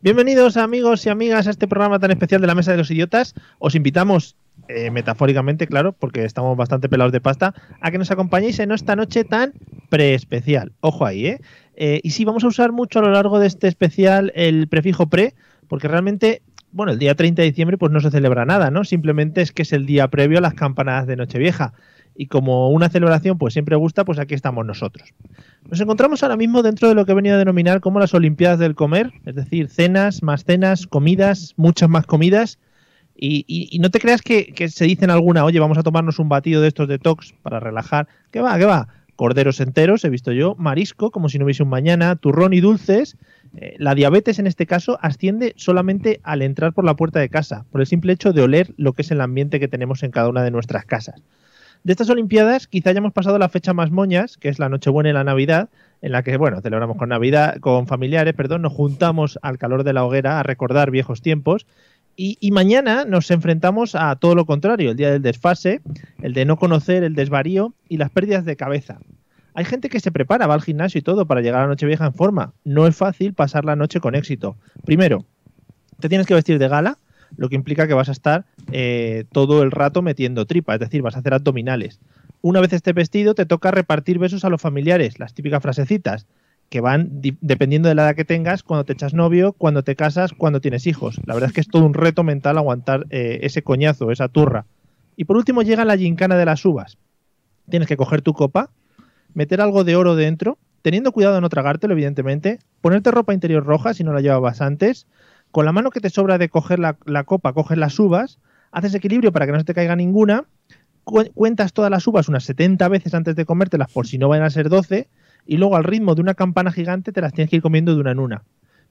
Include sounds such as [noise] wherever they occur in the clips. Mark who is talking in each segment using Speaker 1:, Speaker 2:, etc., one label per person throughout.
Speaker 1: Bienvenidos amigos y amigas a este programa tan especial de la Mesa de los Idiotas. Os invitamos, eh, metafóricamente, claro, porque estamos bastante pelados de pasta, a que nos acompañéis en esta noche tan preespecial. Ojo ahí, ¿eh? Eh, Y sí, vamos a usar mucho a lo largo de este especial el prefijo pre, porque realmente, bueno, el día 30 de diciembre pues no se celebra nada, ¿no? Simplemente es que es el día previo a las campanadas de Nochevieja. Y como una celebración pues siempre gusta, pues aquí estamos nosotros. Nos encontramos ahora mismo dentro de lo que he venido a denominar como las Olimpiadas del Comer, es decir, cenas, más cenas, comidas, muchas más comidas. Y, y- y no te creas que, que se dicen alguna, oye, vamos a tomarnos un batido de estos detox para relajar. ¿Qué va? ¿Qué va? Corderos enteros, he visto yo, marisco, como si no hubiese un mañana, turrón y dulces. Eh, la diabetes en este caso asciende solamente al entrar por la puerta de casa, por el simple hecho de oler lo que es el ambiente que tenemos en cada una de nuestras casas. De estas Olimpiadas, quizá hayamos pasado la fecha más moñas, que es la Nochebuena y la Navidad, en la que, bueno, celebramos con Navidad, con familiares, perdón, nos juntamos al calor de la hoguera a recordar viejos tiempos. Y, y mañana nos enfrentamos a todo lo contrario, el día del desfase, el de no conocer, el desvarío y las pérdidas de cabeza. Hay gente que se prepara, va al gimnasio y todo para llegar a la noche vieja en forma. No es fácil pasar la noche con éxito. Primero, te tienes que vestir de gala, lo que implica que vas a estar eh, todo el rato metiendo tripa, es decir, vas a hacer abdominales. Una vez esté vestido, te toca repartir besos a los familiares, las típicas frasecitas, que van di- dependiendo de la edad que tengas, cuando te echas novio, cuando te casas, cuando tienes hijos. La verdad es que es todo un reto mental aguantar eh, ese coñazo, esa turra. Y por último llega la gincana de las uvas. Tienes que coger tu copa, meter algo de oro dentro, teniendo cuidado de no tragártelo, evidentemente, ponerte ropa interior roja si no la llevabas antes, con la mano que te sobra de coger la, la copa, coges las uvas, haces equilibrio para que no se te caiga ninguna, cu- cuentas todas las uvas unas 70 veces antes de comértelas por si no van a ser 12, y luego al ritmo de una campana gigante te las tienes que ir comiendo de una en una.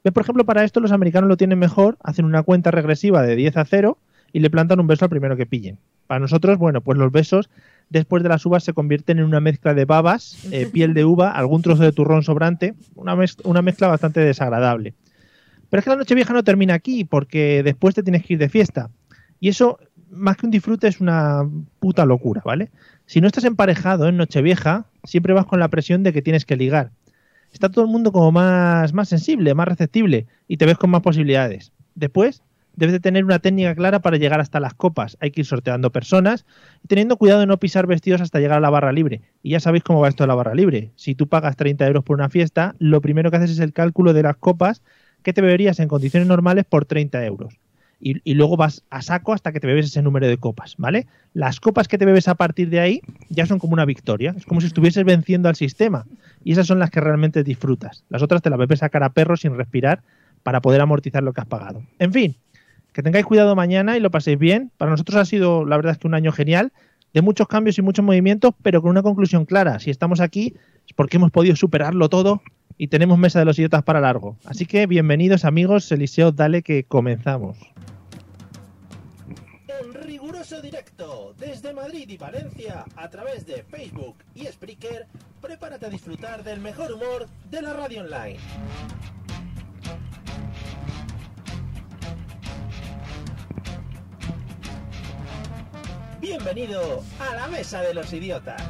Speaker 1: ¿Ves? Por ejemplo, para esto los americanos lo tienen mejor, hacen una cuenta regresiva de 10 a 0 y le plantan un beso al primero que pillen. Para nosotros, bueno, pues los besos después de las uvas se convierten en una mezcla de babas, eh, piel de uva, algún trozo de turrón sobrante, una, mez- una mezcla bastante desagradable. Pero es que la noche vieja no termina aquí, porque después te tienes que ir de fiesta. Y eso, más que un disfrute, es una puta locura, ¿vale? Si no estás emparejado en Nochevieja, siempre vas con la presión de que tienes que ligar. Está todo el mundo como más, más sensible, más receptible y te ves con más posibilidades. Después, debes de tener una técnica clara para llegar hasta las copas. Hay que ir sorteando personas y teniendo cuidado de no pisar vestidos hasta llegar a la barra libre. Y ya sabéis cómo va esto de la barra libre. Si tú pagas 30 euros por una fiesta, lo primero que haces es el cálculo de las copas que te beberías en condiciones normales por 30 euros y, y luego vas a saco hasta que te bebes ese número de copas, ¿vale? Las copas que te bebes a partir de ahí ya son como una victoria, es como si estuvieses venciendo al sistema y esas son las que realmente disfrutas. Las otras te las bebes a cara a perro sin respirar para poder amortizar lo que has pagado. En fin, que tengáis cuidado mañana y lo paséis bien. Para nosotros ha sido, la verdad es que un año genial, de muchos cambios y muchos movimientos, pero con una conclusión clara. Si estamos aquí es porque hemos podido superarlo todo y tenemos Mesa de los Idiotas para largo. Así que bienvenidos amigos, Eliseo, dale que comenzamos.
Speaker 2: En riguroso directo desde Madrid y Valencia a través de Facebook y Spreaker, prepárate a disfrutar del mejor humor de la radio online. Bienvenido a la Mesa de los Idiotas.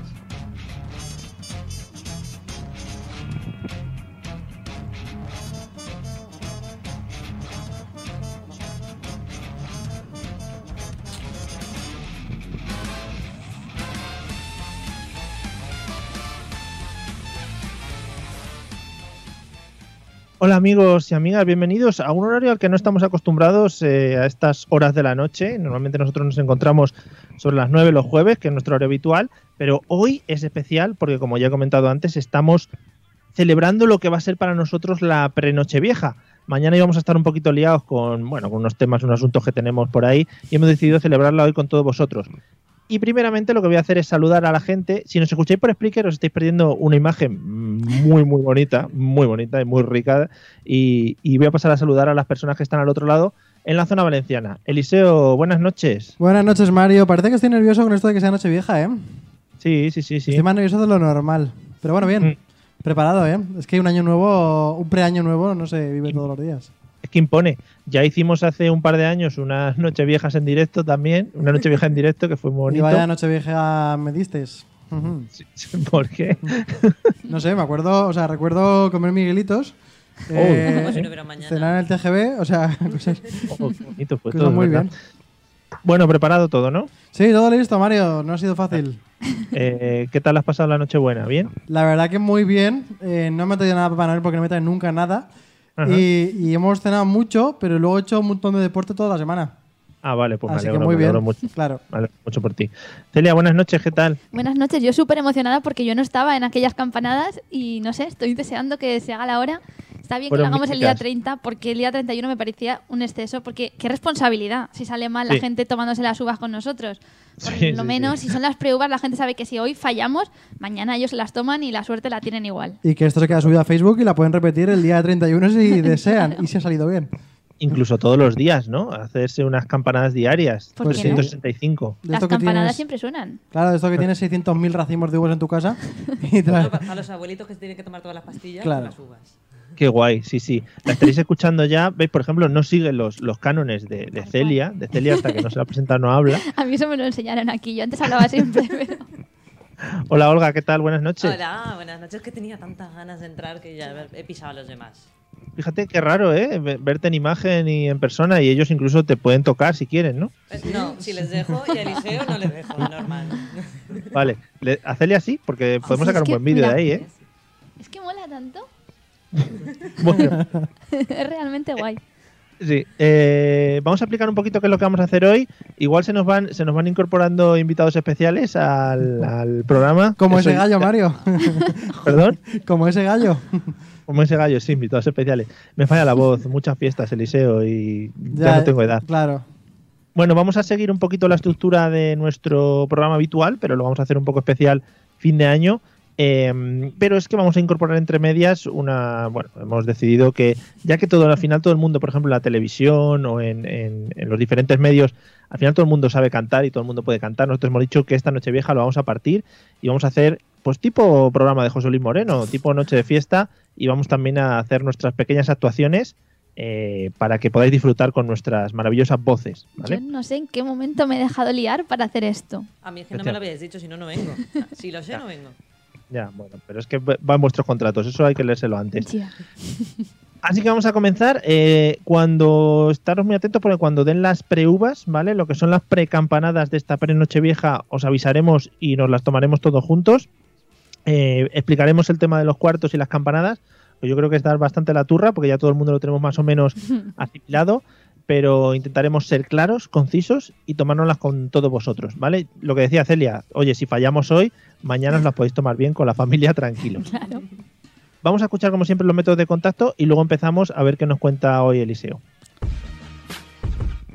Speaker 1: Hola amigos y amigas, bienvenidos a un horario al que no estamos acostumbrados eh, a estas horas de la noche. Normalmente nosotros nos encontramos sobre las 9 los jueves, que es nuestro horario habitual, pero hoy es especial porque como ya he comentado antes, estamos celebrando lo que va a ser para nosotros la prenoche vieja. Mañana íbamos a estar un poquito liados con, bueno, con unos temas, unos asuntos que tenemos por ahí y hemos decidido celebrarla hoy con todos vosotros. Y primeramente lo que voy a hacer es saludar a la gente. Si nos escucháis por Spreaker, os estáis perdiendo una imagen muy, muy bonita, muy bonita y muy rica. Y, y voy a pasar a saludar a las personas que están al otro lado en la zona valenciana. Eliseo, buenas noches.
Speaker 3: Buenas noches, Mario. Parece que estoy nervioso con esto de que sea noche vieja, ¿eh?
Speaker 1: Sí, sí, sí, Mm. sí.
Speaker 3: Estoy más nervioso de lo normal. Pero bueno, bien. Preparado, ¿eh? Es que un año nuevo, un preaño nuevo, no se vive todos los días.
Speaker 1: Es que impone. Ya hicimos hace un par de años unas [laughs] noches viejas en directo también. Una noche vieja en directo que fue muy
Speaker 3: Y
Speaker 1: bonito.
Speaker 3: vaya noche vieja me disteis. Ujú.
Speaker 1: [laughs] Sí, sí, ¿Por qué?
Speaker 3: No sé, me acuerdo, o sea, recuerdo comer miguelitos,
Speaker 1: [laughs] Oh,
Speaker 3: eh, cenar en el TGB, o sea, [laughs] cosas-
Speaker 1: Oh, qué bonito fue
Speaker 3: cosas
Speaker 1: todo,
Speaker 3: muy
Speaker 1: ¿verdad?
Speaker 3: bien.
Speaker 1: Bueno, preparado todo, ¿no?
Speaker 3: Sí, todo listo, Mario, no ha sido fácil.
Speaker 1: Eh, ¿Qué tal has pasado la Nochebuena? ¿Bien?
Speaker 3: La verdad que muy bien. Eh, no me ha traído nada para Noel porque no me trae nunca nada.
Speaker 1: Ajá.
Speaker 3: Y, y hemos cenado mucho, pero luego he hecho un montón de deporte toda la semana.
Speaker 1: Ah, vale, pues me
Speaker 3: Así que
Speaker 1: alegro,
Speaker 3: muy
Speaker 1: me
Speaker 3: bien.
Speaker 1: alegro mucho.
Speaker 3: Claro.
Speaker 1: Me alegro mucho por ti. Celia, buenas noches, ¿qué tal?
Speaker 4: Buenas noches, yo súper emocionada porque yo no estaba en aquellas campanadas y no sé, estoy deseando que se haga la hora. Está bien
Speaker 1: Fueron
Speaker 4: que lo hagamos el
Speaker 1: míticas.
Speaker 4: día 30 porque el día 31 me parecía un exceso porque qué responsabilidad si sale mal
Speaker 1: Sí.
Speaker 4: la gente tomándose las uvas con nosotros. Por
Speaker 1: Sí,
Speaker 4: lo
Speaker 1: sí,
Speaker 4: menos
Speaker 1: sí.
Speaker 4: si son las preuvas la gente sabe que si hoy fallamos, mañana ellos las toman y la suerte la tienen igual.
Speaker 3: Y que esto se queda subido a Facebook y la pueden repetir el día 31 si desean y si ha salido bien.
Speaker 1: Incluso todos los días, ¿no? Hacerse unas campanadas diarias.
Speaker 4: ¿Por
Speaker 3: qué no?
Speaker 1: 365.
Speaker 3: De
Speaker 4: las
Speaker 3: esto que
Speaker 4: campanadas
Speaker 3: tienes-
Speaker 4: siempre suenan. [laughs]
Speaker 3: Claro, de esto que tienes 600.000 racimos de uvas en tu casa. [laughs] Y te la-
Speaker 5: Bueno, para los abuelitos que se tienen que tomar todas las pastillas
Speaker 3: Claro.
Speaker 5: y las uvas.
Speaker 1: Qué guay, sí, sí. La estaréis escuchando ya. ¿Veis? Por ejemplo, no sigue los, los cánones de, de Celia. De Celia hasta que no se la presenta no habla.
Speaker 4: A mí eso me lo enseñaron aquí, yo antes hablaba siempre, [laughs] pero
Speaker 1: Hola, Olga, ¿qué tal? Buenas noches.
Speaker 5: Hola, buenas noches, que tenía tantas ganas de entrar que ya he pisado a los demás.
Speaker 1: Fíjate qué raro, ¿eh? Ve- Verte en imagen y en persona y ellos incluso te pueden tocar si quieren, ¿no?
Speaker 5: Eh, No, si les dejo y a Eliseo no les dejo, normal.
Speaker 1: Vale. Le- a Celia sí, porque podemos
Speaker 4: Ah, sí,
Speaker 1: sacar
Speaker 4: es
Speaker 1: un
Speaker 4: que,
Speaker 1: buen vídeo de
Speaker 4: mira.
Speaker 1: ahí, ¿eh?
Speaker 4: es que mola tanto, [laughs]
Speaker 1: Bueno,
Speaker 4: es realmente guay.
Speaker 1: sí. Eh, vamos a explicar un poquito qué es lo que vamos a hacer hoy. Igual se nos van, se nos van incorporando invitados especiales al, al programa.
Speaker 3: Como
Speaker 1: Eso-
Speaker 3: ese
Speaker 1: [laughs]
Speaker 3: gallo, Mario.
Speaker 1: Perdón.
Speaker 3: Como ese gallo.
Speaker 1: Como ese gallo, sí, invitados especiales. Me falla la voz, muchas fiestas, Eliseo, y ya, no tengo edad.
Speaker 3: Claro.
Speaker 1: Bueno, vamos a seguir un poquito la estructura de nuestro programa habitual, pero lo vamos a hacer un poco especial fin de año. Eh, pero es que vamos a incorporar entre medias una. Bueno, hemos decidido que, ya que todo al final todo el mundo, por ejemplo, en la televisión o en, en- en los diferentes medios, al final todo el mundo sabe cantar y todo el mundo puede cantar. Nosotros hemos dicho que esta noche vieja lo vamos a partir y vamos a hacer, pues, tipo programa de José Luis Moreno, tipo noche de fiesta, y vamos también a hacer nuestras pequeñas actuaciones eh, para que podáis disfrutar con nuestras maravillosas voces. ¿vale?
Speaker 4: Yo no sé en qué momento me he dejado liar para hacer esto.
Speaker 5: A mí es que no me lo habéis dicho, si no, no vengo. Si lo sé, no vengo.
Speaker 1: Ya, bueno, pero es que van vuestros contratos, eso hay que leérselo antes.
Speaker 4: Tía.
Speaker 1: Así que vamos a comenzar. eh, cuando estaros muy atentos, porque cuando den las pre-uvas, ¿vale? Lo que son las pre-campanadas de esta pre-noche vieja, os avisaremos y nos las tomaremos todos juntos. Eh, explicaremos el tema de los cuartos y las campanadas. que Yo creo que es dar bastante la turra, porque ya todo el mundo lo tenemos más o menos asimilado. Pero intentaremos ser claros, concisos y tomárnoslas con todos vosotros, ¿vale? Lo que decía Celia, oye, si fallamos hoy, mañana os las podéis tomar bien con la familia tranquilos.
Speaker 4: [laughs] Claro.
Speaker 1: Vamos a escuchar como siempre los métodos de contacto y luego empezamos a ver qué nos cuenta hoy Eliseo.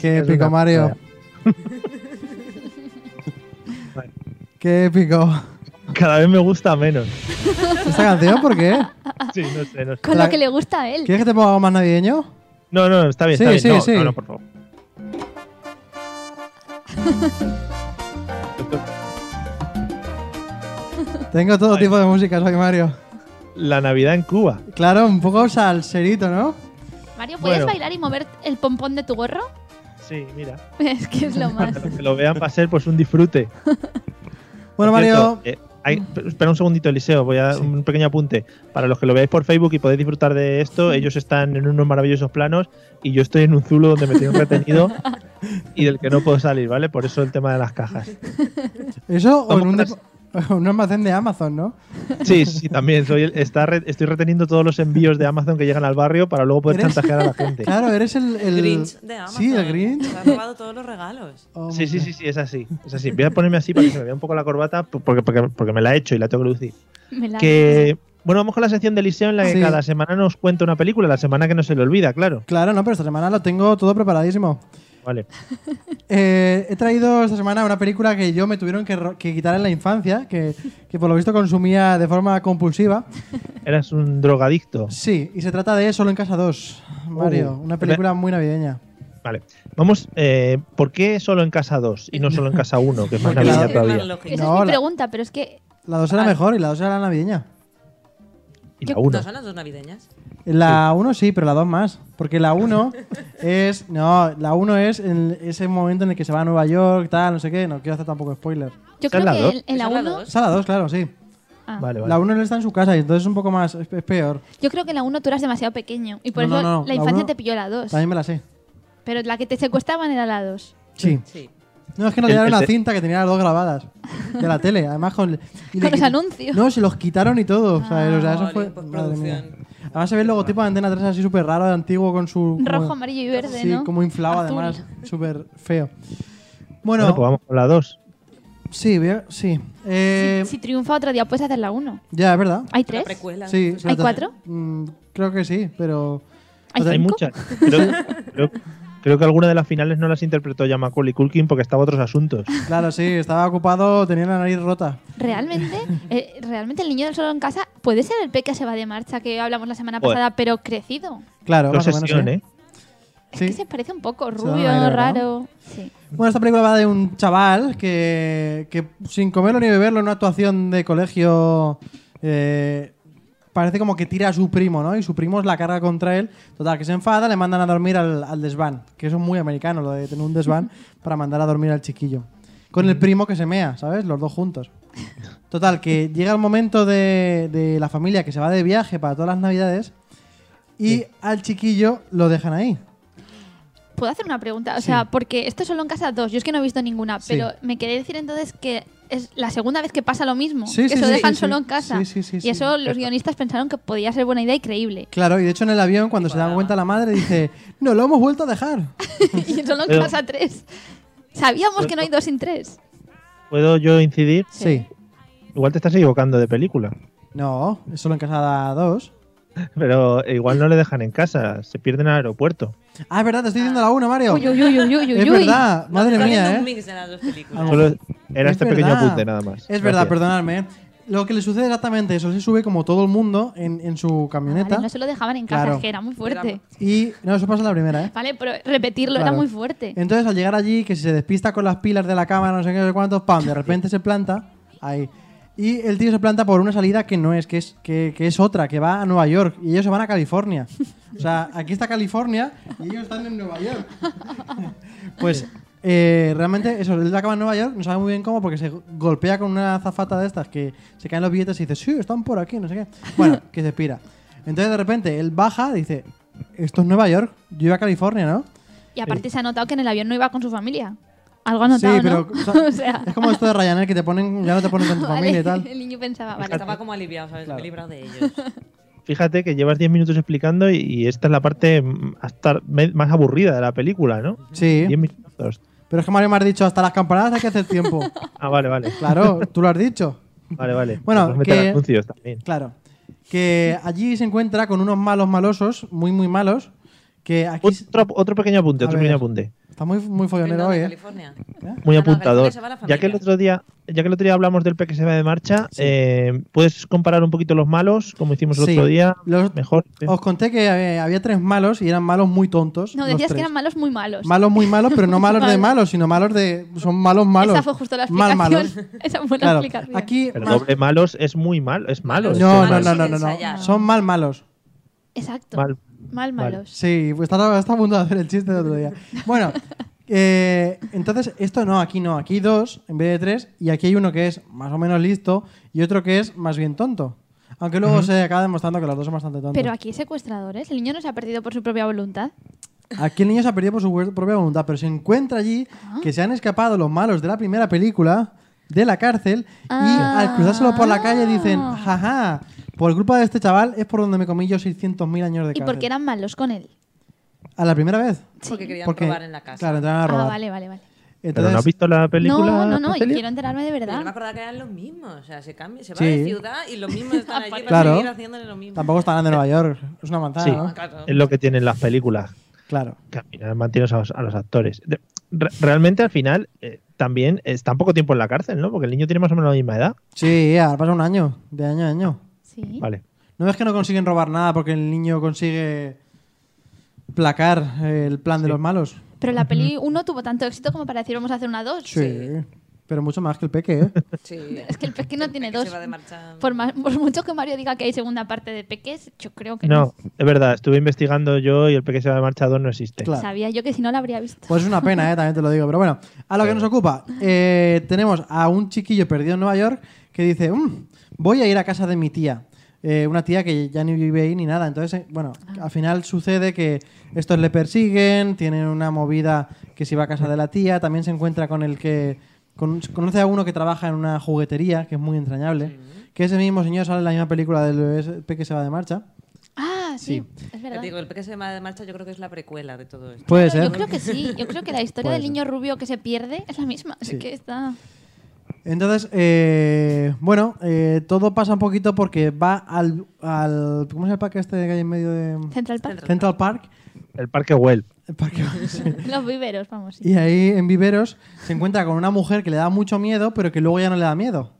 Speaker 3: Qué épico, Mario. [laughs] Qué épico.
Speaker 1: Cada vez me gusta [laughs] menos.
Speaker 3: ¿Esta canción por qué?
Speaker 1: Sí, no sé, no sé.
Speaker 4: Con
Speaker 3: La-
Speaker 4: lo que le gusta a él.
Speaker 3: ¿Quieres que te ponga algo más navideño?
Speaker 1: No, no, está bien,
Speaker 3: Sí,
Speaker 1: está bien.
Speaker 3: sí,
Speaker 1: no,
Speaker 3: sí.
Speaker 1: no, no, por favor.
Speaker 3: Tengo todo
Speaker 1: Vale.
Speaker 3: tipo de músicas hoy, Mario.
Speaker 1: La Navidad en Cuba.
Speaker 3: Claro, un poco salserito, ¿no?
Speaker 4: Mario, ¿puedes
Speaker 1: Bueno.
Speaker 4: bailar y mover el pompón de tu gorro? [laughs]
Speaker 1: Sí, mira.
Speaker 4: Es que es lo más.
Speaker 1: Para
Speaker 3: [laughs]
Speaker 1: los que lo vean va a ser pues un disfrute.
Speaker 3: Bueno,
Speaker 1: Por cierto,
Speaker 3: Mario,
Speaker 1: eh, hay- espera un segundito, Eliseo. Voy a dar un pequeño apunte. Para los que lo veáis por Facebook y podéis disfrutar de esto, ellos están en unos maravillosos planos y yo estoy en un
Speaker 3: [laughs]
Speaker 1: zulo donde me tienen retenido y del que no puedo salir, ¿vale? Por eso el tema de las cajas.
Speaker 3: Eso o en un,
Speaker 1: Compras-
Speaker 3: dep- [laughs] un almacén de Amazon, ¿no?
Speaker 1: Sí, sí, también. Soy el- está re- estoy reteniendo todos los envíos de Amazon que llegan al barrio para luego poder
Speaker 3: ¿Eres?
Speaker 1: chantajear a la gente.
Speaker 3: Claro, eres el, el-
Speaker 5: Grinch de Amazon.
Speaker 3: Sí, el Grinch.
Speaker 5: Se ha robado todos los regalos.
Speaker 3: Oh,
Speaker 1: Sí, sí,
Speaker 3: hombre.
Speaker 1: sí, sí, es así. Es así. Voy a ponerme así para que se me vea un poco la corbata p- porque, porque, porque me la he hecho y la tengo que lucir.
Speaker 4: Me la-
Speaker 1: Que, bueno, vamos con la sección de liceo en la que
Speaker 3: Sí.
Speaker 1: cada semana nos cuenta una película, la semana que no se le olvida, claro.
Speaker 3: Claro, no, pero esta semana lo tengo todo preparadísimo.
Speaker 1: Vale.
Speaker 3: Eh, he traído esta semana una película que yo me tuvieron que, ro- que quitar en la infancia, que, que por lo visto consumía de forma compulsiva.
Speaker 1: Eras un drogadicto.
Speaker 3: Sí, y se trata de Solo en Casa 2, Mario,
Speaker 1: Uh,
Speaker 3: una película muy navideña.
Speaker 1: Vale. Vamos, eh, ¿por qué solo en casa 2 y no solo en casa 1? Que es más
Speaker 3: Porque la-
Speaker 1: navideña
Speaker 5: Tiene más
Speaker 1: todavía.
Speaker 5: lógica.
Speaker 4: Esa
Speaker 3: No,
Speaker 4: es mi
Speaker 3: la-
Speaker 4: pregunta, pero es que
Speaker 3: La 2 era mejor y la 2 era la navideña.
Speaker 1: Y la
Speaker 4: yo-
Speaker 1: 1.
Speaker 5: No son las dos navideñas.
Speaker 3: La 1 sí, pero la 2 más. Porque la 1 es. No, la 1 es en ese momento en el que se va a Nueva York, tal, no sé qué. No quiero hacer tampoco spoiler.
Speaker 4: yo
Speaker 1: Esa es
Speaker 4: creo
Speaker 1: la
Speaker 4: que
Speaker 1: dos.
Speaker 4: en, en la
Speaker 5: Esa es la
Speaker 4: 1
Speaker 5: dos.
Speaker 3: Está la 2, claro, sí.
Speaker 4: Ah.
Speaker 1: Vale, vale.
Speaker 3: La 1 él está en su casa y entonces es un poco más. Es, es peor.
Speaker 4: yo creo que en la 1 tú eras demasiado pequeño y por
Speaker 3: No,
Speaker 4: eso
Speaker 3: no, no,
Speaker 4: la
Speaker 3: la
Speaker 4: infancia
Speaker 3: uno-
Speaker 4: te pilló la 2.
Speaker 3: También me la sé.
Speaker 4: Pero la que te secuestraban era la 2.
Speaker 3: Sí.
Speaker 5: Sí.
Speaker 3: No, es que nos
Speaker 1: El-
Speaker 3: dieron
Speaker 1: el
Speaker 3: una
Speaker 1: te-
Speaker 3: cinta que tenía las dos grabadas de la tele, además con, y le
Speaker 4: Con los
Speaker 3: quit-
Speaker 4: anuncios. Ah.
Speaker 3: No, se los quitaron y todo. o sea, o sea, eso
Speaker 5: Jolín,
Speaker 3: fue. Madre
Speaker 5: postproducción.
Speaker 3: mía. Además se ve el logotipo de Antena 3 así súper raro, de antiguo, con su. como-
Speaker 4: Rojo, amarillo y verde,
Speaker 3: sí,
Speaker 4: ¿no?
Speaker 3: como inflado,
Speaker 4: Azul.
Speaker 3: además, súper feo.
Speaker 1: Bueno,
Speaker 3: Bueno,
Speaker 1: pues vamos con la 2.
Speaker 3: sí, veo- sí. Eh,
Speaker 4: Si, si triunfa otro día, puedes hacer la 1.
Speaker 3: Ya, es verdad.
Speaker 4: ¿Hay
Speaker 5: La
Speaker 4: 3?
Speaker 5: precuela.
Speaker 3: Sí,
Speaker 4: ¿Hay
Speaker 3: la ter-
Speaker 4: cuatro?
Speaker 3: Mm, creo que sí, pero.
Speaker 4: ¿Hay
Speaker 1: Hay
Speaker 4: cinco?
Speaker 1: muchas. Creo, creo- creo que alguna de las finales no las interpretó ya Macaulay Culkin porque estaba a otros asuntos.
Speaker 3: Claro, sí, estaba ocupado, tenía la nariz rota. [laughs]
Speaker 4: Realmente, eh, realmente el niño del solo en casa puede ser el pe que se va de marcha, que hablamos la semana
Speaker 1: Joder.
Speaker 4: pasada, pero crecido.
Speaker 3: Claro,
Speaker 1: No
Speaker 3: más o menos.
Speaker 1: sesión,
Speaker 3: ¿eh?
Speaker 1: ¿eh?
Speaker 4: Es
Speaker 3: Sí.
Speaker 4: que se parece un poco,
Speaker 3: Se da un
Speaker 4: rubio,
Speaker 3: aire, ¿no?
Speaker 4: raro. Sí.
Speaker 3: Bueno, esta película va de un chaval que, que sin comerlo ni beberlo en una actuación de colegio eh, parece como que tira a su primo, ¿no? Y su primo es la carga contra él. Total, que se enfada, le mandan a dormir al, al desván. Que eso es muy americano, lo de tener un desván para mandar a dormir al chiquillo. Con el primo que se mea, ¿sabes? Los dos juntos. Total, que llega el momento de, de la familia que se va de viaje para todas las navidades y al chiquillo lo dejan ahí.
Speaker 4: ¿Puedo hacer una pregunta? O sea, porque esto es solo en casa dos, yo es que no he visto ninguna,
Speaker 3: Sí.
Speaker 4: pero me quería decir entonces que es la segunda vez que pasa lo mismo,
Speaker 3: Sí,
Speaker 4: que
Speaker 3: sí,
Speaker 4: se lo
Speaker 3: sí,
Speaker 4: dejan
Speaker 3: sí,
Speaker 4: solo
Speaker 3: sí.
Speaker 4: en casa.
Speaker 3: Sí, sí, sí,
Speaker 4: y
Speaker 3: sí.
Speaker 4: eso los guionistas pensaron que podía ser buena idea
Speaker 3: [laughs]
Speaker 4: y creíble.
Speaker 3: Claro, y de hecho en el avión cuando se dan cuenta la madre dice,
Speaker 4: [laughs]
Speaker 3: no, lo hemos vuelto a dejar.
Speaker 4: y solo en
Speaker 1: Pero-
Speaker 4: casa tres. Sabíamos que no hay dos sin tres.
Speaker 1: ¿Puedo yo incidir?
Speaker 3: Sí.
Speaker 1: Igual te estás equivocando de película.
Speaker 3: No, es solo en Casada 2.
Speaker 1: Pero igual no le dejan en casa, se pierden al aeropuerto.
Speaker 3: Ah, es verdad, te estoy diciendo la 1, Mario.
Speaker 4: Uy, uy, uy, uy, uy,
Speaker 3: es
Speaker 4: uy.
Speaker 3: verdad, madre
Speaker 5: Está haciendo
Speaker 3: mía,
Speaker 5: un
Speaker 3: ¿eh?
Speaker 5: mix de las dos películas.
Speaker 3: Ah,
Speaker 1: Solo era
Speaker 3: Es
Speaker 1: este pequeño
Speaker 3: verdad.
Speaker 1: apunte nada más.
Speaker 3: Es verdad,
Speaker 1: Gracias.
Speaker 3: perdonadme. ¿eh? Lo que le sucede exactamente eso, se sube como todo el mundo en, en su
Speaker 4: Ah, Vale,
Speaker 3: camioneta.
Speaker 4: no se lo dejaban en casa,
Speaker 3: Claro.
Speaker 4: es que era muy fuerte.
Speaker 3: Y no, eso pasa en la primera, ¿eh?
Speaker 4: Vale, pero repetirlo
Speaker 3: Claro. Eh,
Speaker 4: era muy fuerte.
Speaker 3: Entonces al llegar allí, que si se despista con las pilas de la cámara, no sé qué, no sé cuántos, pam, de repente se planta ahí. Y el tío se planta por una salida que no es, que es, que, que es otra, que va a Nueva York. Y ellos se van a California. O sea, aquí está California y ellos están en Nueva York. [laughs] Pues eh, realmente eso, él acaba en Nueva York, no sabe muy bien cómo, porque se golpea con una zafata de estas que se caen los billetes y dice, sí, están por aquí, no sé qué. Bueno, que se pira. Entonces de repente él baja, dice, esto es Nueva York, yo iba a California, ¿no?
Speaker 4: Y aparte se ha notado que en el avión no iba con su familia. Algo ha notado,
Speaker 3: sí, pero
Speaker 4: ¿no? [laughs]
Speaker 3: o
Speaker 4: o
Speaker 3: sea,
Speaker 4: sea,
Speaker 3: es como esto de Ryanair que te ponen, ya no te ponen
Speaker 4: [laughs]
Speaker 3: con tu
Speaker 4: vale,
Speaker 3: familia y tal.
Speaker 4: el niño pensaba, vale,
Speaker 5: Estaba como aliviado, ¿sabes? Me he librado de ellos.
Speaker 1: Fíjate que llevas 10 minutos explicando y, y esta es la parte mm, hasta me- más aburrida de la película, ¿no?
Speaker 3: Sí.
Speaker 1: 10 minutos.
Speaker 3: Pero es que Mario me has dicho, hasta las campanadas hay que hacer tiempo.
Speaker 4: [laughs]
Speaker 1: Ah, vale, vale.
Speaker 3: claro, tú lo has dicho.
Speaker 1: Vale, vale.
Speaker 3: Bueno,
Speaker 1: Puedes meter
Speaker 3: que-
Speaker 1: anuncios también.
Speaker 3: Claro. Que allí se encuentra con unos malos malosos, muy, muy malos. Que aquí s-
Speaker 1: Otro, otro pequeño apunte,
Speaker 3: A
Speaker 1: otro
Speaker 3: ver.
Speaker 1: pequeño apunte.
Speaker 3: está muy, muy follonero hoy,
Speaker 5: de
Speaker 3: ¿eh?
Speaker 5: California.
Speaker 1: Muy
Speaker 5: Ah, no,
Speaker 1: apuntador.
Speaker 5: California se va la
Speaker 1: ya que el
Speaker 5: familia.
Speaker 1: otro día, ya que el otro día hablamos del P que se va de marcha, eh, puedes comparar un poquito los malos, como hicimos el
Speaker 3: Sí.
Speaker 1: Pues otro día.
Speaker 3: Los-
Speaker 1: Mejor. sí.
Speaker 3: Os conté que eh, había tres malos y eran malos muy tontos.
Speaker 4: No,
Speaker 3: los
Speaker 4: decías que
Speaker 3: tres.
Speaker 4: eran malos muy malos.
Speaker 3: Malos muy malos,
Speaker 4: [laughs]
Speaker 3: pero no malos de
Speaker 4: Vale.
Speaker 3: malos, sino malos de. Son malos malos.
Speaker 4: Esa fue justo la
Speaker 3: Mal
Speaker 4: explicación.
Speaker 3: malos.
Speaker 4: Esa fue [laughs] la
Speaker 3: Claro.
Speaker 4: explicación.
Speaker 3: Aquí.
Speaker 1: Pero
Speaker 3: mal-
Speaker 1: doble malos es muy malo, es malo.
Speaker 5: Malos.
Speaker 1: es
Speaker 3: No, no,
Speaker 1: malo.
Speaker 3: no,
Speaker 5: Malos
Speaker 3: no, no,
Speaker 5: sin
Speaker 3: no.
Speaker 5: ensayar.
Speaker 3: Son mal malos.
Speaker 4: Exacto.
Speaker 1: Mal.
Speaker 4: Mal, malos.
Speaker 3: Sí, pues está, está a punto de hacer el chiste del otro día. Bueno, eh, entonces esto no, aquí no. Aquí hay dos en vez de tres y aquí hay uno que es más o menos listo y otro que es más bien tonto. Aunque luego se acaba demostrando que los dos son bastante tontos.
Speaker 4: Pero aquí hay secuestradores. El niño no se ha perdido por su propia voluntad.
Speaker 3: Aquí el niño se
Speaker 4: Ah.
Speaker 3: ha perdido por su propia voluntad, pero se encuentra allí que se han escapado los malos de la primera película de la cárcel
Speaker 4: Ah.
Speaker 3: y al cruzárselo por la calle dicen, jaja, por culpa de este chaval es por donde me comí yo 600.000 años de
Speaker 4: ¿Y
Speaker 3: cárcel.
Speaker 4: por qué eran malos con él?
Speaker 3: ¿A la primera vez?
Speaker 5: Porque querían
Speaker 3: Porque,
Speaker 5: probar en la casa.
Speaker 3: Claro, entraron a robar.
Speaker 4: Ah, vale, vale, vale.
Speaker 1: ¿Pero no
Speaker 3: Entonces,
Speaker 1: has visto la película?
Speaker 4: no, no, no, yo
Speaker 1: Celia?
Speaker 4: quiero enterarme de
Speaker 5: Pero no me
Speaker 4: verdad.
Speaker 5: acordaba que eran los mismos. O sea, se cambia, se va
Speaker 3: Sí.
Speaker 5: de ciudad y los mismos están allí para
Speaker 3: Claro.
Speaker 5: seguir haciéndole lo mismo.
Speaker 3: tampoco están en Nueva York, es una manzana,
Speaker 1: Sí,
Speaker 3: ¿no?
Speaker 5: Claro.
Speaker 1: es lo que tienen las películas.
Speaker 3: Claro.
Speaker 1: que al final mantienes a los, a los actores. De- re- realmente al final eh, también está poco tiempo en la cárcel, ¿no? Porque el niño tiene más o menos la misma edad.
Speaker 3: Sí, ahora pasa un año, de año a año.
Speaker 4: Sí.
Speaker 1: Vale.
Speaker 3: ¿No ves que no consiguen robar nada porque el niño consigue placar el plan de los malos?
Speaker 4: Pero la peli 1 tuvo tanto éxito como para decir vamos a hacer una 2.
Speaker 3: Pero mucho más que el peque, ¿eh?
Speaker 5: Sí.
Speaker 4: Es que el peque no tiene
Speaker 5: Peque
Speaker 4: dos.
Speaker 5: se va de marcha.
Speaker 4: Por, más- por mucho que Mario diga que hay segunda parte de peques, yo creo que no.
Speaker 1: No, es verdad, estuve investigando yo y el pequeño se va de marcha 2 no existe.
Speaker 3: Claro.
Speaker 4: Sabía yo que si no la habría visto.
Speaker 3: Pues es una pena, ¿eh? También te lo digo. Pero bueno, a lo que nos ocupa. Eh, tenemos a un chiquillo perdido en Nueva York que dice, "Mm, voy a ir a casa de mi tía. Eh, una tía que ya ni vive ahí ni nada. Entonces, eh, bueno,
Speaker 4: Ah.
Speaker 3: al final sucede que estos le persiguen, tienen una movida que se va a casa de la tía, también se encuentra con el que... con- conoce a uno que trabaja en una juguetería, que es muy entrañable, que ese mismo señor sale en la misma película del bebé que se va de marcha.
Speaker 4: Ah, sí, es
Speaker 5: Ya
Speaker 4: verdad.
Speaker 5: te digo, el peque se va de marcha yo creo que es la precuela de todo esto.
Speaker 3: Puede
Speaker 4: Claro,
Speaker 3: ser.
Speaker 4: Yo creo que sí. Yo creo que la historia
Speaker 3: Puede
Speaker 4: del
Speaker 3: ser.
Speaker 4: niño rubio que se pierde es la misma.
Speaker 3: Sí.
Speaker 4: Es que está.
Speaker 3: Entonces, eh, bueno, eh, todo pasa un poquito porque va al, al- ¿Cómo se llama el parque este que hay en medio de.
Speaker 4: Central Park.
Speaker 3: Central Park?
Speaker 1: El parque Welp.
Speaker 3: El parque- [laughs] sí.
Speaker 4: Los viveros, vamos. sí.
Speaker 3: Y ahí en Viveros se encuentra con una mujer que le da mucho miedo, pero que luego ya no le da miedo.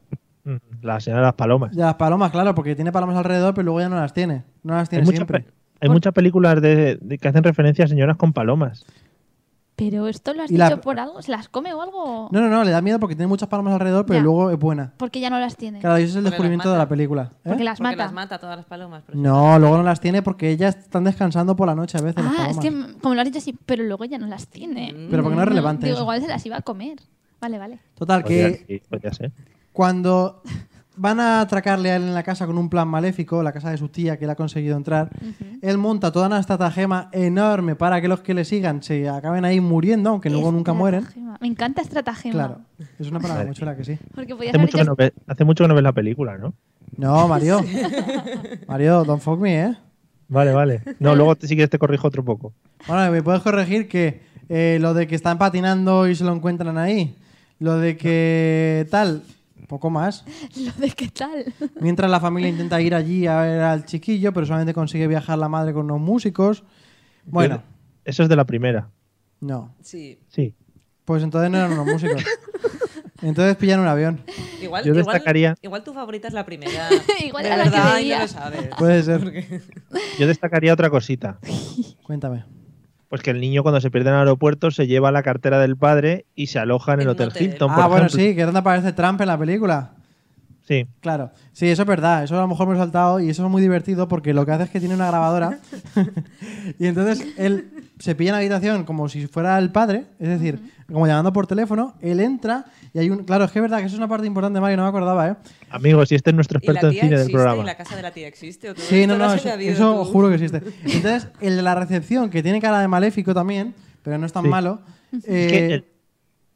Speaker 1: Mm, La señora de las palomas.
Speaker 3: De las palomas, claro, porque tiene palomas alrededor, pero luego ya no las tiene. No las
Speaker 1: Hay,
Speaker 3: tiene
Speaker 1: muchas
Speaker 3: siempre.
Speaker 1: pe- hay muchas películas de, de- que hacen referencia a señoras con palomas.
Speaker 4: Pero esto lo has
Speaker 3: Y la-
Speaker 4: dicho por algo. ¿Se las come o algo?
Speaker 3: No, no, no, le da miedo porque tiene muchas palomas alrededor, pero
Speaker 4: Ya.
Speaker 3: luego es buena.
Speaker 4: Porque ya no las tiene.
Speaker 3: Claro, y ese es el
Speaker 5: Porque las
Speaker 3: descubrimiento de
Speaker 5: mata.
Speaker 3: la película. ¿eh?
Speaker 4: Porque las
Speaker 5: Porque
Speaker 4: mata.
Speaker 5: las mata todas las palomas. por ejemplo.
Speaker 3: No, luego no las tiene porque ellas están descansando por la noche a veces. las
Speaker 4: ah, es
Speaker 3: palomas.
Speaker 4: que mm, como lo has dicho así, pero luego ya no las tiene.
Speaker 3: Pero porque no es
Speaker 4: Mm,
Speaker 3: relevante
Speaker 4: Digo,
Speaker 3: eso.
Speaker 4: igual se las iba a comer. Vale, vale.
Speaker 3: Total,
Speaker 1: Podría-
Speaker 3: Ah, que
Speaker 1: Pues sí, podría ser.
Speaker 3: Cuando van a atracarle a él en la casa con un plan maléfico, la casa de su tía que él ha conseguido entrar, él monta toda una estratagema enorme para que los que le sigan se acaben ahí muriendo, aunque luego nunca mueren.
Speaker 4: Estratagema. Me encanta estratagema.
Speaker 3: Claro, es una palabra muy chula que sí.
Speaker 4: Porque podías
Speaker 1: Hace
Speaker 4: haber
Speaker 1: mucho, que
Speaker 4: dicho
Speaker 1: no ve- hace mucho que no ves la película, ¿no?
Speaker 3: No, Mario. Mario, don't fuck me, ¿eh?
Speaker 1: Vale, vale. No, luego te- si quieres te corrijo otro poco.
Speaker 3: Bueno, me puedes corregir que eh, lo de que están patinando y se lo encuentran ahí, lo de que tal, poco más.
Speaker 4: [laughs] lo de qué tal.
Speaker 3: Mientras la familia intenta ir allí a ver al chiquillo, pero solamente consigue viajar la madre con unos músicos. Bueno.
Speaker 1: Yo- Eso es de la primera.
Speaker 3: No.
Speaker 5: Sí.
Speaker 1: Sí.
Speaker 3: Pues entonces no eran unos músicos. Entonces pillan un avión.
Speaker 5: Igual,
Speaker 1: Yo
Speaker 5: igual-
Speaker 1: destacaría-
Speaker 5: igual tu favorita es la primera.
Speaker 4: Igual
Speaker 5: de
Speaker 4: era la que
Speaker 5: verdad, y
Speaker 4: veía.
Speaker 5: no lo sabes.
Speaker 3: Puede ser.
Speaker 1: Yo destacaría otra cosita.
Speaker 3: Cuéntame.
Speaker 1: Pues que el niño cuando se pierde en el aeropuerto se lleva la cartera del padre y se aloja en el
Speaker 5: En un
Speaker 1: Hotel
Speaker 5: hotel.
Speaker 1: Hilton.
Speaker 3: ah,
Speaker 1: por
Speaker 3: bueno,
Speaker 1: ejemplo.
Speaker 3: sí, que es donde aparece Trump en la película.
Speaker 1: Sí.
Speaker 3: Claro. Sí, eso es verdad. Eso a lo mejor me lo he saltado y eso es muy divertido porque lo que hace es que tiene una grabadora y entonces él se pilla en la habitación como si fuera el padre, es decir, como llamando por teléfono, él entra y hay un... Claro, es que es verdad que eso es una parte importante, Mario, no me acordaba, ¿eh?
Speaker 1: Amigos, si este es nuestro
Speaker 5: ¿Y la
Speaker 1: experto en
Speaker 5: tía
Speaker 1: cine del
Speaker 5: existe?
Speaker 1: programa.
Speaker 5: ¿Y la casa de la tía existe? ¿O todo
Speaker 3: Sí,
Speaker 5: esto
Speaker 3: no,
Speaker 5: lo
Speaker 3: no,
Speaker 5: has
Speaker 3: eso,
Speaker 5: sabido
Speaker 3: eso
Speaker 5: tú?
Speaker 3: juro que existe. Entonces, el de la recepción, que tiene cara de maléfico también, pero no es tan
Speaker 1: Sí.
Speaker 3: malo.
Speaker 1: Es que
Speaker 3: eh,
Speaker 1: el,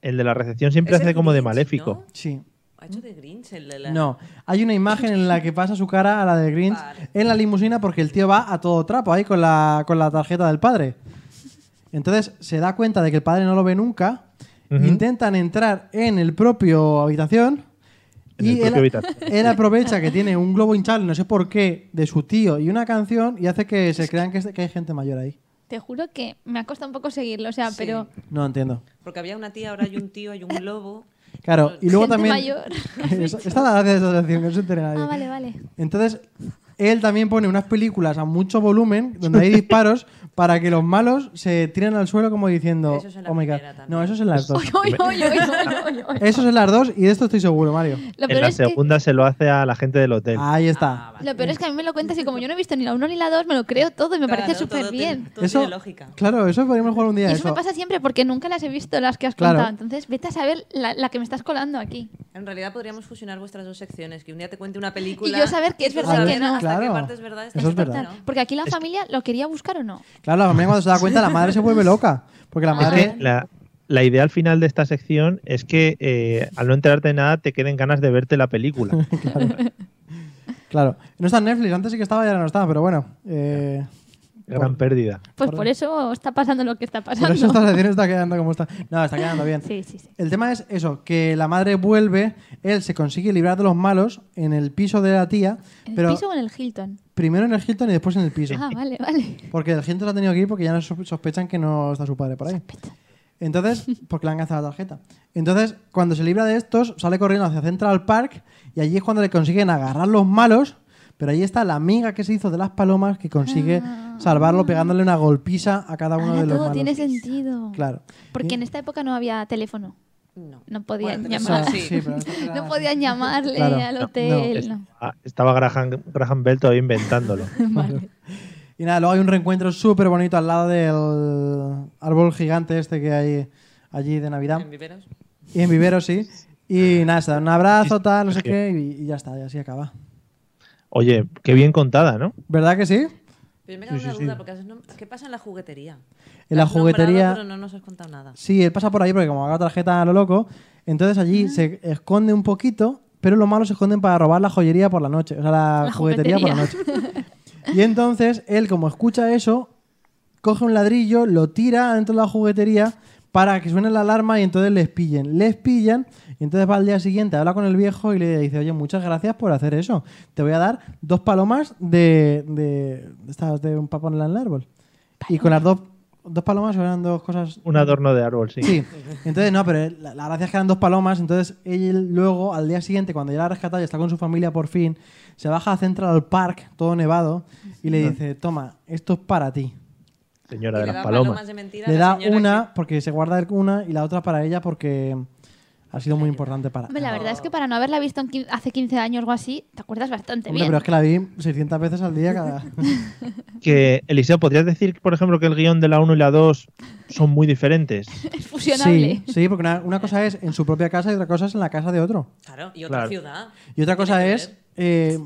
Speaker 1: el de la recepción siempre
Speaker 5: Es el
Speaker 1: hace como de
Speaker 5: Grinch,
Speaker 1: maléfico.
Speaker 5: ¿no?
Speaker 3: Sí.
Speaker 5: Ha hecho de Grinch el de la...
Speaker 3: No, hay una imagen en la que pasa su cara a la de Grinch
Speaker 5: Vale.
Speaker 3: en la limusina porque el tío va a todo trapo ahí con la, con la tarjeta del padre. Entonces se da cuenta de que el padre no lo ve nunca, intentan entrar en el propio habitación
Speaker 1: En
Speaker 3: y
Speaker 1: el propio
Speaker 3: él,
Speaker 1: habitación.
Speaker 3: él aprovecha que tiene un globo hinchable, no sé por qué, de su tío y una canción y hace que se crean que, es- que hay gente mayor ahí.
Speaker 4: Te juro que me ha costado un poco seguirlo, o sea,
Speaker 5: Sí.
Speaker 4: pero
Speaker 3: No entiendo.
Speaker 5: Porque había una tía, ahora hay un tío, hay un globo.
Speaker 3: Claro, y luego
Speaker 4: gente
Speaker 3: también... [laughs]
Speaker 4: mayor.
Speaker 3: Esta es la gracia de esa sección, que no se entere nadie.
Speaker 4: Ah, vale, vale.
Speaker 3: Entonces, él también pone unas películas a mucho volumen donde hay disparos [laughs] para que los malos se tiren al suelo como diciendo.
Speaker 5: Eso es en la
Speaker 3: "Oh my God".
Speaker 5: primera también.
Speaker 3: No, eso es en las dos.
Speaker 5: [laughs]
Speaker 4: Oy, oy, oy, oy, oy, oy, oy.
Speaker 3: Eso es en las dos y de esto estoy seguro, Mario.
Speaker 4: Lo
Speaker 1: En
Speaker 4: peor
Speaker 1: la
Speaker 4: es que
Speaker 1: segunda se lo hace a la gente del hotel.
Speaker 3: Ahí está.
Speaker 5: Ah, vale.
Speaker 4: lo peor es que a mí me lo cuentas y como yo no he visto ni la 1 ni la 2, me lo creo todo y me parece
Speaker 5: Claro, todo
Speaker 4: súper bien.
Speaker 5: tiene- todo
Speaker 3: eso,
Speaker 5: tiene lógica.
Speaker 3: claro, eso podríamos jugar un
Speaker 4: Y
Speaker 3: día.
Speaker 4: eso
Speaker 3: eso.
Speaker 4: me pasa siempre porque nunca las he visto las que has
Speaker 3: Claro.
Speaker 4: contado. Entonces, vete a saber la, la que me estás colando aquí.
Speaker 5: En realidad podríamos fusionar vuestras dos secciones, que un día te cuente una película.
Speaker 4: Y yo saber que es
Speaker 5: y tú
Speaker 4: verdad
Speaker 5: saber
Speaker 4: que no.
Speaker 5: Hasta qué
Speaker 3: Claro.
Speaker 5: parte es verdad,
Speaker 3: Eso es
Speaker 5: parte
Speaker 3: verdad.
Speaker 5: no.
Speaker 4: Porque aquí la familia lo quería buscar o no.
Speaker 3: Claro, la familia cuando se da cuenta, la madre se vuelve loca. Porque la
Speaker 1: Es
Speaker 3: madre.
Speaker 1: que la, la idea al final de esta sección es que eh, al no enterarte de nada te queden ganas de verte la película.
Speaker 3: Claro. No está en Netflix, antes sí que estaba y ahora no está, pero bueno.
Speaker 4: [laughs]
Speaker 3: eh,
Speaker 4: Ah,
Speaker 1: Gran pérdida.
Speaker 4: Pues por eso está pasando lo que está pasando.
Speaker 3: por eso esta sección está quedando como está. No, está quedando bien.
Speaker 4: Sí, sí, sí.
Speaker 3: El tema es eso, que la madre vuelve, él se consigue librar de los malos en el piso de la tía,
Speaker 4: ¿En
Speaker 3: pero
Speaker 4: el piso o en el Hilton?
Speaker 3: primero en el Hilton y después en el piso.
Speaker 4: Ah, vale, vale.
Speaker 3: Porque el Hilton la ha tenido que ir porque ya no sospe- sospechan que no está su padre por ahí. Entonces, porque le han gastado la tarjeta. Entonces, cuando se libra de estos, sale corriendo hacia Central Park y allí es cuando le consiguen agarrar los malos, pero ahí está la amiga que se hizo de las palomas que consigue salvarlo pegándole una golpiza a cada uno
Speaker 4: Ah. Ahora
Speaker 3: de los
Speaker 4: todo
Speaker 3: malos.
Speaker 4: tiene sentido.
Speaker 3: Claro.
Speaker 4: Porque
Speaker 3: Y-
Speaker 4: en esta época no había teléfono.
Speaker 5: No.
Speaker 4: No podían
Speaker 5: Bueno,
Speaker 4: llamar.
Speaker 5: sí.
Speaker 3: pero esto era-
Speaker 4: No
Speaker 5: [laughs]
Speaker 4: podían llamarle
Speaker 3: Claro.
Speaker 4: al
Speaker 3: No,
Speaker 4: hotel. no.
Speaker 1: Ah, estaba Graham, Graham Bell todavía inventándolo.
Speaker 3: Y nada, luego hay un reencuentro súper bonito al lado del árbol gigante este que hay allí de Navidad.
Speaker 5: ¿En viveros?
Speaker 3: Y en Vivero, sí. Y nada, se dan un abrazo, tal, no sé qué, y, y ya está, y así acaba.
Speaker 1: Oye, qué bien contada, ¿no?
Speaker 3: ¿Verdad que sí?
Speaker 5: Pero me queda una duda, porque a veces no- ¿qué pasa en la juguetería?
Speaker 3: En la
Speaker 5: Has nombrado,
Speaker 3: juguetería-
Speaker 5: pero no nos has contado nada.
Speaker 3: Sí, él pasa por ahí porque como haga tarjeta a lo loco, entonces allí se esconde un poquito, pero los malos se esconden para robar la joyería por la noche, o sea, la,
Speaker 4: La
Speaker 3: juguetería, por la noche. Y entonces él, como escucha eso, coge un ladrillo, lo tira dentro de la juguetería para que suene la alarma y entonces les pillen. Les pillan y entonces va al día siguiente, habla con el viejo y le dice, oye, muchas gracias por hacer eso. Te voy a dar dos palomas de... de, de estas de un papón en el árbol. Y con las dos, dos palomas eran dos cosas
Speaker 1: Un adorno de árbol, sí.
Speaker 3: Sí. Entonces, no, pero la, la gracia es que eran dos palomas. Entonces, él luego, al día siguiente, cuando ya la ha rescatado y está con su familia por fin, se baja a Central Park, todo nevado, y le dice: Toma, esto es para ti.
Speaker 1: Señora
Speaker 5: Y
Speaker 1: de
Speaker 5: le
Speaker 1: las
Speaker 5: da
Speaker 1: palomas.
Speaker 5: de mentira a
Speaker 3: Le
Speaker 5: la
Speaker 3: da
Speaker 5: señora
Speaker 3: una porque se guarda el- una y la otra para ella porque ha sido muy importante para
Speaker 4: Hombre, la verdad es que para no haberla visto en quin- hace 15 años o algo así, te acuerdas bastante
Speaker 3: Hombre,
Speaker 4: bien.
Speaker 3: pero es que la vi 600 veces al día
Speaker 5: [laughs]
Speaker 3: cada.
Speaker 1: Que, Eliseo, ¿podrías decir, por ejemplo, que el guión de la 1 y la 2 son muy diferentes?
Speaker 4: Es
Speaker 3: sí,
Speaker 4: fusionable.
Speaker 3: sí, porque una, una cosa es en su propia casa y otra cosa es en la casa de otro.
Speaker 5: que- Claro, y otra
Speaker 1: Claro.
Speaker 5: ciudad.
Speaker 3: Y otra
Speaker 5: Tiene
Speaker 3: cosa
Speaker 5: que
Speaker 3: es
Speaker 5: ver.
Speaker 3: eh,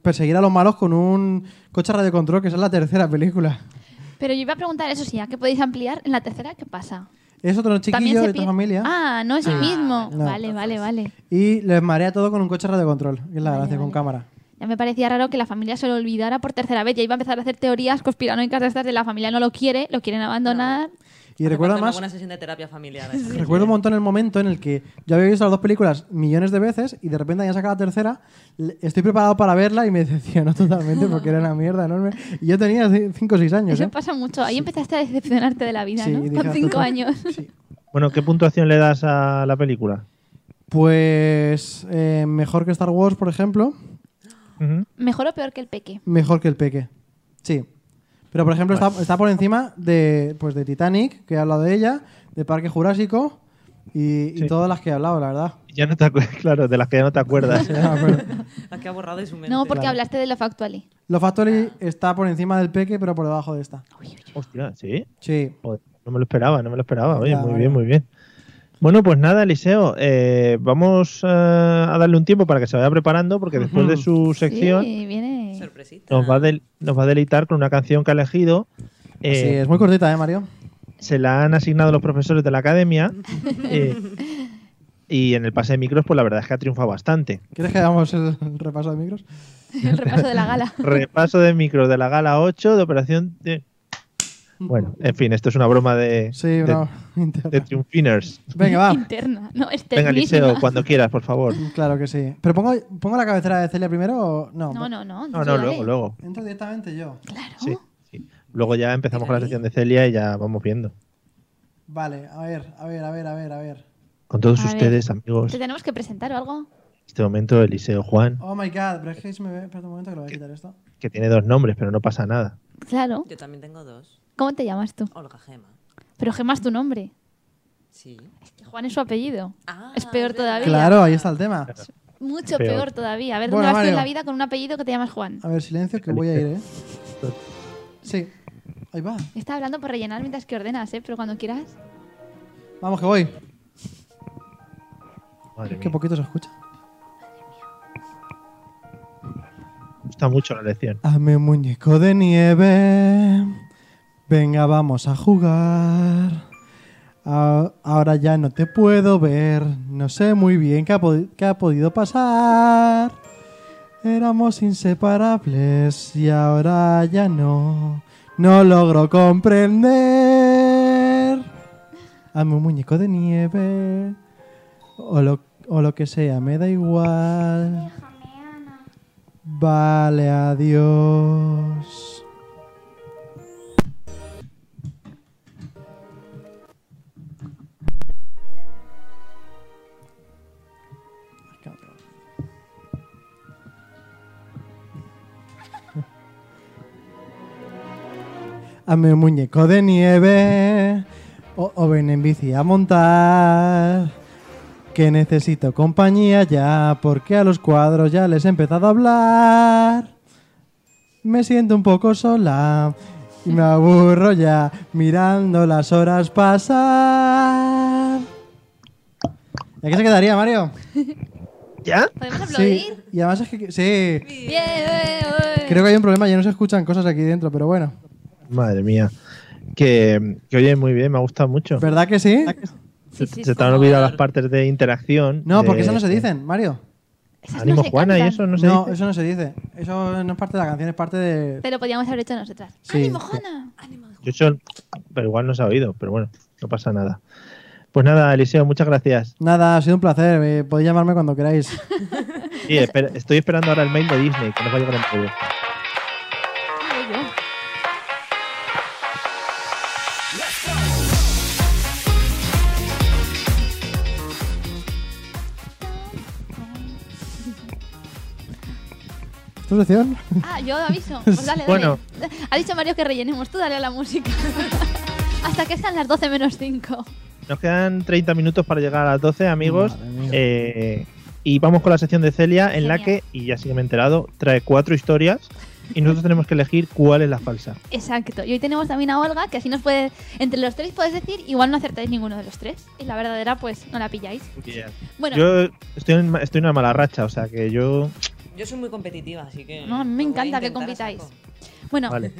Speaker 3: perseguir a los malos con un coche radiocontrol, que esa es la tercera película.
Speaker 4: Pero yo iba a preguntar, eso sí, ¿a qué podéis ampliar? En la tercera, ¿qué pasa?
Speaker 3: Es otro
Speaker 4: También
Speaker 3: chiquillo
Speaker 4: se
Speaker 3: de tu
Speaker 4: pi-
Speaker 3: familia.
Speaker 4: Ah, no es el mismo.
Speaker 3: no.
Speaker 4: Vale, vale, vale.
Speaker 3: Y les marea todo con un coche radiocontrol, que es la gracia, con cámara.
Speaker 4: Ya me parecía raro que la familia se lo olvidara por tercera vez. Ya iba a empezar a hacer teorías conspiranoicas de estas de la familia no lo quiere, lo quieren abandonar.
Speaker 3: Y
Speaker 5: Hace
Speaker 3: recuerdo
Speaker 5: falta
Speaker 3: más,
Speaker 5: Una buena sesión de terapia familiar.
Speaker 3: [laughs] recuerdo un montón el momento en el que yo había visto las dos películas millones de veces y de repente ya saca la tercera, le- estoy preparado para verla y me [laughs] decepcionó totalmente porque era una mierda enorme. Y yo tenía 5 o 6 años.
Speaker 4: Eso
Speaker 3: ¿eh?
Speaker 4: pasa mucho. Ahí empezaste a decepcionarte de la vida,
Speaker 3: Sí,
Speaker 4: ¿no?
Speaker 3: y dije,
Speaker 4: Con
Speaker 3: "Hasta
Speaker 4: cinco
Speaker 3: aquí".
Speaker 4: años. [laughs]
Speaker 3: Sí.
Speaker 1: Bueno, ¿qué puntuación le das a la película?
Speaker 3: Pues eh, mejor que Star Wars, por ejemplo,
Speaker 1: Ujú.
Speaker 4: Mejor o peor que el peque.
Speaker 3: mejor que el Peque. Sí. Pero por ejemplo está, está por encima de, pues, de Titanic, que he hablado de ella, de Parque Jurásico y, y
Speaker 1: Sí.
Speaker 3: todas las que he hablado, la verdad. Ah,
Speaker 1: Ya no te acuerdas, [laughs] claro, de las que ya no te acuerdas. ¿eh?
Speaker 3: [laughs] Sí, no
Speaker 1: [laughs]
Speaker 3: me acuerdo.
Speaker 5: La que ha borrado de su mente.
Speaker 4: No, porque hablaste de lo factual.
Speaker 3: Lo Factory está por encima del peque, pero por debajo de esta.
Speaker 1: Hostia, sí.
Speaker 3: Sí.
Speaker 1: Joder, no me lo esperaba, no me lo esperaba. Oye,
Speaker 3: Ya,
Speaker 1: muy
Speaker 3: vale.
Speaker 1: bien, muy bien. Bueno, pues nada, Eliseo, eh, vamos eh, a darle un tiempo para que se vaya preparando, porque después de su sección
Speaker 4: Sí, viene.
Speaker 5: Sorpresita.
Speaker 1: nos, va a del- nos va a deleitar con una canción que ha elegido. Eh,
Speaker 3: Sí, es muy cortita, ¿eh, Mario?
Speaker 1: se la han asignado los profesores de la academia. eh, y en el pase de micros, pues la verdad es que ha triunfado bastante.
Speaker 3: ¿Quieres que hagamos el [laughs] repaso de micros?
Speaker 4: El repaso de la gala.
Speaker 1: Repaso de micros de la gala 8 de operación. de- Bueno, en fin, esto es una broma de,
Speaker 3: Sí,
Speaker 1: de,
Speaker 3: no. [laughs] interna.
Speaker 1: de triunfiners.
Speaker 3: [laughs] Venga,
Speaker 4: [laughs]
Speaker 3: va.
Speaker 4: Interna. No, es
Speaker 1: Venga,
Speaker 4: ternísima.
Speaker 1: Eliseo, cuando quieras, por favor.
Speaker 3: Claro que sí. ¿Pero pongo, pongo la cabecera de Celia primero o no?
Speaker 4: No, no,
Speaker 1: No,
Speaker 4: no. tú
Speaker 1: no,
Speaker 4: dale.
Speaker 1: luego, luego.
Speaker 3: Entro directamente yo.
Speaker 1: Sí, sí. Luego ya empezamos con la sección de Celia y ya vamos viendo.
Speaker 3: Vale, a ver, a ver, a ver, a ver, a ver.
Speaker 1: Con todos
Speaker 4: A ver.
Speaker 1: ustedes, amigos,
Speaker 4: ¿Te tenemos que presentar o algo?
Speaker 1: en este momento Eliseo Juan,
Speaker 3: Oh my god, pero es que se me ve. Espera un momento que lo voy a quitar esto.
Speaker 1: que tiene dos nombres, pero no pasa nada.
Speaker 4: Claro.
Speaker 5: Yo también tengo dos.
Speaker 4: ¿Cómo te llamas tú?
Speaker 5: Olga Gema.
Speaker 4: Pero Gemma es tu nombre.
Speaker 5: Sí.
Speaker 4: Es que Juan es su apellido.
Speaker 5: Ah,
Speaker 4: es peor
Speaker 5: es verdad.
Speaker 4: todavía.
Speaker 3: Claro, ahí está el tema.
Speaker 4: Mucho
Speaker 1: Peor.
Speaker 4: peor. todavía. A ver,
Speaker 3: Bueno,
Speaker 4: ¿dónde vas tú en la
Speaker 3: Mario.
Speaker 4: vida con un apellido que te llamas Juan?
Speaker 3: A ver, silencio, que voy a ir, ¿eh? Sí. Ahí va.
Speaker 4: Está hablando por rellenar mientras que ordenas, ¿eh? Pero cuando quieras.
Speaker 3: Vamos, que voy.
Speaker 1: Madre
Speaker 3: Qué
Speaker 1: mía,
Speaker 3: poquito se escucha.
Speaker 1: me gusta mucho la lección.
Speaker 3: Hazme un muñeco de nieve. Venga, vamos a jugar. Ah, Ahora ya no te puedo ver, no sé muy bien qué ha, podi- qué ha podido pasar. Éramos inseparables y ahora ya no, no logro comprender. Hazme un muñeco de nieve o lo, o lo que sea, me da igual. Vale, adiós. Hazme un muñeco de nieve o, o ven en bici a montar. Que necesito compañía ya porque a los cuadros ya les he empezado a hablar. Me siento un poco sola y me aburro ya mirando las horas pasar. ¿Y aquí se quedaría, Mario?
Speaker 1: ¿Ya?
Speaker 4: ¿Podemos
Speaker 3: Sí.
Speaker 4: aplaudir?
Speaker 3: Y además es que... Sí.
Speaker 4: Bien, eh, eh.
Speaker 3: Creo que hay un problema, ya no se escuchan cosas aquí dentro, pero bueno.
Speaker 1: Madre mía. Que, que oye, muy bien, me ha gustado mucho.
Speaker 3: ¿Verdad que sí?
Speaker 4: Sí,
Speaker 1: se
Speaker 4: sí, sí.
Speaker 1: te han olvidado las partes de interacción.
Speaker 3: No, porque
Speaker 1: de-
Speaker 3: esas no se dicen, Mario.
Speaker 4: Esas no
Speaker 1: Ánimo,
Speaker 4: se
Speaker 1: Juana, y
Speaker 4: cantan.
Speaker 1: eso no se
Speaker 3: No,
Speaker 1: dice.
Speaker 3: eso no se dice. Eso no es parte de la canción, es parte de...
Speaker 4: Pero podíamos haber hecho nosotras.
Speaker 3: Sí.
Speaker 4: ¡Ánimo, Juana!
Speaker 1: Yo soy- pero igual no se ha oído, pero bueno, no pasa nada. Pues nada, Eliseo, muchas gracias.
Speaker 3: Nada, ha sido un placer. eh, podéis llamarme cuando queráis.
Speaker 1: Sí, espera- estoy esperando ahora el mail de Disney, que nos va a llegar en breve.
Speaker 4: Ah,
Speaker 3: ¿Tu sección?
Speaker 4: Ah,
Speaker 1: [laughs]
Speaker 4: yo aviso. Pues dale, dale.
Speaker 1: Bueno.
Speaker 4: Ha dicho Mario que rellenemos. Tú dale a la música. [laughs] Hasta que sean las 12 menos 5.
Speaker 1: Nos quedan 30 minutos para llegar a las 12, amigos.
Speaker 3: Madre mía.
Speaker 1: Eh, y vamos con la sección de Celia, en la
Speaker 4: Genial.
Speaker 1: que, y ya sí que me he enterado, trae cuatro historias y nosotros tenemos que elegir cuál es la falsa.
Speaker 4: Exacto. Y hoy tenemos también a Olga, que así nos puede... Entre los tres podéis decir, igual no acertáis ninguno de los tres. Y la verdadera, pues, no la pilláis. Bueno,
Speaker 1: Yo estoy en, estoy en una mala racha, o sea que yo.
Speaker 5: Yo soy muy competitiva, así que.
Speaker 4: No, a mí me
Speaker 5: lo voy a
Speaker 4: encanta que
Speaker 5: intentar a
Speaker 4: compitáis.
Speaker 5: saco.
Speaker 4: bueno.
Speaker 1: Vale.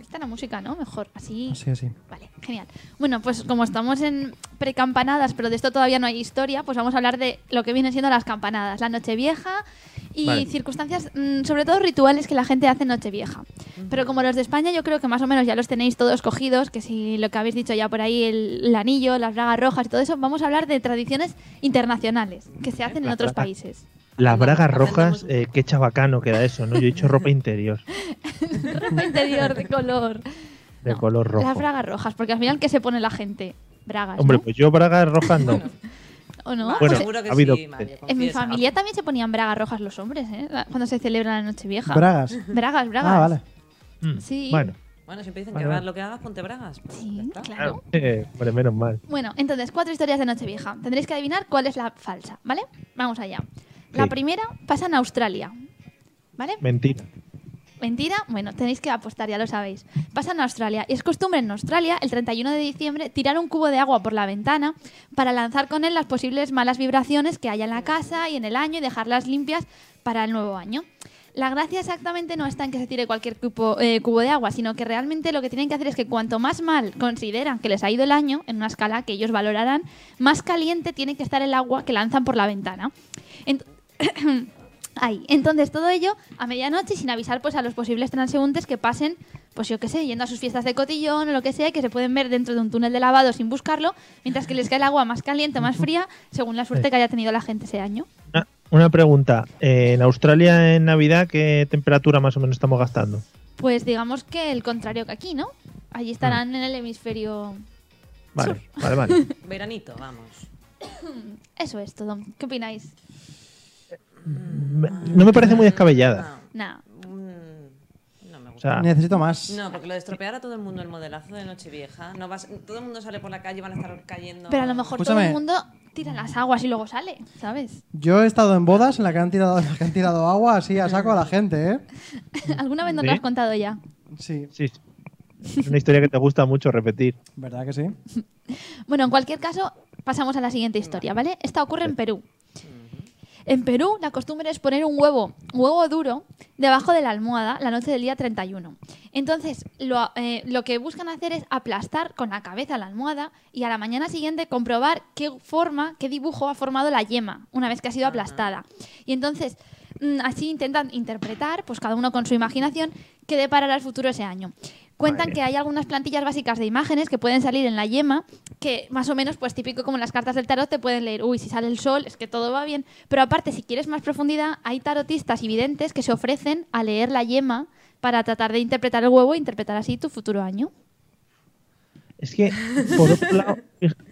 Speaker 4: Está la música, ¿no? Mejor. Así...
Speaker 3: Así, así.
Speaker 4: Vale, genial. Bueno, pues como estamos en precampanadas, pero de esto todavía no hay historia, pues vamos a hablar de lo que vienen siendo las campanadas, la Nochevieja y
Speaker 1: Vale.
Speaker 4: circunstancias, mm, sobre todo rituales que la gente hace en Nochevieja. Pero como los de España, yo creo que más o menos ya los tenéis todos cogidos, que si lo que habéis dicho ya por ahí, el, el anillo, las bragas rojas y todo eso, vamos a hablar de tradiciones internacionales que se hacen en
Speaker 1: Las
Speaker 4: otros
Speaker 1: bragas.
Speaker 4: países. [laughs]
Speaker 1: Las
Speaker 5: Anda,
Speaker 1: bragas
Speaker 5: hacemos
Speaker 1: rojas,
Speaker 5: un-
Speaker 1: eh, qué chabacano queda eso, ¿no? Yo he dicho
Speaker 4: [laughs]
Speaker 1: ropa interior
Speaker 4: ¿Ah, Ropa interior de color.
Speaker 1: de
Speaker 4: No,
Speaker 1: color rojo.
Speaker 4: Las bragas rojas, porque al final, ¿qué se pone la gente? Bragas.
Speaker 1: Hombre,
Speaker 4: ¿no?
Speaker 1: pues yo bragas rojas no.
Speaker 4: ¿O no?
Speaker 1: Bueno,
Speaker 4: [laughs]
Speaker 5: Vale,
Speaker 4: Pues-
Speaker 5: Ah, seguro que
Speaker 1: ha habido-
Speaker 5: sí, Mario,
Speaker 4: En mi
Speaker 5: confiesa.
Speaker 4: familia también se ponían bragas rojas los hombres, ¿eh? La- Cuando se celebra la Nochevieja.
Speaker 3: Bragas.
Speaker 4: bragas, bragas.
Speaker 3: Ah, vale.
Speaker 1: Mm,
Speaker 4: Sí.
Speaker 1: Bueno,
Speaker 5: Bueno, siempre dicen
Speaker 1: Vale,
Speaker 5: que
Speaker 1: vale.
Speaker 5: hagas lo que hagas, ponte bragas. Pues ya
Speaker 4: Sí,
Speaker 5: está.
Speaker 4: claro.
Speaker 1: claro. eh, hombre, menos mal.
Speaker 4: Bueno, entonces, cuatro historias de Nochevieja. Tendréis que adivinar cuál es la falsa, ¿vale? Vamos allá. La
Speaker 1: Sí.
Speaker 4: primera pasa en Australia. ¿Vale?
Speaker 1: Mentira.
Speaker 4: Mentira, bueno, tenéis que apostar, ya lo sabéis. Pasa en Australia. Y es costumbre en Australia, el 31 de diciembre, tirar un cubo de agua por la ventana para lanzar con él las posibles malas vibraciones que haya en la casa y en el año y dejarlas limpias para el nuevo año. La gracia exactamente no está en que se tire cualquier cupo- eh, cubo de agua, sino que realmente lo que tienen que hacer es que cuanto más mal consideran que les ha ido el año, en una escala que ellos valorarán, más caliente tiene que estar el agua que lanzan por la ventana. Ent- Ahí. Entonces, todo ello a medianoche sin avisar pues, a los posibles transeúntes que pasen, pues yo qué sé, yendo a sus fiestas de cotillón o lo que sea, y que se pueden ver dentro de un túnel de lavado sin buscarlo, mientras que les cae el agua más caliente o más fría, según la suerte que haya tenido la gente ese año.
Speaker 1: Una, una pregunta. eh, en Australia en Navidad, ¿qué temperatura más o menos estamos gastando?
Speaker 4: Pues digamos que el contrario que aquí, ¿no? Allí estarán en el hemisferio. [laughs]
Speaker 1: Vale, vale, vale.
Speaker 5: Veranito, vamos.
Speaker 4: Eso es todo. ¿Qué opináis?
Speaker 1: Me- No me parece muy descabellada.
Speaker 4: Nada.
Speaker 5: Mm, Ah, no me
Speaker 1: O
Speaker 5: gusta.
Speaker 1: sea,
Speaker 3: Necesito más.
Speaker 5: No, porque lo de estropear a todo el mundo el modelazo de Nochevieja. No vas, todo el mundo sale por la calle y van a estar cayendo.
Speaker 4: Pero a lo mejor todo
Speaker 3: Escúchame.
Speaker 4: el mundo tira las aguas y luego sale, ¿sabes? [laughs]
Speaker 3: Yo he estado en bodas en las que han tirado, [laughs] en las que han tirado agua así a saco a
Speaker 4: [laughs]
Speaker 3: la gente, ¿eh?
Speaker 4: ¿Alguna vez nos lo
Speaker 1: ¿Sí?
Speaker 4: has contado ya?
Speaker 3: Sí,
Speaker 1: sí, sí. Es una historia que te gusta mucho repetir.
Speaker 3: ¿verdad que sí?
Speaker 4: Bueno, en cualquier caso, pasamos a la siguiente historia, ¿vale? Esta ocurre en Perú. En Perú, la costumbre es poner un huevo, huevo duro debajo de la almohada la noche del día 31. Entonces, lo, eh, lo que buscan hacer es aplastar con la cabeza la almohada y a la mañana siguiente comprobar qué forma, qué dibujo ha formado la yema una vez que ha sido aplastada. Y entonces, mm, así intentan interpretar, pues cada uno con su imaginación, qué deparará el futuro ese año. Cuentan que hay algunas plantillas básicas de imágenes que pueden salir en la yema, que más o menos, pues típico como en las cartas del tarot, te pueden leer, uy, si sale el sol, es que todo va bien. Pero aparte, si quieres más profundidad, hay tarotistas y videntes que se ofrecen a leer la yema para tratar de interpretar el huevo e interpretar así tu futuro año.
Speaker 1: Es que, por otro lado,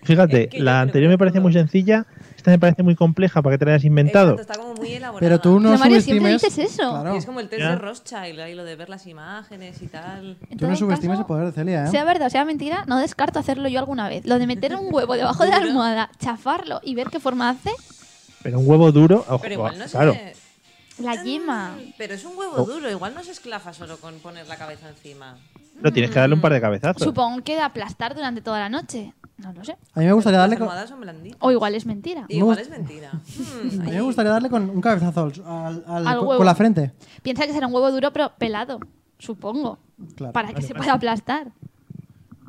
Speaker 1: fíjate,
Speaker 5: Es que yo
Speaker 1: la
Speaker 5: creo
Speaker 1: anterior
Speaker 5: que
Speaker 1: me parece
Speaker 5: todo.
Speaker 1: muy sencilla, esta me parece muy compleja para que te la hayas inventado.
Speaker 5: Exacto, está como muy elaborado.
Speaker 3: Pero tú no
Speaker 4: Pero, Mario, siempre
Speaker 3: subestimes.
Speaker 4: dices eso.
Speaker 3: Claro.
Speaker 5: Y es como el test
Speaker 1: Ya.
Speaker 5: de Rothschild, ahí lo de ver las imágenes y tal.
Speaker 4: En
Speaker 3: Tú no
Speaker 4: todo
Speaker 3: subestimes
Speaker 4: caso,
Speaker 3: el poder de Celia, ¿eh?
Speaker 4: Sea verdad o sea mentira, no descarto hacerlo yo alguna vez. Lo de meter un huevo debajo de la almohada, chafarlo y ver qué forma hace
Speaker 1: Pero un huevo duro, ojo, ah,
Speaker 5: Pero igual no se
Speaker 1: claro.
Speaker 5: le- Ah.
Speaker 4: la yema.
Speaker 5: Pero es un huevo duro, igual no se esclafa solo con poner la cabeza encima.
Speaker 1: No, tienes que darle un par de cabezazos.
Speaker 4: Supongo que de aplastar durante toda la noche. No lo sé.
Speaker 3: A mí me gustaría darle
Speaker 5: Las
Speaker 3: con,
Speaker 5: almohadas son blanditas.
Speaker 4: O igual es mentira.
Speaker 5: Igual
Speaker 3: Me
Speaker 5: es mentira.
Speaker 3: a
Speaker 5: Mm,
Speaker 3: mí
Speaker 5: ahí-
Speaker 3: me gustaría darle con un cabezazo al- al- al-
Speaker 4: Al
Speaker 3: con-
Speaker 4: huevo.
Speaker 3: con la frente.
Speaker 4: Piensa que será un huevo duro pero pelado, supongo.
Speaker 3: Claro.
Speaker 4: para que se pueda aplastar.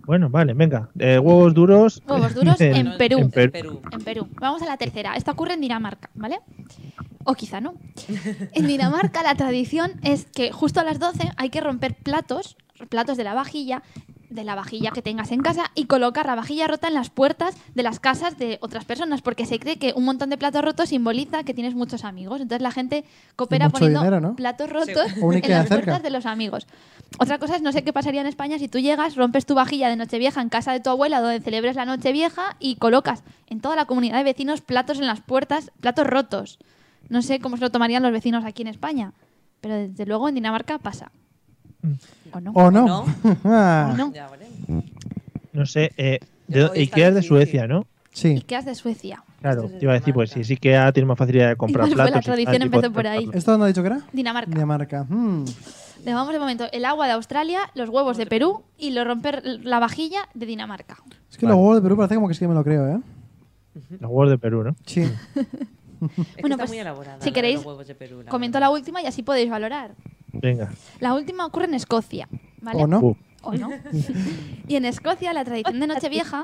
Speaker 1: Bueno, vale, venga. Eh, huevos duros. eh,
Speaker 4: Huevos duros en
Speaker 5: Bueno,
Speaker 4: Perú.
Speaker 5: en
Speaker 1: Perú.
Speaker 4: En Perú. Vamos a la tercera. Esta ocurre en Dinamarca, ¿vale? O quizá no. En Dinamarca la tradición es que justo a las 12 hay que romper platos, platos de la vajilla, de la vajilla que tengas en casa y colocar la vajilla rota en las puertas de las casas de otras personas, porque se cree que un montón de platos rotos simboliza que tienes muchos amigos. Entonces la gente coopera
Speaker 3: mucho
Speaker 4: poniendo
Speaker 3: dinero, ¿no?
Speaker 4: platos rotos
Speaker 3: O un
Speaker 4: [laughs] en
Speaker 3: Ikea
Speaker 4: las
Speaker 3: cerca.
Speaker 4: puertas de los amigos. Otra cosa es, no sé qué pasaría en España si tú llegas, rompes tu vajilla de Nochevieja en casa de tu abuela donde celebres la Nochevieja y colocas en toda la comunidad de vecinos platos en las puertas, platos rotos. No sé cómo se lo tomarían los vecinos aquí en España, pero desde luego en Dinamarca pasa.
Speaker 3: Mm.
Speaker 4: ¿O no?
Speaker 3: ¿O no?
Speaker 5: No.
Speaker 3: [laughs] Ah,
Speaker 4: no?
Speaker 5: Ya, vale.
Speaker 1: No sé. Eh, de,
Speaker 5: Hoy está
Speaker 1: Ikea es de
Speaker 5: difícil.
Speaker 1: Suecia, ¿no?
Speaker 3: Sí.
Speaker 4: Ikea es de Suecia.
Speaker 1: Claro, te
Speaker 5: es
Speaker 1: iba a decir, pues sí, sí que tiene más facilidad de comprar
Speaker 4: Igual fue la
Speaker 1: platos. y tal,
Speaker 4: tradición,
Speaker 1: tipo, [laughs]
Speaker 4: empezó por ahí.
Speaker 3: ¿Esto dónde ha dicho que era?
Speaker 4: Dinamarca.
Speaker 3: Dinamarca. Hmm.
Speaker 4: Le vamos de momento el agua de Australia, los huevos de Perú y lo romper la vajilla de Dinamarca.
Speaker 3: Es que
Speaker 1: Vale.
Speaker 3: los huevos de Perú parece como que sí que me lo creo, ¿eh?
Speaker 1: Los huevos de Perú, ¿no?
Speaker 3: Sí.
Speaker 5: Es que
Speaker 4: Bueno,
Speaker 5: está
Speaker 4: pues,
Speaker 5: muy elaborada.
Speaker 4: si
Speaker 5: la de
Speaker 4: queréis,
Speaker 5: los huevos de Perú,
Speaker 4: Comento
Speaker 5: verdad.
Speaker 4: la última y así podéis valorar.
Speaker 1: Venga.
Speaker 4: La última ocurre en Escocia, ¿vale?
Speaker 3: ¿O no?
Speaker 1: Uh,
Speaker 4: ¿O [laughs] no? y en Escocia la tradición de Nochevieja,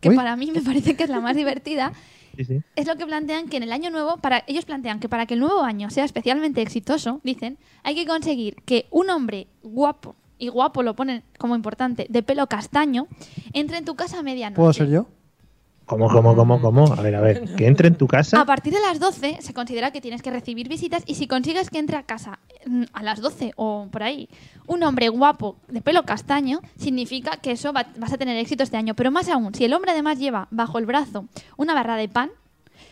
Speaker 4: que
Speaker 3: Uy.
Speaker 4: para mí me parece que es la más divertida,
Speaker 1: sí, sí.
Speaker 4: es lo que plantean que en el año nuevo, para, ellos plantean que para que el nuevo año sea especialmente exitoso, dicen, hay que conseguir que un hombre guapo, y guapo lo ponen como importante, de pelo castaño, entre en tu casa a medianoche.
Speaker 3: ¿Puedo ser yo?
Speaker 1: ¿Cómo, cómo, cómo, cómo? A ver, a ver. Que entre en tu casa.
Speaker 4: A partir de las 12 se considera que tienes que recibir visitas y si consigues que entre a casa mm, a las 12 o por ahí un hombre guapo de pelo castaño, significa que eso va- vas a tener éxito este año. Pero más aún, si el hombre además lleva bajo el brazo una barra de pan,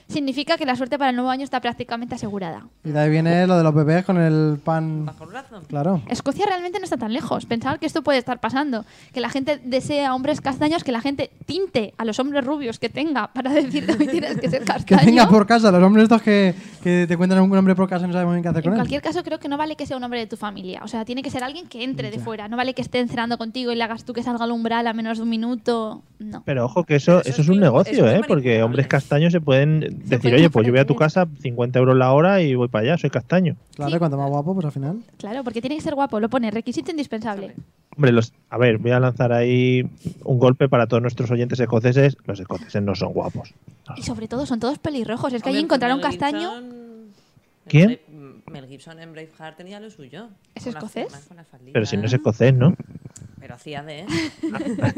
Speaker 4: significa que la suerte para el nuevo año está prácticamente asegurada.
Speaker 3: Y de ahí viene lo de los bebés con el pan.
Speaker 5: Bajo el brazo.
Speaker 3: Claro.
Speaker 4: Escocia realmente no está tan lejos. Pensar que esto puede estar pasando, que la gente desea hombres castaños, que la gente tinte a los hombres rubios que tenga para [laughs] decirte que tienes que ser
Speaker 3: Que
Speaker 4: castaño.
Speaker 3: tengas por casa los hombres estos que, que te cuentan un nombre por casa y no sabemos bien qué hacer con él.
Speaker 4: En cualquier caso, creo que no vale que sea un hombre de tu familia. O sea, tiene que ser alguien que entre de fuera. No vale que esté cenando contigo y le hagas tú que salga al umbral a menos de un minuto. No.
Speaker 1: Pero ojo, que eso,
Speaker 5: Pero
Speaker 1: eso,
Speaker 5: eso es
Speaker 1: es un
Speaker 5: muy- es
Speaker 1: negocio,
Speaker 5: muy
Speaker 1: ¿eh? Porque
Speaker 5: manipulable.
Speaker 1: hombres castaños se pueden decir,
Speaker 4: pueden
Speaker 1: oye, pues yo voy a tu
Speaker 4: ofrecer.
Speaker 1: casa 50 euros la hora y voy para allá, soy castaño.
Speaker 3: Claro,
Speaker 4: Sí.
Speaker 3: cuanto más guapo, pues al
Speaker 6: [laughs]
Speaker 3: final.
Speaker 4: Claro, porque tiene que ser guapo. Lo pone requisito indispensable.
Speaker 1: Hombre, los, a ver, voy a lanzar ahí un golpe para todos nuestros oyentes escoceses. Los escoceses no son guapos.
Speaker 4: Y sobre todo, son todos pelirrojos. Es que allí
Speaker 5: Hombre, pues
Speaker 4: encontrar un
Speaker 5: Mel
Speaker 4: castaño.
Speaker 5: Gibson-
Speaker 1: ¿Quién?
Speaker 5: Mel Brave- Mel Gibson en Braveheart tenía lo suyo.
Speaker 4: ¿Es
Speaker 5: Con las
Speaker 4: escocés?
Speaker 5: formas, con las falditas.
Speaker 1: Pero si no es escocés, ¿no?
Speaker 5: Pero
Speaker 4: [laughs]
Speaker 5: hacía de.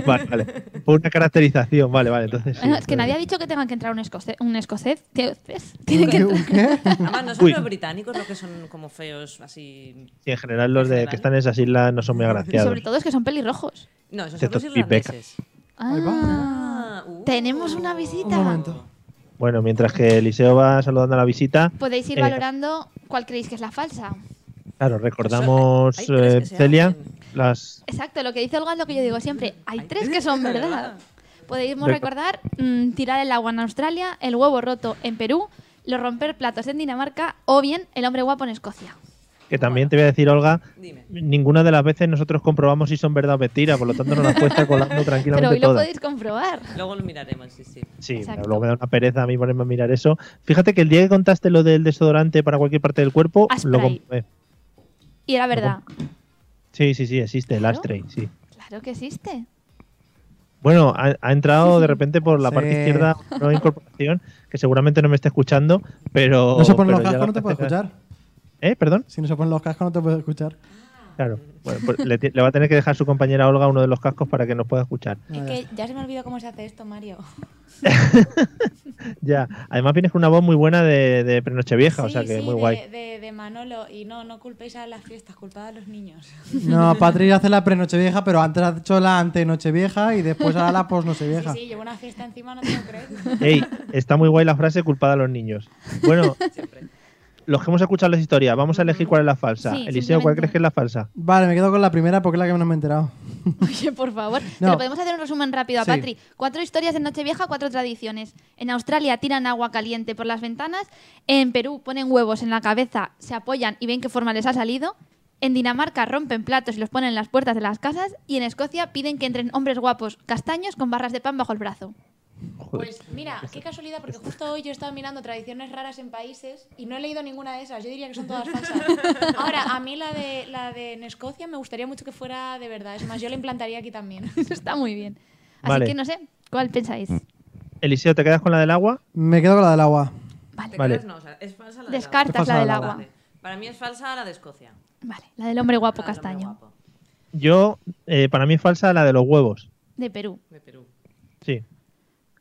Speaker 1: vale, vale. Por una caracterización, vale, vale. Entonces. sí, pues,
Speaker 4: Bueno, es que
Speaker 1: está
Speaker 4: nadie
Speaker 1: bien.
Speaker 4: ha dicho que tengan que entrar un escocés. Un escocés.
Speaker 3: [laughs]
Speaker 4: Teoces. Tienen que entrar-
Speaker 3: ¿Un
Speaker 1: [laughs]
Speaker 3: qué?
Speaker 5: Además, no son
Speaker 1: Uy.
Speaker 5: los británicos los que son como feos, así.
Speaker 1: Sí, en general, los de
Speaker 5: general.
Speaker 1: que están en esas islas no son muy
Speaker 4: Y
Speaker 1: agraciados.
Speaker 4: sobre todo es que son pelirrojos.
Speaker 5: No, esos son
Speaker 1: Cierto,
Speaker 5: los
Speaker 1: y peca.
Speaker 5: irlandeses.
Speaker 3: Ahí va.
Speaker 4: Ah,
Speaker 5: uh.
Speaker 4: Tenemos una
Speaker 3: Un
Speaker 4: visita.
Speaker 3: momento.
Speaker 1: Bueno, mientras que Eliseo va saludando a la visita,
Speaker 4: Podéis ir
Speaker 1: Eh,
Speaker 4: valorando cuál creéis que es la falsa.
Speaker 1: claro, recordamos,
Speaker 5: Eso, hay tres
Speaker 1: eh,
Speaker 5: que se
Speaker 1: Celia,
Speaker 5: hacen.
Speaker 1: las.
Speaker 4: Exacto, lo que dice Olga es lo que yo digo siempre. Hay
Speaker 5: Hay
Speaker 4: tres
Speaker 5: tres
Speaker 4: que son
Speaker 5: de verdad.
Speaker 4: verdad. Podemos
Speaker 1: De-
Speaker 4: recordar mm, tirar el agua en Australia, el huevo roto en Perú, los romper platos en Dinamarca o bien el hombre guapo en Escocia.
Speaker 1: que también te voy a decir, Olga,
Speaker 5: Dime.
Speaker 1: ninguna de las veces nosotros comprobamos si son verdad o mentira, por lo tanto nos las puedes estar
Speaker 4: [laughs]
Speaker 1: colando
Speaker 4: Pero
Speaker 1: tranquilamente
Speaker 4: hoy lo
Speaker 1: todas.
Speaker 4: podéis comprobar.
Speaker 5: Luego lo miraremos, sí, sí.
Speaker 1: Sí,
Speaker 4: Exacto.
Speaker 1: luego me da una pereza a mí ponerme a mirar eso. Fíjate que el día que contaste lo del desodorante para cualquier parte del cuerpo,
Speaker 4: Ashtray.
Speaker 1: lo comprobé.
Speaker 4: Y era verdad.
Speaker 1: Sí, sí, sí, existe el
Speaker 4: Claro.
Speaker 1: ashtray, sí.
Speaker 4: Claro que existe.
Speaker 1: Bueno, ha, ha entrado de repente por la
Speaker 3: Sí.
Speaker 1: parte izquierda una nueva incorporación, que seguramente no me está escuchando, pero...
Speaker 3: No se ponen
Speaker 1: pero
Speaker 3: los
Speaker 1: ya
Speaker 3: cascos,
Speaker 1: la
Speaker 3: no te puedo
Speaker 1: gente- [laughs]
Speaker 3: escuchar.
Speaker 1: ¿Eh? ¿Perdón?
Speaker 3: Si no se ponen los cascos, no te puedo escuchar.
Speaker 1: Claro. Bueno, pues le, ti- le va a tener que dejar su compañera Olga uno de los cascos para que nos pueda escuchar.
Speaker 6: Es que ya se me olvidó cómo se hace esto, Mario.
Speaker 1: [laughs] Ya, además vienes con una voz muy buena de, de Prenochevieja, o sea
Speaker 6: Sí,
Speaker 1: que
Speaker 6: sí,
Speaker 1: muy
Speaker 6: de,
Speaker 1: guay.
Speaker 6: De, de Manolo. Y no, no culpéis a las fiestas, culpad a los niños.
Speaker 3: No, Patri hace la pre-nochevieja, pero antes ha hecho la ante-nochevieja y después hará la
Speaker 1: Ah.
Speaker 3: post-nochevieja.
Speaker 6: [laughs] Sí, sí, llevo una fiesta encima, no te lo
Speaker 1: [laughs]
Speaker 6: crees.
Speaker 1: Ey, está muy guay la frase culpada a los niños.
Speaker 6: [laughs]
Speaker 1: Bueno, los que hemos escuchado las historias, vamos a elegir cuál es la falsa.
Speaker 4: Sí,
Speaker 1: Eliseo, ¿cuál
Speaker 4: simplemente.
Speaker 1: crees que es la falsa?
Speaker 3: Vale, me quedo con la primera porque es la que menos me he enterado.
Speaker 4: [laughs] Oye, por favor. Pero podemos hacer un resumen rápido a
Speaker 3: Sí.
Speaker 4: Patri. Cuatro historias de Nochevieja, cuatro tradiciones. En Australia tiran agua caliente por las ventanas. En Perú ponen huevos en la cabeza, se apoyan y ven qué forma les ha salido. En Dinamarca rompen platos y los ponen en las puertas de las casas. Y en Escocia piden que entren hombres guapos castaños con barras de pan bajo el brazo. [laughs]
Speaker 1: Joder.
Speaker 6: Pues mira, qué casualidad, porque justo hoy yo estaba mirando tradiciones raras en países y no he leído ninguna de esas. Yo diría que son todas
Speaker 1: [laughs]
Speaker 6: falsas. Ahora, a mí la de, la de en Escocia me gustaría mucho que fuera de verdad. Es más, yo la implantaría
Speaker 1: [laughs]
Speaker 6: aquí también.
Speaker 4: Eso está muy bien. Así
Speaker 1: Vale. Mm.
Speaker 4: que no sé, ¿cuál pensáis?
Speaker 1: Eliseo, ¿te quedas con la del agua?
Speaker 3: Me quedo con la del agua.
Speaker 1: Vale.
Speaker 5: ¿Te creas? No, o sea, es falsa la del
Speaker 4: Descartas
Speaker 3: Qué
Speaker 4: la del
Speaker 3: pasada,
Speaker 4: agua.
Speaker 5: Vale. Para mí es falsa la de Escocia.
Speaker 4: Vale, la del hombre guapo
Speaker 5: La del hombre
Speaker 4: castaño.
Speaker 5: guapo,
Speaker 1: Yo, eh, para mí es falsa la de los huevos. [laughs]
Speaker 4: De Perú.
Speaker 5: de Perú.
Speaker 1: Sí.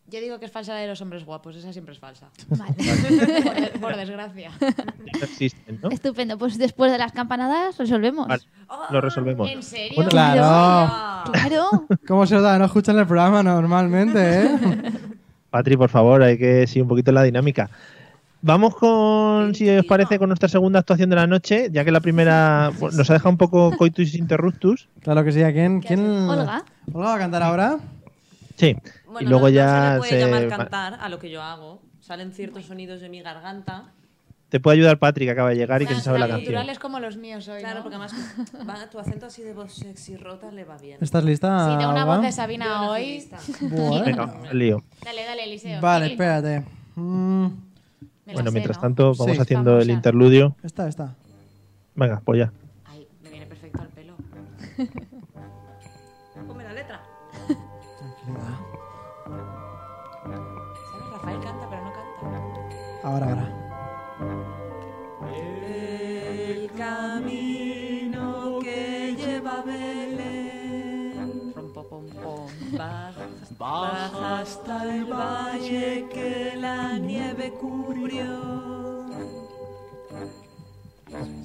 Speaker 6: Yo digo que es falsa la de los hombres guapos, esa siempre es falsa.
Speaker 4: Vale.
Speaker 6: Por, de- por desgracia.
Speaker 1: No existen, ¿no?
Speaker 4: Estupendo. Pues después de las campanadas resolvemos.
Speaker 1: Vale, lo resolvemos.
Speaker 6: ¿En serio?
Speaker 1: Bueno,
Speaker 3: Claro.
Speaker 5: Ah,
Speaker 1: [laughs]
Speaker 4: Claro.
Speaker 3: ¿Cómo se os da? No escuchan el programa normalmente,
Speaker 6: [laughs]
Speaker 3: ¿eh?
Speaker 1: Patri, por favor, hay que seguir un poquito la dinámica. Vamos con, si os parece, con nuestra segunda actuación de la noche, ya que la
Speaker 5: [laughs]
Speaker 1: primera bueno, nos ha dejado un poco coitus interruptus.
Speaker 3: Claro que sí. ¿A quién? quién...
Speaker 4: Olga.
Speaker 3: Olga va a cantar ahora.
Speaker 1: Sí.
Speaker 5: Bueno,
Speaker 1: y luego
Speaker 5: no- no se
Speaker 1: ya
Speaker 5: le puede llamar cantar a lo que yo hago. Salen ciertos sonidos de mi garganta.
Speaker 1: te puede ayudar Patri, que acaba de llegar y que se
Speaker 6: Tan-
Speaker 1: sabe la
Speaker 6: tan
Speaker 1: canción.
Speaker 6: culturales como los míos hoy.
Speaker 5: Claro,
Speaker 6: ¿no?
Speaker 5: porque además va- tu acento así de voz sexy rota le va bien.
Speaker 3: ¿Estás
Speaker 1: Ah,
Speaker 3: lista?
Speaker 6: Sí, tengo una
Speaker 3: Olga?
Speaker 6: voz de
Speaker 5: Yo
Speaker 6: Sabina
Speaker 5: no soy
Speaker 6: hoy.
Speaker 5: lista.
Speaker 3: Buah, ¿eh?
Speaker 1: Venga, el lío.
Speaker 6: Dale, dale, Eliseo.
Speaker 3: Vale,
Speaker 6: Sí.
Speaker 3: espérate. Mm,
Speaker 6: Me la
Speaker 1: Bueno,
Speaker 6: sé,
Speaker 1: mientras
Speaker 6: ¿no?
Speaker 1: tanto, vamos
Speaker 3: Sí.
Speaker 1: haciendo
Speaker 6: Famosa.
Speaker 1: el interludio.
Speaker 3: esta, esta.
Speaker 1: Venga, pues ya.
Speaker 6: Ay, me viene perfecto al pelo.
Speaker 5: Ponme la letra. ¿Sabes? Rafael canta, pero no canta.
Speaker 3: Ahora,
Speaker 4: Ah.
Speaker 3: ahora.
Speaker 5: El camino que lleva a Belén. Baja, baja hasta el valle que la nieve cubrió.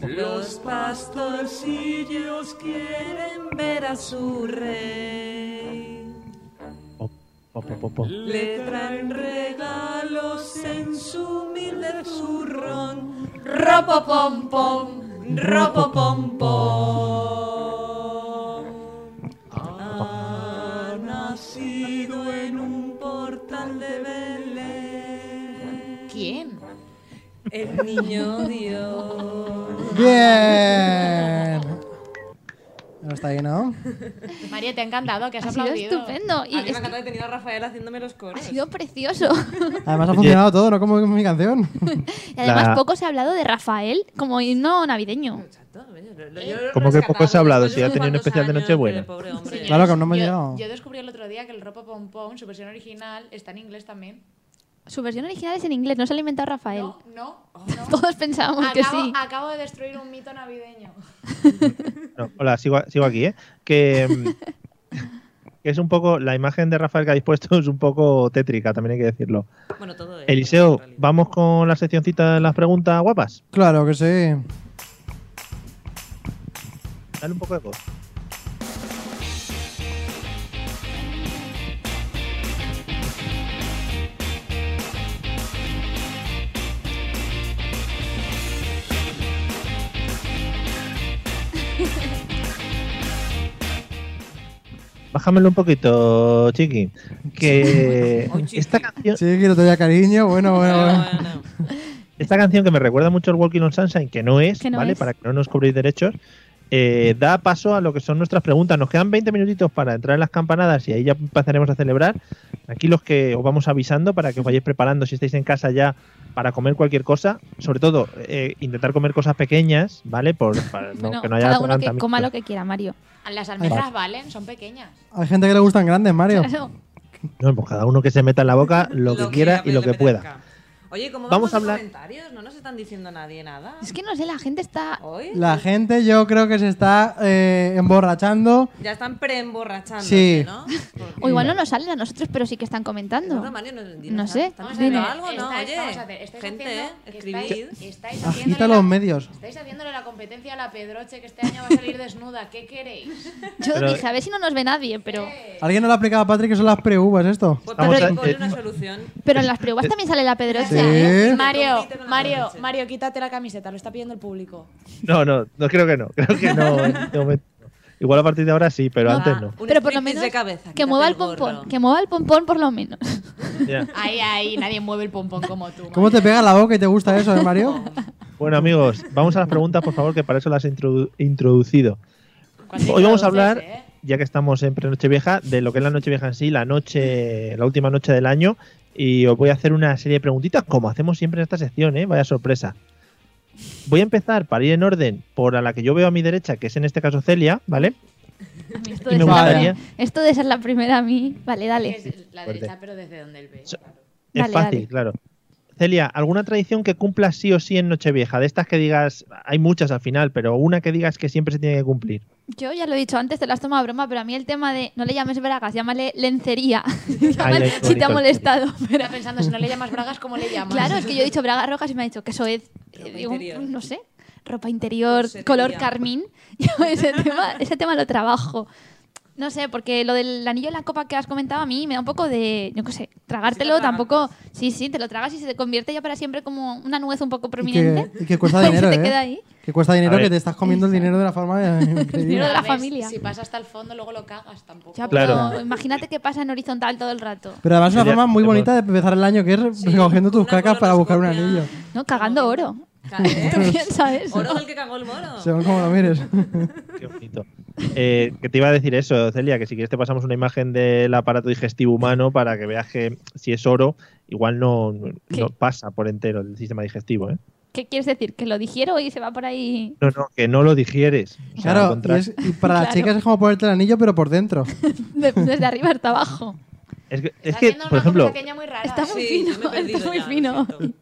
Speaker 5: Los pastorcillos quieren ver a su rey.
Speaker 1: Po, po, po, po, po.
Speaker 5: Le traen regalos en su humilde zurrón. Ropo pom pom, ropo pom pom. Ha nacido en un portal de Belén.
Speaker 6: ¿Quién?
Speaker 5: El niño Dios.
Speaker 3: Bien. Ahora está ahí, ¿no?
Speaker 6: Pues María, te ha encantado, que has
Speaker 4: Ha sido
Speaker 6: aplaudido.
Speaker 4: estupendo. Y
Speaker 5: A mí me
Speaker 4: es
Speaker 5: encanta
Speaker 4: que
Speaker 5: Ah, que tenido a Rafael haciéndome los
Speaker 4: ha
Speaker 5: coros.
Speaker 4: sido precioso. [laughs]
Speaker 3: Además ha funcionado todo, ¿no? Como mi
Speaker 1: [laughs]
Speaker 3: canción.
Speaker 4: Y además
Speaker 1: La-
Speaker 4: poco se ha hablado de Rafael como himno navideño.
Speaker 5: Exacto, oye, lo-
Speaker 4: Eh,
Speaker 5: lo- yo lo he
Speaker 1: ¿Cómo que poco se ha
Speaker 5: rescatado
Speaker 1: hablado?
Speaker 5: después
Speaker 1: Si ya
Speaker 5: unos
Speaker 1: tenía un
Speaker 5: cuantos
Speaker 1: especial de
Speaker 5: años,
Speaker 1: Nochebuena.
Speaker 5: pero pobre hombre.
Speaker 3: Claro que no me he
Speaker 6: yo,
Speaker 3: llegado.
Speaker 6: yo descubrí el otro día que el Ropa Pom Pom, su versión original, está en inglés también.
Speaker 4: Su versión original es en inglés, no se la ha inventado Rafael.
Speaker 6: No,
Speaker 4: [laughs]
Speaker 6: no, no.
Speaker 4: Todos pensábamos que
Speaker 6: Acabo,
Speaker 4: sí.
Speaker 6: acabo de destruir un mito navideño.
Speaker 1: No, hola, sigo, sigo aquí, ¿eh? Que,
Speaker 5: [laughs]
Speaker 1: mm, que es un poco. La imagen de Rafael que ha dispuesto es un poco tétrica, también hay que decirlo.
Speaker 5: Bueno, todo es, en
Speaker 1: Eliseo,
Speaker 5: realidad.
Speaker 1: vamos con la seccioncita de las preguntas guapas.
Speaker 3: Claro que sí.
Speaker 1: Dale un poco
Speaker 5: [laughs]
Speaker 1: de voz. Bájamelo un poquito, Chiqui. Que
Speaker 5: Hoy, Chiqui.
Speaker 1: esta canción.
Speaker 3: Sí, quiero te doy cariño. Bueno, bueno,
Speaker 5: Bueno,
Speaker 3: bueno.
Speaker 5: bueno.
Speaker 1: Esta canción que me recuerda mucho al Walking on Sunshine, que no es,
Speaker 4: Que no
Speaker 1: ¿vale?
Speaker 4: es.
Speaker 1: Para que no nos cobréis derechos, eh, da paso a lo que son nuestras preguntas. Nos quedan 20 minutitos para entrar en las campanadas y ahí ya empezaremos a celebrar. Aquí los que os vamos avisando para que os vayáis preparando si estáis en casa ya para comer cualquier cosa. Sobre todo, eh, intentar comer cosas pequeñas, ¿vale? Por, para no-
Speaker 4: Bueno,
Speaker 1: que no haya
Speaker 4: cada uno que
Speaker 1: atragantamiento.
Speaker 4: coma lo que quiera, Mario.
Speaker 6: Las almendras valen, son pequeñas.
Speaker 3: Hay gente que le gustan grandes, Mario.
Speaker 4: [laughs] Claro.
Speaker 1: No, pues cada uno que se meta en la boca lo, que quiera y lo que
Speaker 5: le
Speaker 1: pueda.
Speaker 5: apetezca. Oye, ¿cómo
Speaker 1: Vamos
Speaker 5: vamos,
Speaker 1: a
Speaker 5: a
Speaker 1: hablar-
Speaker 5: comentarios? No nos están diciendo nadie nada.
Speaker 4: Es que no sé, la gente está.
Speaker 5: Hoy
Speaker 3: La gente yo creo que se está eh, emborrachando.
Speaker 5: ya están preemborrachando,
Speaker 3: Sí.
Speaker 4: [laughs]
Speaker 5: ¿no?
Speaker 4: O
Speaker 5: Porque-
Speaker 4: igual no nos salen a nosotros, pero sí que están comentando.
Speaker 5: Nota, Mario, nos-
Speaker 4: No
Speaker 5: dinos,
Speaker 4: sé,
Speaker 5: ¿están
Speaker 4: vamos
Speaker 6: Vamos a
Speaker 5: haciendo
Speaker 6: ver,
Speaker 5: algo? No,
Speaker 6: estáis-
Speaker 5: oye,
Speaker 6: vamos a ver, estáis
Speaker 5: gente,
Speaker 6: haciendo-
Speaker 5: ¿eh?
Speaker 6: estáis-
Speaker 5: escribid.
Speaker 6: estáis haciéndole
Speaker 3: Agita
Speaker 6: la-
Speaker 3: los medios.
Speaker 6: Estáis haciéndole la competencia a la Pedroche que este año va a salir desnuda. ¿Qué queréis?
Speaker 4: Yo
Speaker 1: Pero-
Speaker 4: dije, a ver si no nos ve nadie, pero.
Speaker 6: Eh,
Speaker 3: ¿Alguien no lo ha aplicado a Patrick que son las pre-uvas esto?
Speaker 5: Pues
Speaker 1: Vamos
Speaker 5: Patrick,
Speaker 1: a-
Speaker 5: ponle
Speaker 1: eh,
Speaker 5: una solución.
Speaker 4: Pero en las pruebas también sale la pedrocha,
Speaker 6: este
Speaker 3: Sí.
Speaker 4: ¿eh?
Speaker 6: Mario,
Speaker 5: Compite con la
Speaker 6: Mario,
Speaker 5: Pedroche.
Speaker 6: Mario, quítate la camiseta, lo está pidiendo el público.
Speaker 1: No, no, no creo que no. Creo que
Speaker 4: [laughs]
Speaker 1: no. en este momento. Igual a partir de ahora sí,
Speaker 4: Ah.
Speaker 1: pero antes no.
Speaker 5: Un
Speaker 4: Pero por lo
Speaker 5: striptease
Speaker 4: menos.
Speaker 5: de cabeza,
Speaker 4: que
Speaker 5: quítate
Speaker 4: mueva el
Speaker 5: el gorro.
Speaker 4: pompón. Que mueva el pompón por lo menos. [laughs]
Speaker 1: Ya.
Speaker 6: Ahí, ahí, nadie mueve el pompón como tú.
Speaker 3: ¿Cómo te pega la boca y te gusta eso, eh, Mario?
Speaker 1: Bueno, amigos, vamos a las preguntas, por favor, que para eso las he introdu- introducido.
Speaker 6: Cuando
Speaker 1: Hoy vamos a
Speaker 6: introduces,
Speaker 1: hablar,
Speaker 6: ¿eh?
Speaker 1: ya que estamos en pre vieja, de lo que es la noche vieja en sí, la noche, la última noche del año, y os voy a hacer una serie de preguntitas, como hacemos siempre en esta sección, ¿eh? Vaya sorpresa. Voy a empezar, para ir en orden, por a la que yo veo a mi derecha, que es en este caso Celia, ¿vale?
Speaker 4: A mí esto,
Speaker 1: Y me
Speaker 4: de ser la
Speaker 1: gustaría-
Speaker 4: pri- esto de ser la primera a mí. Vale, dale.
Speaker 6: Es la
Speaker 1: Fuerte.
Speaker 6: derecha, pero desde donde él ve.
Speaker 1: So- Es
Speaker 4: Dale,
Speaker 1: fácil,
Speaker 4: dale.
Speaker 1: claro. Celia, ¿alguna tradición que cumplas sí o sí en Nochevieja? De estas que digas, hay muchas al final, pero una que digas que siempre se tiene que
Speaker 4: [laughs]
Speaker 1: cumplir.
Speaker 4: Yo ya lo he dicho antes, te lo has tomado a broma, pero a mí el tema de no le llames bragas, llámale lencería. [laughs]
Speaker 1: Ay,
Speaker 4: Llámale
Speaker 1: ay,
Speaker 4: si te
Speaker 1: bonito.
Speaker 4: ha molestado. pero-
Speaker 6: Está pensando, si no le llamas bragas, ¿cómo le llamas?
Speaker 4: Claro, es que yo he dicho bragas rojas y me ha dicho que eso es,
Speaker 5: Ropa
Speaker 4: eh, digo,
Speaker 5: interior.
Speaker 4: no sé, ropa interior,
Speaker 5: Corsetería.
Speaker 4: color carmín. [laughs] Yo ese tema, ese tema lo trabajo. No sé, porque lo del anillo en la copa que has comentado a mí me da un poco de, yo qué sé, tragártelo
Speaker 5: tragas.
Speaker 4: tampoco. Sí, sí, te lo tragas y se te convierte ya para siempre como una nuez un poco
Speaker 3: Y que,
Speaker 4: prominente.
Speaker 3: y que
Speaker 4: [laughs]
Speaker 3: cuesta
Speaker 4: Ahí se
Speaker 3: dinero,
Speaker 4: te
Speaker 3: ¿eh?
Speaker 4: queda ahí.
Speaker 3: Que cuesta
Speaker 1: A
Speaker 3: dinero,
Speaker 1: ver.
Speaker 3: que te estás comiendo el dinero de la forma eh,
Speaker 4: dinero de
Speaker 3: increíble.
Speaker 4: la
Speaker 6: Ves,
Speaker 4: familia.
Speaker 6: Si pasa hasta el fondo, luego lo cagas tampoco.
Speaker 4: Ya,
Speaker 1: Claro.
Speaker 4: pero imagínate que pasa en horizontal todo el rato.
Speaker 3: Pero además es una
Speaker 1: Sería-
Speaker 3: forma muy
Speaker 1: Pero-
Speaker 3: bonita de empezar el año, que es recogiendo tus
Speaker 5: una
Speaker 3: cacas para buscar un
Speaker 5: colonoscopia.
Speaker 3: anillo.
Speaker 4: No, cagando oro.
Speaker 5: Claro, ¿eh?
Speaker 4: [laughs] ¿Tú piensas eso?
Speaker 5: Oro es el que cagó el moro.
Speaker 3: Según como lo
Speaker 4: [laughs]
Speaker 3: mires.
Speaker 1: Qué bonito. Eh, que te iba a decir eso, Celia, que si quieres te pasamos una imagen del aparato digestivo humano para que veas que si es oro, igual no, no-
Speaker 4: ¿Qué?
Speaker 1: no pasa por entero el sistema digestivo. ¿eh?
Speaker 4: ¿Qué quieres decir? ¿Que lo digiero y se va por ahí?
Speaker 1: No, no, que no lo digieres. O sea, al
Speaker 3: Claro, y,
Speaker 1: contrario.
Speaker 3: es- y para las
Speaker 4: Claro.
Speaker 3: chicas es como ponerte el anillo, pero por dentro.
Speaker 4: de- desde arriba hasta abajo.
Speaker 1: es que, es
Speaker 6: Está
Speaker 1: que,
Speaker 6: haciendo
Speaker 1: por
Speaker 6: una
Speaker 1: ejemplo,
Speaker 6: conversación ya muy rara,
Speaker 4: Está
Speaker 6: ¿eh?
Speaker 4: muy
Speaker 5: Ah, Sí, yo me
Speaker 4: fino,
Speaker 5: he
Speaker 4: [laughs]
Speaker 5: perdido
Speaker 4: está muy
Speaker 5: ya, lo
Speaker 4: fino.
Speaker 5: siento.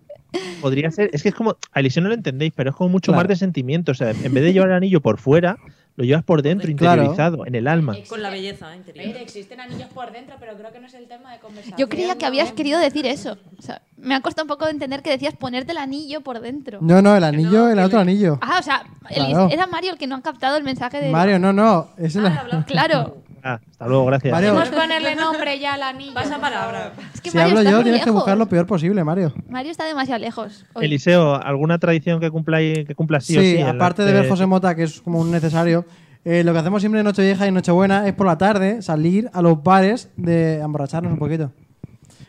Speaker 1: podría ser, es que es como, a Eliseo no lo entendéis, pero es como mucho
Speaker 3: Claro.
Speaker 1: más de sentimiento. O sea, en vez de llevar el anillo por fuera, lo llevas por dentro,
Speaker 3: Claro.
Speaker 1: interiorizado, en el alma.
Speaker 6: Existe-
Speaker 5: Con la belleza interior.
Speaker 6: Mira, existen anillos por dentro, pero creo que no es el tema de conversación.
Speaker 4: Yo creía que habías querido decir eso. O sea, me ha costado un poco entender que decías ponerte el anillo por dentro.
Speaker 3: No, no, el anillo, el otro anillo.
Speaker 4: Ah, o sea, Elis-
Speaker 3: Claro.
Speaker 4: era Mario el que no ha captado el mensaje de...
Speaker 3: Mario, no, no. Es el-
Speaker 4: Claro,
Speaker 1: Ah, hasta luego, gracias.
Speaker 3: Mario,
Speaker 6: Podemos ponerle nombre ya al anillo.
Speaker 5: Pasa
Speaker 6: por
Speaker 5: palabra.
Speaker 6: favor.
Speaker 4: es que
Speaker 3: si
Speaker 4: Mario
Speaker 3: hablo
Speaker 4: está
Speaker 3: yo,
Speaker 4: muy
Speaker 3: tienes que
Speaker 4: lejos.
Speaker 3: buscar lo peor posible, Mario.
Speaker 4: Mario está demasiado lejos. hoy.
Speaker 1: Eliseo, ¿alguna tradición que cumpla y- que cumpla sí,
Speaker 3: Sí,
Speaker 1: o sí? en la
Speaker 3: aparte de
Speaker 1: que-
Speaker 3: ver José Mota, que es como un necesario, eh, lo que hacemos siempre en Nochevieja y Nochebuena es por la tarde salir a los bares de a emborracharnos un poquito.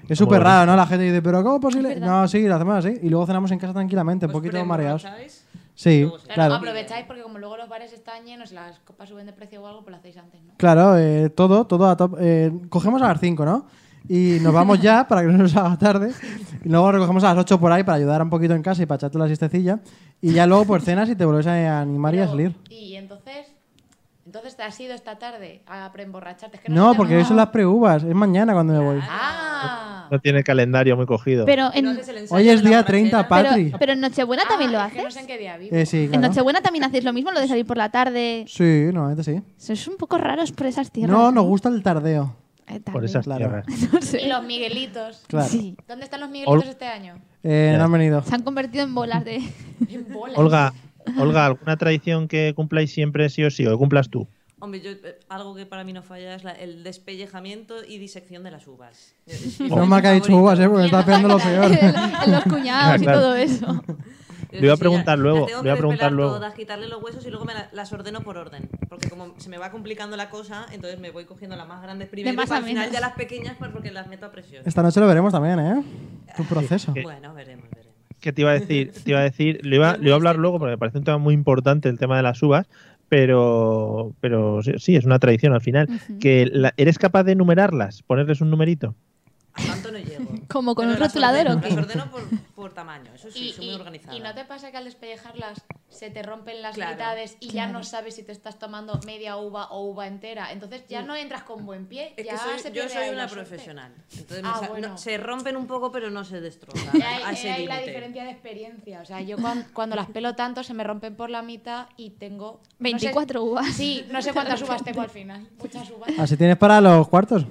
Speaker 3: Es súper
Speaker 1: bueno.
Speaker 3: raro, ¿no? La gente dice, ¿pero cómo es posible?
Speaker 4: Es verdad.
Speaker 3: no, sí, lo hacemos así. Y luego cenamos en casa tranquilamente, un
Speaker 5: Pues
Speaker 3: poquito
Speaker 5: pre-
Speaker 3: mareados.
Speaker 5: ¿sabes?
Speaker 3: Sí,
Speaker 5: Luego se-
Speaker 6: Claro,
Speaker 3: claro.
Speaker 6: aprovecháis porque como luego los bares están llenos y las copas suben de precio o algo, pues lo hacéis antes, ¿no?
Speaker 3: Claro, eh, todo, todo a top. eh, cogemos a las 5, ¿no? Y nos vamos ya para que no nos haga tarde. Y luego recogemos a las 8 por ahí para ayudar un poquito en casa y para echarte la siestecilla. Y ya luego pues cenas y te vuelves a animar y a
Speaker 6: Pero-
Speaker 3: salir.
Speaker 6: Y entonces, entonces te has ido esta tarde a preemborracharte. Es que
Speaker 3: No,
Speaker 6: sé
Speaker 3: porque
Speaker 6: nada.
Speaker 3: hoy son las pre-uvas. Es mañana cuando me voy.
Speaker 6: Ah,
Speaker 1: No tiene el calendario muy cogido.
Speaker 4: Pero
Speaker 5: No
Speaker 4: en,
Speaker 5: haces el ensayo
Speaker 3: Hoy es
Speaker 5: de la
Speaker 3: día
Speaker 5: borrachera.
Speaker 3: 30,
Speaker 4: pero,
Speaker 3: Patri.
Speaker 4: pero en Nochebuena también lo
Speaker 6: Ah, es que no
Speaker 4: haces.
Speaker 6: sé en qué día vivo.
Speaker 3: Eh, sí,
Speaker 4: En
Speaker 3: claro.
Speaker 4: Nochebuena también hacéis lo mismo, lo de salir por la tarde.
Speaker 3: Sí, normalmente sí.
Speaker 4: Sois un poco raros por esas tierras.
Speaker 3: No, nos gusta el tardeo.
Speaker 4: Eh,
Speaker 1: por
Speaker 4: tarde.
Speaker 1: esas
Speaker 3: claro.
Speaker 1: tierras.
Speaker 4: [laughs] No
Speaker 6: Y
Speaker 4: sé.
Speaker 6: los Miguelitos.
Speaker 3: Claro.
Speaker 4: Sí.
Speaker 6: ¿Dónde están los Miguelitos
Speaker 1: Ol-
Speaker 6: este año?
Speaker 3: Eh,
Speaker 1: Ya.
Speaker 3: no han venido.
Speaker 4: Se han convertido en bolas de...
Speaker 6: En bolas.
Speaker 1: Olga, Olga, ¿alguna tradición que cumpláis siempre sí o sí o que cumplas tú?
Speaker 5: Hombre, yo, eh, algo que para mí no falla es la- el despellejamiento y disección de las uvas.
Speaker 3: No me ha dicho uvas, eh, porque me está pegando lo peor.
Speaker 4: [laughs]
Speaker 3: [laughs]
Speaker 4: en los cuñados y
Speaker 1: Claro.
Speaker 4: todo eso.
Speaker 1: Le voy a preguntar luego, le voy a preguntar luego.
Speaker 5: Todas, quitarle los huesos y luego me la- las ordeno por orden. Porque como se me va complicando la cosa, entonces me voy cogiendo las más grandes primero
Speaker 4: más
Speaker 5: y para
Speaker 4: a
Speaker 5: al final
Speaker 4: menos.
Speaker 5: ya las pequeñas pues, porque las meto a presión.
Speaker 3: Esta noche lo veremos también, ¿eh? Tu proceso.
Speaker 5: Bueno, veremos, veremos.
Speaker 1: que te iba a decir, te iba a decir, lo iba, lo iba a hablar luego porque me parece un tema muy importante el tema de las uvas, pero, pero sí, sí, es una tradición al final.
Speaker 4: Ujú.
Speaker 1: Que la- eres capaz de enumerarlas, ponerles un numerito.
Speaker 5: A tanto no llego.
Speaker 4: [laughs] Como con
Speaker 5: Pero
Speaker 4: un
Speaker 5: las
Speaker 4: rotulador, ¿o
Speaker 5: ordeno-
Speaker 4: qué?
Speaker 5: Las ordeno por, por tamaño, eso sí,
Speaker 6: Y,
Speaker 5: soy muy
Speaker 6: y-
Speaker 5: organizada.
Speaker 6: y no te pasa que al despellejarlas se te rompen las
Speaker 5: Claro.
Speaker 6: mitades y ya
Speaker 4: Claro.
Speaker 6: no sabes si te estás tomando media uva o uva entera. Entonces ya no entras con buen pie.
Speaker 5: Es
Speaker 6: ya
Speaker 5: que soy-
Speaker 6: se
Speaker 5: yo
Speaker 6: pierde
Speaker 5: soy
Speaker 6: ahí
Speaker 5: una
Speaker 6: la suerte.
Speaker 5: profesional. Entonces
Speaker 6: Ah,
Speaker 5: me sa- no,
Speaker 6: bueno.
Speaker 5: se rompen un poco, pero no se
Speaker 6: [laughs] Y
Speaker 5: destrozan.
Speaker 6: ahí,
Speaker 5: a ese
Speaker 6: ahí la
Speaker 5: límite.
Speaker 6: diferencia de experiencia. O sea, yo cuan- cuando, las pelo tanto se me rompen por la mitad y tengo... no sé-
Speaker 4: 24 uvas.
Speaker 6: Sí, no sé cuántas uvas tengo al final. Muchas uvas.
Speaker 3: Así tienes para los cuartos.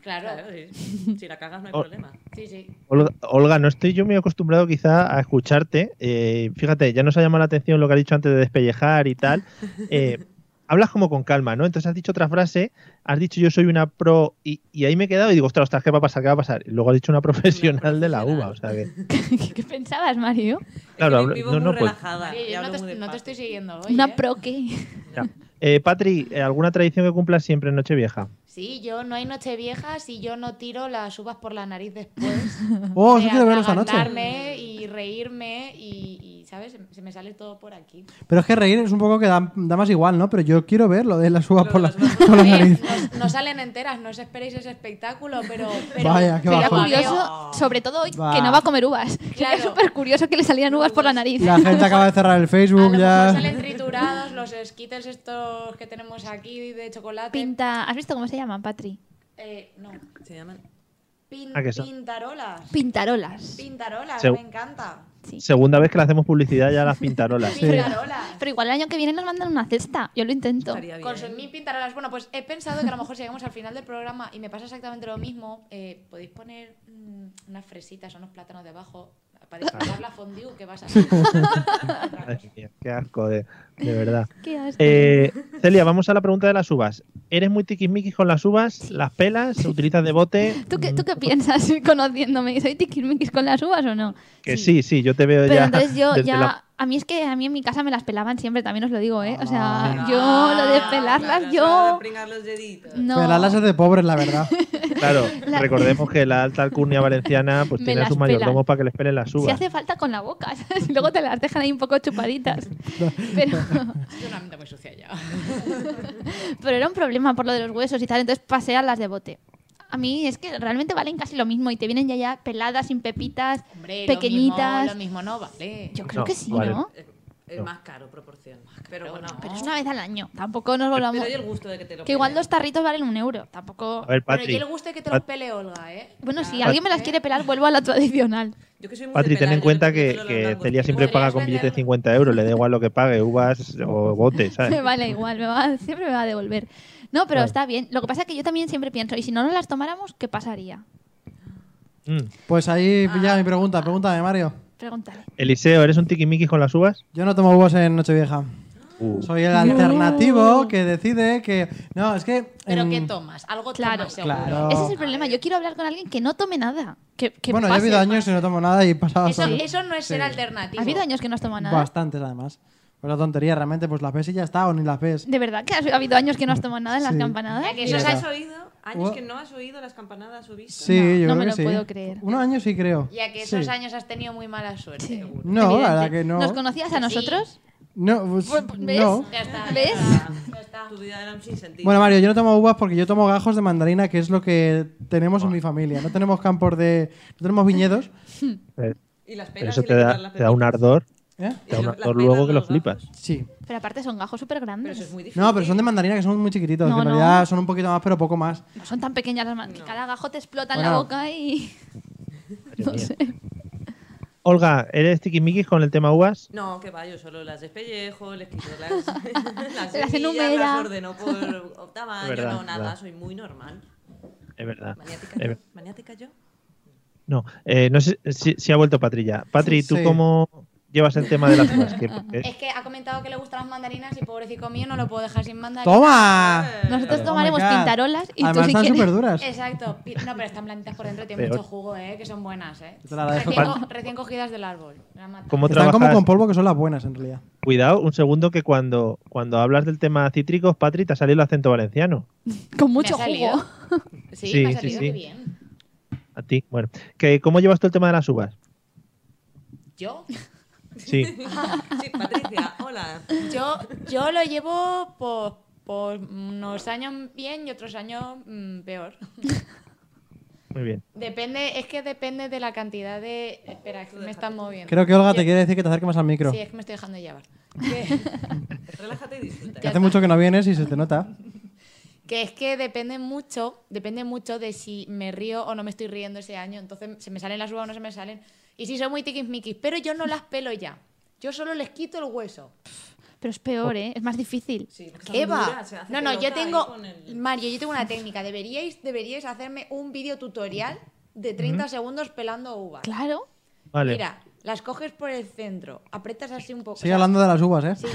Speaker 6: Claro.
Speaker 5: Claro, sí. Si la cagas, no hay
Speaker 1: Oh.
Speaker 5: problema.
Speaker 6: Sí, sí.
Speaker 1: Olga, Olga, no estoy yo muy acostumbrado quizá a escucharte. Eh, fíjate, ya nos ha llamado la atención lo que ha dicho antes de despellejar y tal. Eh, hablas como con calma, ¿no? Entonces has dicho otra frase, has dicho yo soy una pro y, y ahí me he quedado y digo, ostras, ostras, ¿qué va a pasar? ¿Qué va a pasar? Y luego ha dicho una [laughs] profesional, de la uva, o sea que...
Speaker 4: [laughs] ¿Qué, qué pensabas, Mario?
Speaker 5: Es
Speaker 1: Claro,
Speaker 5: que
Speaker 1: hablo-
Speaker 5: vivo
Speaker 1: no,
Speaker 5: muy
Speaker 1: no, pues-
Speaker 5: relajada.
Speaker 6: María,
Speaker 5: y
Speaker 6: yo no
Speaker 5: hablo
Speaker 6: te,
Speaker 5: muy
Speaker 6: no te
Speaker 5: despacio.
Speaker 6: estoy siguiendo hoy. ¿eh?
Speaker 4: ¿Una pro qué?
Speaker 1: ya. Eh, Patri, eh, ¿alguna tradición que cumplas siempre en Nochevieja?
Speaker 6: Sí, yo no hay noche vieja si yo no tiro las uvas por la
Speaker 3: [laughs]
Speaker 6: nariz después.
Speaker 3: Oh, eso
Speaker 6: de
Speaker 3: quiero verlo esta noche.
Speaker 6: atragantarme y reírme y, y, ¿sabes? Se- Se me sale todo por aquí.
Speaker 3: Pero es que reír es un poco que da, da más igual, ¿no? Pero yo quiero ver lo de las uvas
Speaker 5: Lo
Speaker 3: por
Speaker 5: de
Speaker 3: la,
Speaker 5: las
Speaker 3: [laughs]
Speaker 5: uvas.
Speaker 3: [laughs] por la
Speaker 6: Eh,
Speaker 3: nariz.
Speaker 6: [laughs] no, no salen enteras, no os esperéis ese espectáculo,
Speaker 3: [laughs]
Speaker 6: pero... pero
Speaker 3: Vaya, qué
Speaker 6: pero
Speaker 4: Sería
Speaker 3: bajón.
Speaker 6: veo-
Speaker 4: curioso, sobre todo hoy,
Speaker 3: Va.
Speaker 4: que no va a comer uvas. [laughs] Sería
Speaker 6: Claro.
Speaker 4: súper curioso que le salieran uvas por la nariz.
Speaker 3: La gente acaba de cerrar el
Speaker 6: A lo
Speaker 3: Facebook
Speaker 6: mejor
Speaker 3: ya.
Speaker 6: salen triturados los skittles estos que tenemos aquí de chocolate.
Speaker 4: Pinta... ¿Has visto cómo se llaman, Patri?
Speaker 6: Eh, no.
Speaker 5: Se llaman-
Speaker 6: Pin-
Speaker 1: Ah, que son-
Speaker 6: pintarolas.
Speaker 4: Pintarolas.
Speaker 6: Pintarolas,
Speaker 1: Seu-
Speaker 6: me encanta.
Speaker 1: Segunda vez que le hacemos publicidad ya a las pintarolas.
Speaker 6: Pintarolas.
Speaker 4: Pero igual el año que viene nos mandan una cesta. Yo lo intento.
Speaker 5: Estaría bien.
Speaker 6: Consumí pintarolas. Bueno, pues he pensado que a lo mejor si llegamos al final del programa y me pasa exactamente lo mismo, eh, podéis poner mm, unas fresitas o unos plátanos debajo para disfrutar la fondue que vas
Speaker 1: [laughs]
Speaker 6: a hacer.
Speaker 1: Madre mía, qué asco, de, de verdad.
Speaker 4: Qué asco.
Speaker 1: Eh, Celia, vamos a la pregunta de las uvas. ¿Eres muy tiquismiquis con las uvas? ¿Las pelas? ¿Utilizas de bote?
Speaker 4: ¿Tú qué,
Speaker 1: Mm,
Speaker 4: ¿Tú qué piensas [laughs] conociéndome? ¿Soy tiquismiquis con las uvas o no?
Speaker 1: Que sí, sí, yo te veo
Speaker 4: Pero
Speaker 1: ya.
Speaker 4: entonces yo
Speaker 1: desde
Speaker 4: ya...
Speaker 1: la-
Speaker 4: A mí es que a mí en mi casa me las pelaban siempre, también os lo digo, ¿eh? O sea,
Speaker 3: Ah.
Speaker 4: yo lo de pelarlas,
Speaker 5: Claro, solo de
Speaker 4: yo...
Speaker 5: pringar los deditos.
Speaker 4: No.
Speaker 3: Pelarlas es de pobres, la verdad.
Speaker 1: Claro,
Speaker 4: [laughs] la-
Speaker 1: recordemos que la alta alcurnia valenciana pues
Speaker 4: [laughs] Me
Speaker 1: tiene a
Speaker 4: las
Speaker 1: sus
Speaker 4: pelan.
Speaker 1: mayordomos para que les pelen las
Speaker 4: Si
Speaker 1: uvas.
Speaker 4: hace falta con la boca, [laughs] ¿sabes? Y luego te las dejan ahí un poco chupaditas. Pero,
Speaker 6: Yo una mente muy sucia ya.
Speaker 4: pero era un problema por lo de los huesos y tal, entonces pasean las de bote. A mí es que realmente valen casi lo mismo y te vienen ya ya peladas, sin pepitas,
Speaker 6: Hombre, lo
Speaker 4: pequeñitas.
Speaker 6: mismo- Lo mismo, no vale.
Speaker 4: Yo creo
Speaker 1: No,
Speaker 4: que sí,
Speaker 1: vale.
Speaker 4: ¿no?
Speaker 5: Es, es más caro proporción. Pero bueno,
Speaker 4: Pero es una vez al año, tampoco nos
Speaker 5: pero
Speaker 4: volvamos...
Speaker 5: hay el gusto de que te lo
Speaker 4: Que igual
Speaker 5: pelen.
Speaker 4: los tarritos valen un euro, tampoco...
Speaker 1: A ver,
Speaker 6: Pero y
Speaker 1: Patri,
Speaker 6: el gusto de que te
Speaker 1: Pat-
Speaker 6: los pele Olga, ¿eh?
Speaker 4: Bueno, si alguien me las quiere pelar, vuelvo a la [laughs] tradicional.
Speaker 5: Yo que soy muy de
Speaker 1: Patri, ten
Speaker 5: pelar,
Speaker 1: en
Speaker 5: yo
Speaker 1: cuenta que,
Speaker 5: prefiero los
Speaker 1: que
Speaker 5: largos.
Speaker 1: Celia siempre
Speaker 6: Podrías
Speaker 1: paga con billetes de
Speaker 6: vender-
Speaker 1: 50 euros, le da igual lo que pague, uvas o
Speaker 4: [laughs]
Speaker 1: botes,
Speaker 3: [laughs]
Speaker 4: Me
Speaker 1: ¿sabes?
Speaker 4: vale igual, me va- siempre me va a devolver. No, pero
Speaker 1: Claro.
Speaker 4: está bien. Lo que pasa es que yo también siempre pienso, y si no nos las tomáramos, ¿qué pasaría?
Speaker 1: Mm.
Speaker 3: Pues ahí ya mi pregunta, pregúntame, Mario.
Speaker 4: Pregúntale.
Speaker 1: Eliseo, ¿eres un tiquimiquis con las uvas?
Speaker 3: Yo no tomo uvas en Nochevieja.
Speaker 1: Uh,
Speaker 3: Soy el alternativo que decide que. No, es que.
Speaker 6: Pero
Speaker 3: em,
Speaker 6: ¿qué tomas? Algo
Speaker 4: Claro.
Speaker 6: tomas seguro.
Speaker 3: Claro.
Speaker 4: Ese es el problema. Yo quiero hablar con alguien que no tome nada. Que, que
Speaker 3: Ah. Bueno, yo he
Speaker 4: pase.
Speaker 3: habido años y no tomo nada y pasaba
Speaker 6: Eso,
Speaker 3: solo.
Speaker 6: eso no es ser alternativo.
Speaker 4: Ha habido años que no has tomado nada.
Speaker 3: Bastantes, además. Pues la tontería, realmente, pues las ves y ya está, o ni las ves.
Speaker 4: ¿De verdad que has- ha habido años que no has tomado nada en las
Speaker 3: Sí.
Speaker 4: campanadas?
Speaker 6: Ya que
Speaker 5: ¿No
Speaker 6: eso
Speaker 5: os
Speaker 6: es
Speaker 5: has oído?
Speaker 6: ah,
Speaker 5: ¿Años
Speaker 3: Ua-
Speaker 5: que no has oído las campanadas o visto?
Speaker 3: Sí, yo creo
Speaker 4: no me
Speaker 3: que
Speaker 4: lo
Speaker 3: sí.
Speaker 4: puedo creer.
Speaker 3: Unos años sí creo.
Speaker 6: Y a que esos
Speaker 3: Sí.
Speaker 6: años has tenido muy mala suerte.
Speaker 4: Sí.
Speaker 6: seguro.
Speaker 3: No, la verdad
Speaker 4: Evidente.
Speaker 3: que no.
Speaker 4: ¿Nos conocías a nosotros?
Speaker 3: No, pues,
Speaker 4: Pues, ¿Ves?
Speaker 3: no.
Speaker 6: Ya está.
Speaker 4: ¿Ves?
Speaker 6: Ya está.
Speaker 5: Tu vida era un sinsentido.
Speaker 3: Bueno, Mario, yo no tomo uvas porque yo tomo gajos de mandarina, que es lo que tenemos en mi familia. No tenemos campos de. No tenemos viñedos.
Speaker 1: eh,
Speaker 5: y las pelas
Speaker 1: eso
Speaker 5: y
Speaker 1: te
Speaker 5: le quitas
Speaker 1: da,
Speaker 5: las
Speaker 1: te da un
Speaker 5: pepitas.
Speaker 1: ardor,
Speaker 3: ¿Eh?
Speaker 5: Y
Speaker 1: te da un
Speaker 5: lo- las
Speaker 1: ardor luego
Speaker 5: pelas,
Speaker 1: que lo
Speaker 5: los gajos.
Speaker 1: flipas.
Speaker 3: Sí.
Speaker 4: Pero aparte son gajos súper
Speaker 5: Pero eso
Speaker 4: grandes.
Speaker 5: es muy difícil.
Speaker 3: No, pero son de mandarina que son muy chiquititos.
Speaker 4: No,
Speaker 3: que en
Speaker 4: no.
Speaker 3: realidad son un poquito más, pero poco más.
Speaker 4: No son tan pequeñas las manos. Cada gajo te explota en la
Speaker 3: Bueno.
Speaker 4: boca y...
Speaker 1: Madre
Speaker 4: [laughs] No
Speaker 1: mía.
Speaker 4: sé.
Speaker 1: Olga, ¿eres tiquismiquis con el tema uvas?
Speaker 5: No, que va, yo solo las despellejo, les quito las, [laughs] las, semillas,
Speaker 4: enumera.
Speaker 5: las ordeno por tamaño,
Speaker 1: Es verdad, Eh,
Speaker 5: no, nada,
Speaker 1: verdad.
Speaker 5: soy muy normal.
Speaker 1: Es verdad.
Speaker 5: Maniática,
Speaker 1: Es ver-
Speaker 5: maniática yo. [laughs]
Speaker 1: No, eh, no sé si, si ha vuelto Patrilla. Patri, ¿tú
Speaker 3: Sí.
Speaker 1: cómo llevas el tema de las uvas?
Speaker 6: [laughs]
Speaker 1: Que- que-
Speaker 6: Es que ha comentado que le gustan las mandarinas y pobrecito mío no lo puedo dejar sin mandarinas.
Speaker 3: ¡Toma!
Speaker 4: Nosotros
Speaker 3: Oh
Speaker 4: tomaremos
Speaker 3: my God.
Speaker 4: pintarolas y
Speaker 3: Además,
Speaker 4: tú si
Speaker 3: están
Speaker 4: quieres...
Speaker 3: súper
Speaker 4: [laughs]
Speaker 3: duras.
Speaker 6: Exacto. Pi- No, pero están blanditas por dentro, tienen
Speaker 1: Peor.
Speaker 6: mucho jugo, eh, que son buenas, eh.
Speaker 3: Yo te la agradezco.
Speaker 6: Recién, co- recién cogidas del árbol. Me han matado.
Speaker 1: ¿Cómo
Speaker 3: Están como
Speaker 1: trabajas?
Speaker 3: con polvo que son las buenas, en realidad.
Speaker 1: Cuidado, un segundo que cuando, cuando hablas del tema cítricos, Patri, te ha salido el acento valenciano.
Speaker 4: Con
Speaker 6: ¿Me
Speaker 4: mucho
Speaker 6: ha salido?
Speaker 4: jugo.
Speaker 6: Sí,
Speaker 1: Sí,
Speaker 6: me ha
Speaker 1: sí,
Speaker 6: salido,
Speaker 1: sí.
Speaker 6: qué bien.
Speaker 1: A ti, bueno. Que, ¿Cómo llevas tú el tema de las uvas?
Speaker 6: ¿Yo?
Speaker 1: Sí.
Speaker 5: Sí, Patricia, hola.
Speaker 6: Yo, yo lo llevo por, por unos años bien y otros años mm, peor.
Speaker 1: Muy bien.
Speaker 6: Depende, es que depende de la cantidad de. Espera, es que me están moviendo.
Speaker 3: Creo que Olga te
Speaker 6: Yo-
Speaker 3: quiere decir que te acerques más al micro.
Speaker 6: Sí, es que me estoy dejando llevar. Que,
Speaker 5: Relájate y disfruta.
Speaker 3: Que hace mucho que no vienes y se te nota.
Speaker 6: que es que depende mucho, depende mucho de si me río o no me estoy riendo ese año. Entonces, se me salen las uvas o no se me salen. Y sí, soy muy tiquismiquis, pero yo no las pelo ya. Yo solo les quito el hueso.
Speaker 4: Pero es peor, ¿eh? Es más difícil.
Speaker 5: Sí, porque está muy
Speaker 6: Eva,
Speaker 5: dura, se hace
Speaker 6: no, no, yo
Speaker 5: pelota ahí
Speaker 6: tengo,
Speaker 5: con el-
Speaker 6: Mario, yo tengo una técnica. Deberíais, deberíais hacerme un vídeo tutorial de 30 segundos pelando uvas.
Speaker 4: Claro.
Speaker 1: Vale.
Speaker 6: Mira, las coges por el centro, aprietas así un poco.
Speaker 3: Sigue
Speaker 6: o sea,
Speaker 3: hablando de las uvas, ¿eh?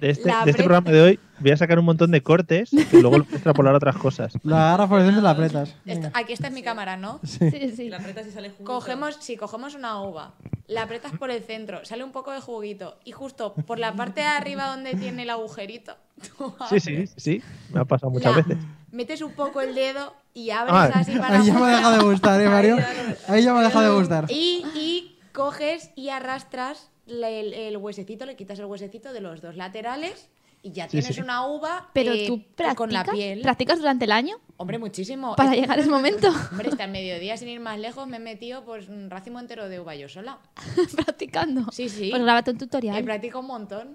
Speaker 1: De este,
Speaker 6: la
Speaker 1: de este
Speaker 6: pre-
Speaker 1: programa de hoy voy a sacar un montón de cortes y luego lo voy a extrapolar a otras
Speaker 6: [laughs]
Speaker 1: cosas.
Speaker 3: La agarras por el centro y la apretas.
Speaker 6: esto-
Speaker 3: Venga.
Speaker 6: aquí esta es mi cámara, ¿no?
Speaker 3: Sí.
Speaker 4: Sí, sí.
Speaker 5: La apretas y sale juguito.
Speaker 6: Cogemos, si cogemos una uva, la apretas por el centro, sale un poco de juguito y justo por la parte de arriba donde tiene el agujerito, [laughs] tú
Speaker 1: Sí, sí, sí. Me ha pasado muchas
Speaker 6: la-
Speaker 1: veces.
Speaker 6: metes un poco el dedo y abres
Speaker 1: Ah,
Speaker 6: así para Mm,
Speaker 3: Ahí [laughs] ya me deja de gustar, ¿eh, Mario? Ahí ya me deja de gustar.
Speaker 6: y, y coges y arrastras la- el, el huesecito, le quitas el huesecito de los dos laterales y ya tienes
Speaker 1: sí.
Speaker 6: una uva
Speaker 4: Pero
Speaker 6: eh,
Speaker 4: tú practicas,
Speaker 6: con la piel.
Speaker 4: practicas durante el año
Speaker 6: Hombre, muchísimo.
Speaker 4: para
Speaker 6: Es- [laughs]
Speaker 4: llegar a ese momento. [laughs]
Speaker 6: Hombre, hasta el mediodía, sin ir más lejos, me he metido pues un racimo entero de uva yo sola.
Speaker 4: Practicando.
Speaker 6: Sí, sí.
Speaker 4: Pues grábate un
Speaker 6: Y
Speaker 4: tutorial.
Speaker 6: practico un montón.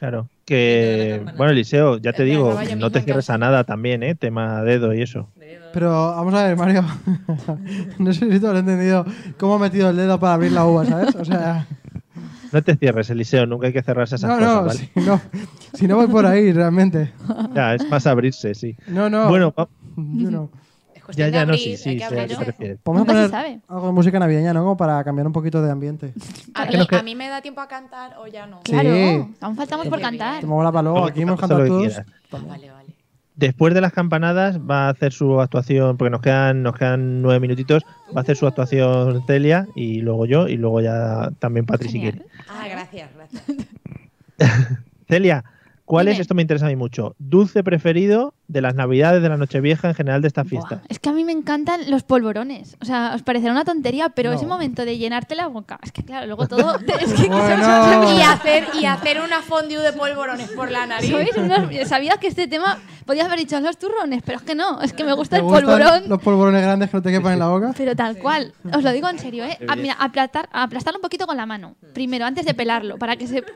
Speaker 1: Claro.
Speaker 5: Quito de la
Speaker 1: Que,
Speaker 5: campana.
Speaker 1: bueno, Eliseo, ya te
Speaker 6: Ya,
Speaker 1: digo,
Speaker 6: ya, ya
Speaker 1: no te
Speaker 6: mismo
Speaker 1: cierres a nada también, ¿eh? Tema dedo y eso.
Speaker 3: Pero vamos a ver, Mario. [laughs] no sé si tú has entendido cómo ha metido el dedo para abrir la uva, ¿sabes? O sea.
Speaker 1: No te cierres, Eliseo, nunca hay que cerrarse a esas
Speaker 3: No,
Speaker 1: cosas,
Speaker 3: no,
Speaker 1: ¿vale?
Speaker 3: si no, si no voy por ahí, realmente.
Speaker 1: Ya, es más abrirse, sí.
Speaker 3: No, no.
Speaker 1: Bueno, va-
Speaker 3: yo no.
Speaker 6: Es
Speaker 1: ya,
Speaker 6: cuestión de
Speaker 1: ya, no,
Speaker 6: abrir,
Speaker 1: sí,
Speaker 6: Pues hay
Speaker 1: sí,
Speaker 6: que
Speaker 1: sé a qué
Speaker 6: abrirse.
Speaker 1: te refieres.
Speaker 3: Vamos a
Speaker 4: Nunca se
Speaker 3: poner
Speaker 4: sabe.
Speaker 3: algo de música navideña, ¿no? Como para cambiar un poquito de ambiente.
Speaker 6: A
Speaker 1: Que
Speaker 6: mí,
Speaker 1: no que-
Speaker 6: a mí me da tiempo a cantar o ya no.
Speaker 3: Sí.
Speaker 4: Claro. Aún faltamos por cantar.
Speaker 3: Te mola para luego,
Speaker 1: Luego
Speaker 3: aquí hemos
Speaker 1: cantas lo
Speaker 3: cantado
Speaker 1: que
Speaker 3: todos.
Speaker 1: quieras.
Speaker 6: Ah, vale, vale.
Speaker 1: Después de las campanadas va a hacer su actuación, porque nos quedan, nos quedan nueve minutitos, va a hacer su actuación Celia y luego yo y luego ya también Patri si
Speaker 4: Genial.
Speaker 1: quiere.
Speaker 6: Ah, gracias, gracias.
Speaker 1: Celia, ¿cuál es,
Speaker 4: Dime.
Speaker 1: esto me interesa a mí mucho, dulce preferido de las navidades, de la nochevieja en general de esta fiesta?
Speaker 4: [laughs] Buah, Es que a mí me encantan los polvorones. O sea, os parecerá una tontería, pero
Speaker 3: No.
Speaker 4: ese momento de llenarte la boca. Es que, claro, luego todo. [laughs] Es que
Speaker 3: Bueno.
Speaker 6: [laughs] Y hacer, y hacer una fondue de polvorones por la nariz.
Speaker 4: ¿Sabéis? Unos- sabía que este tema podías haber dicho los turrones, pero es que no, es que me gusta
Speaker 3: ¿Te
Speaker 4: el
Speaker 3: gustan
Speaker 4: polvorón,
Speaker 3: Los polvorones grandes que no te quepan en la boca.
Speaker 4: pero tal cual. Os lo digo en serio, ¿eh? Ah, mira, aplastar, aplastarlo un poquito con la mano, primero, antes de pelarlo, para que se... [laughs]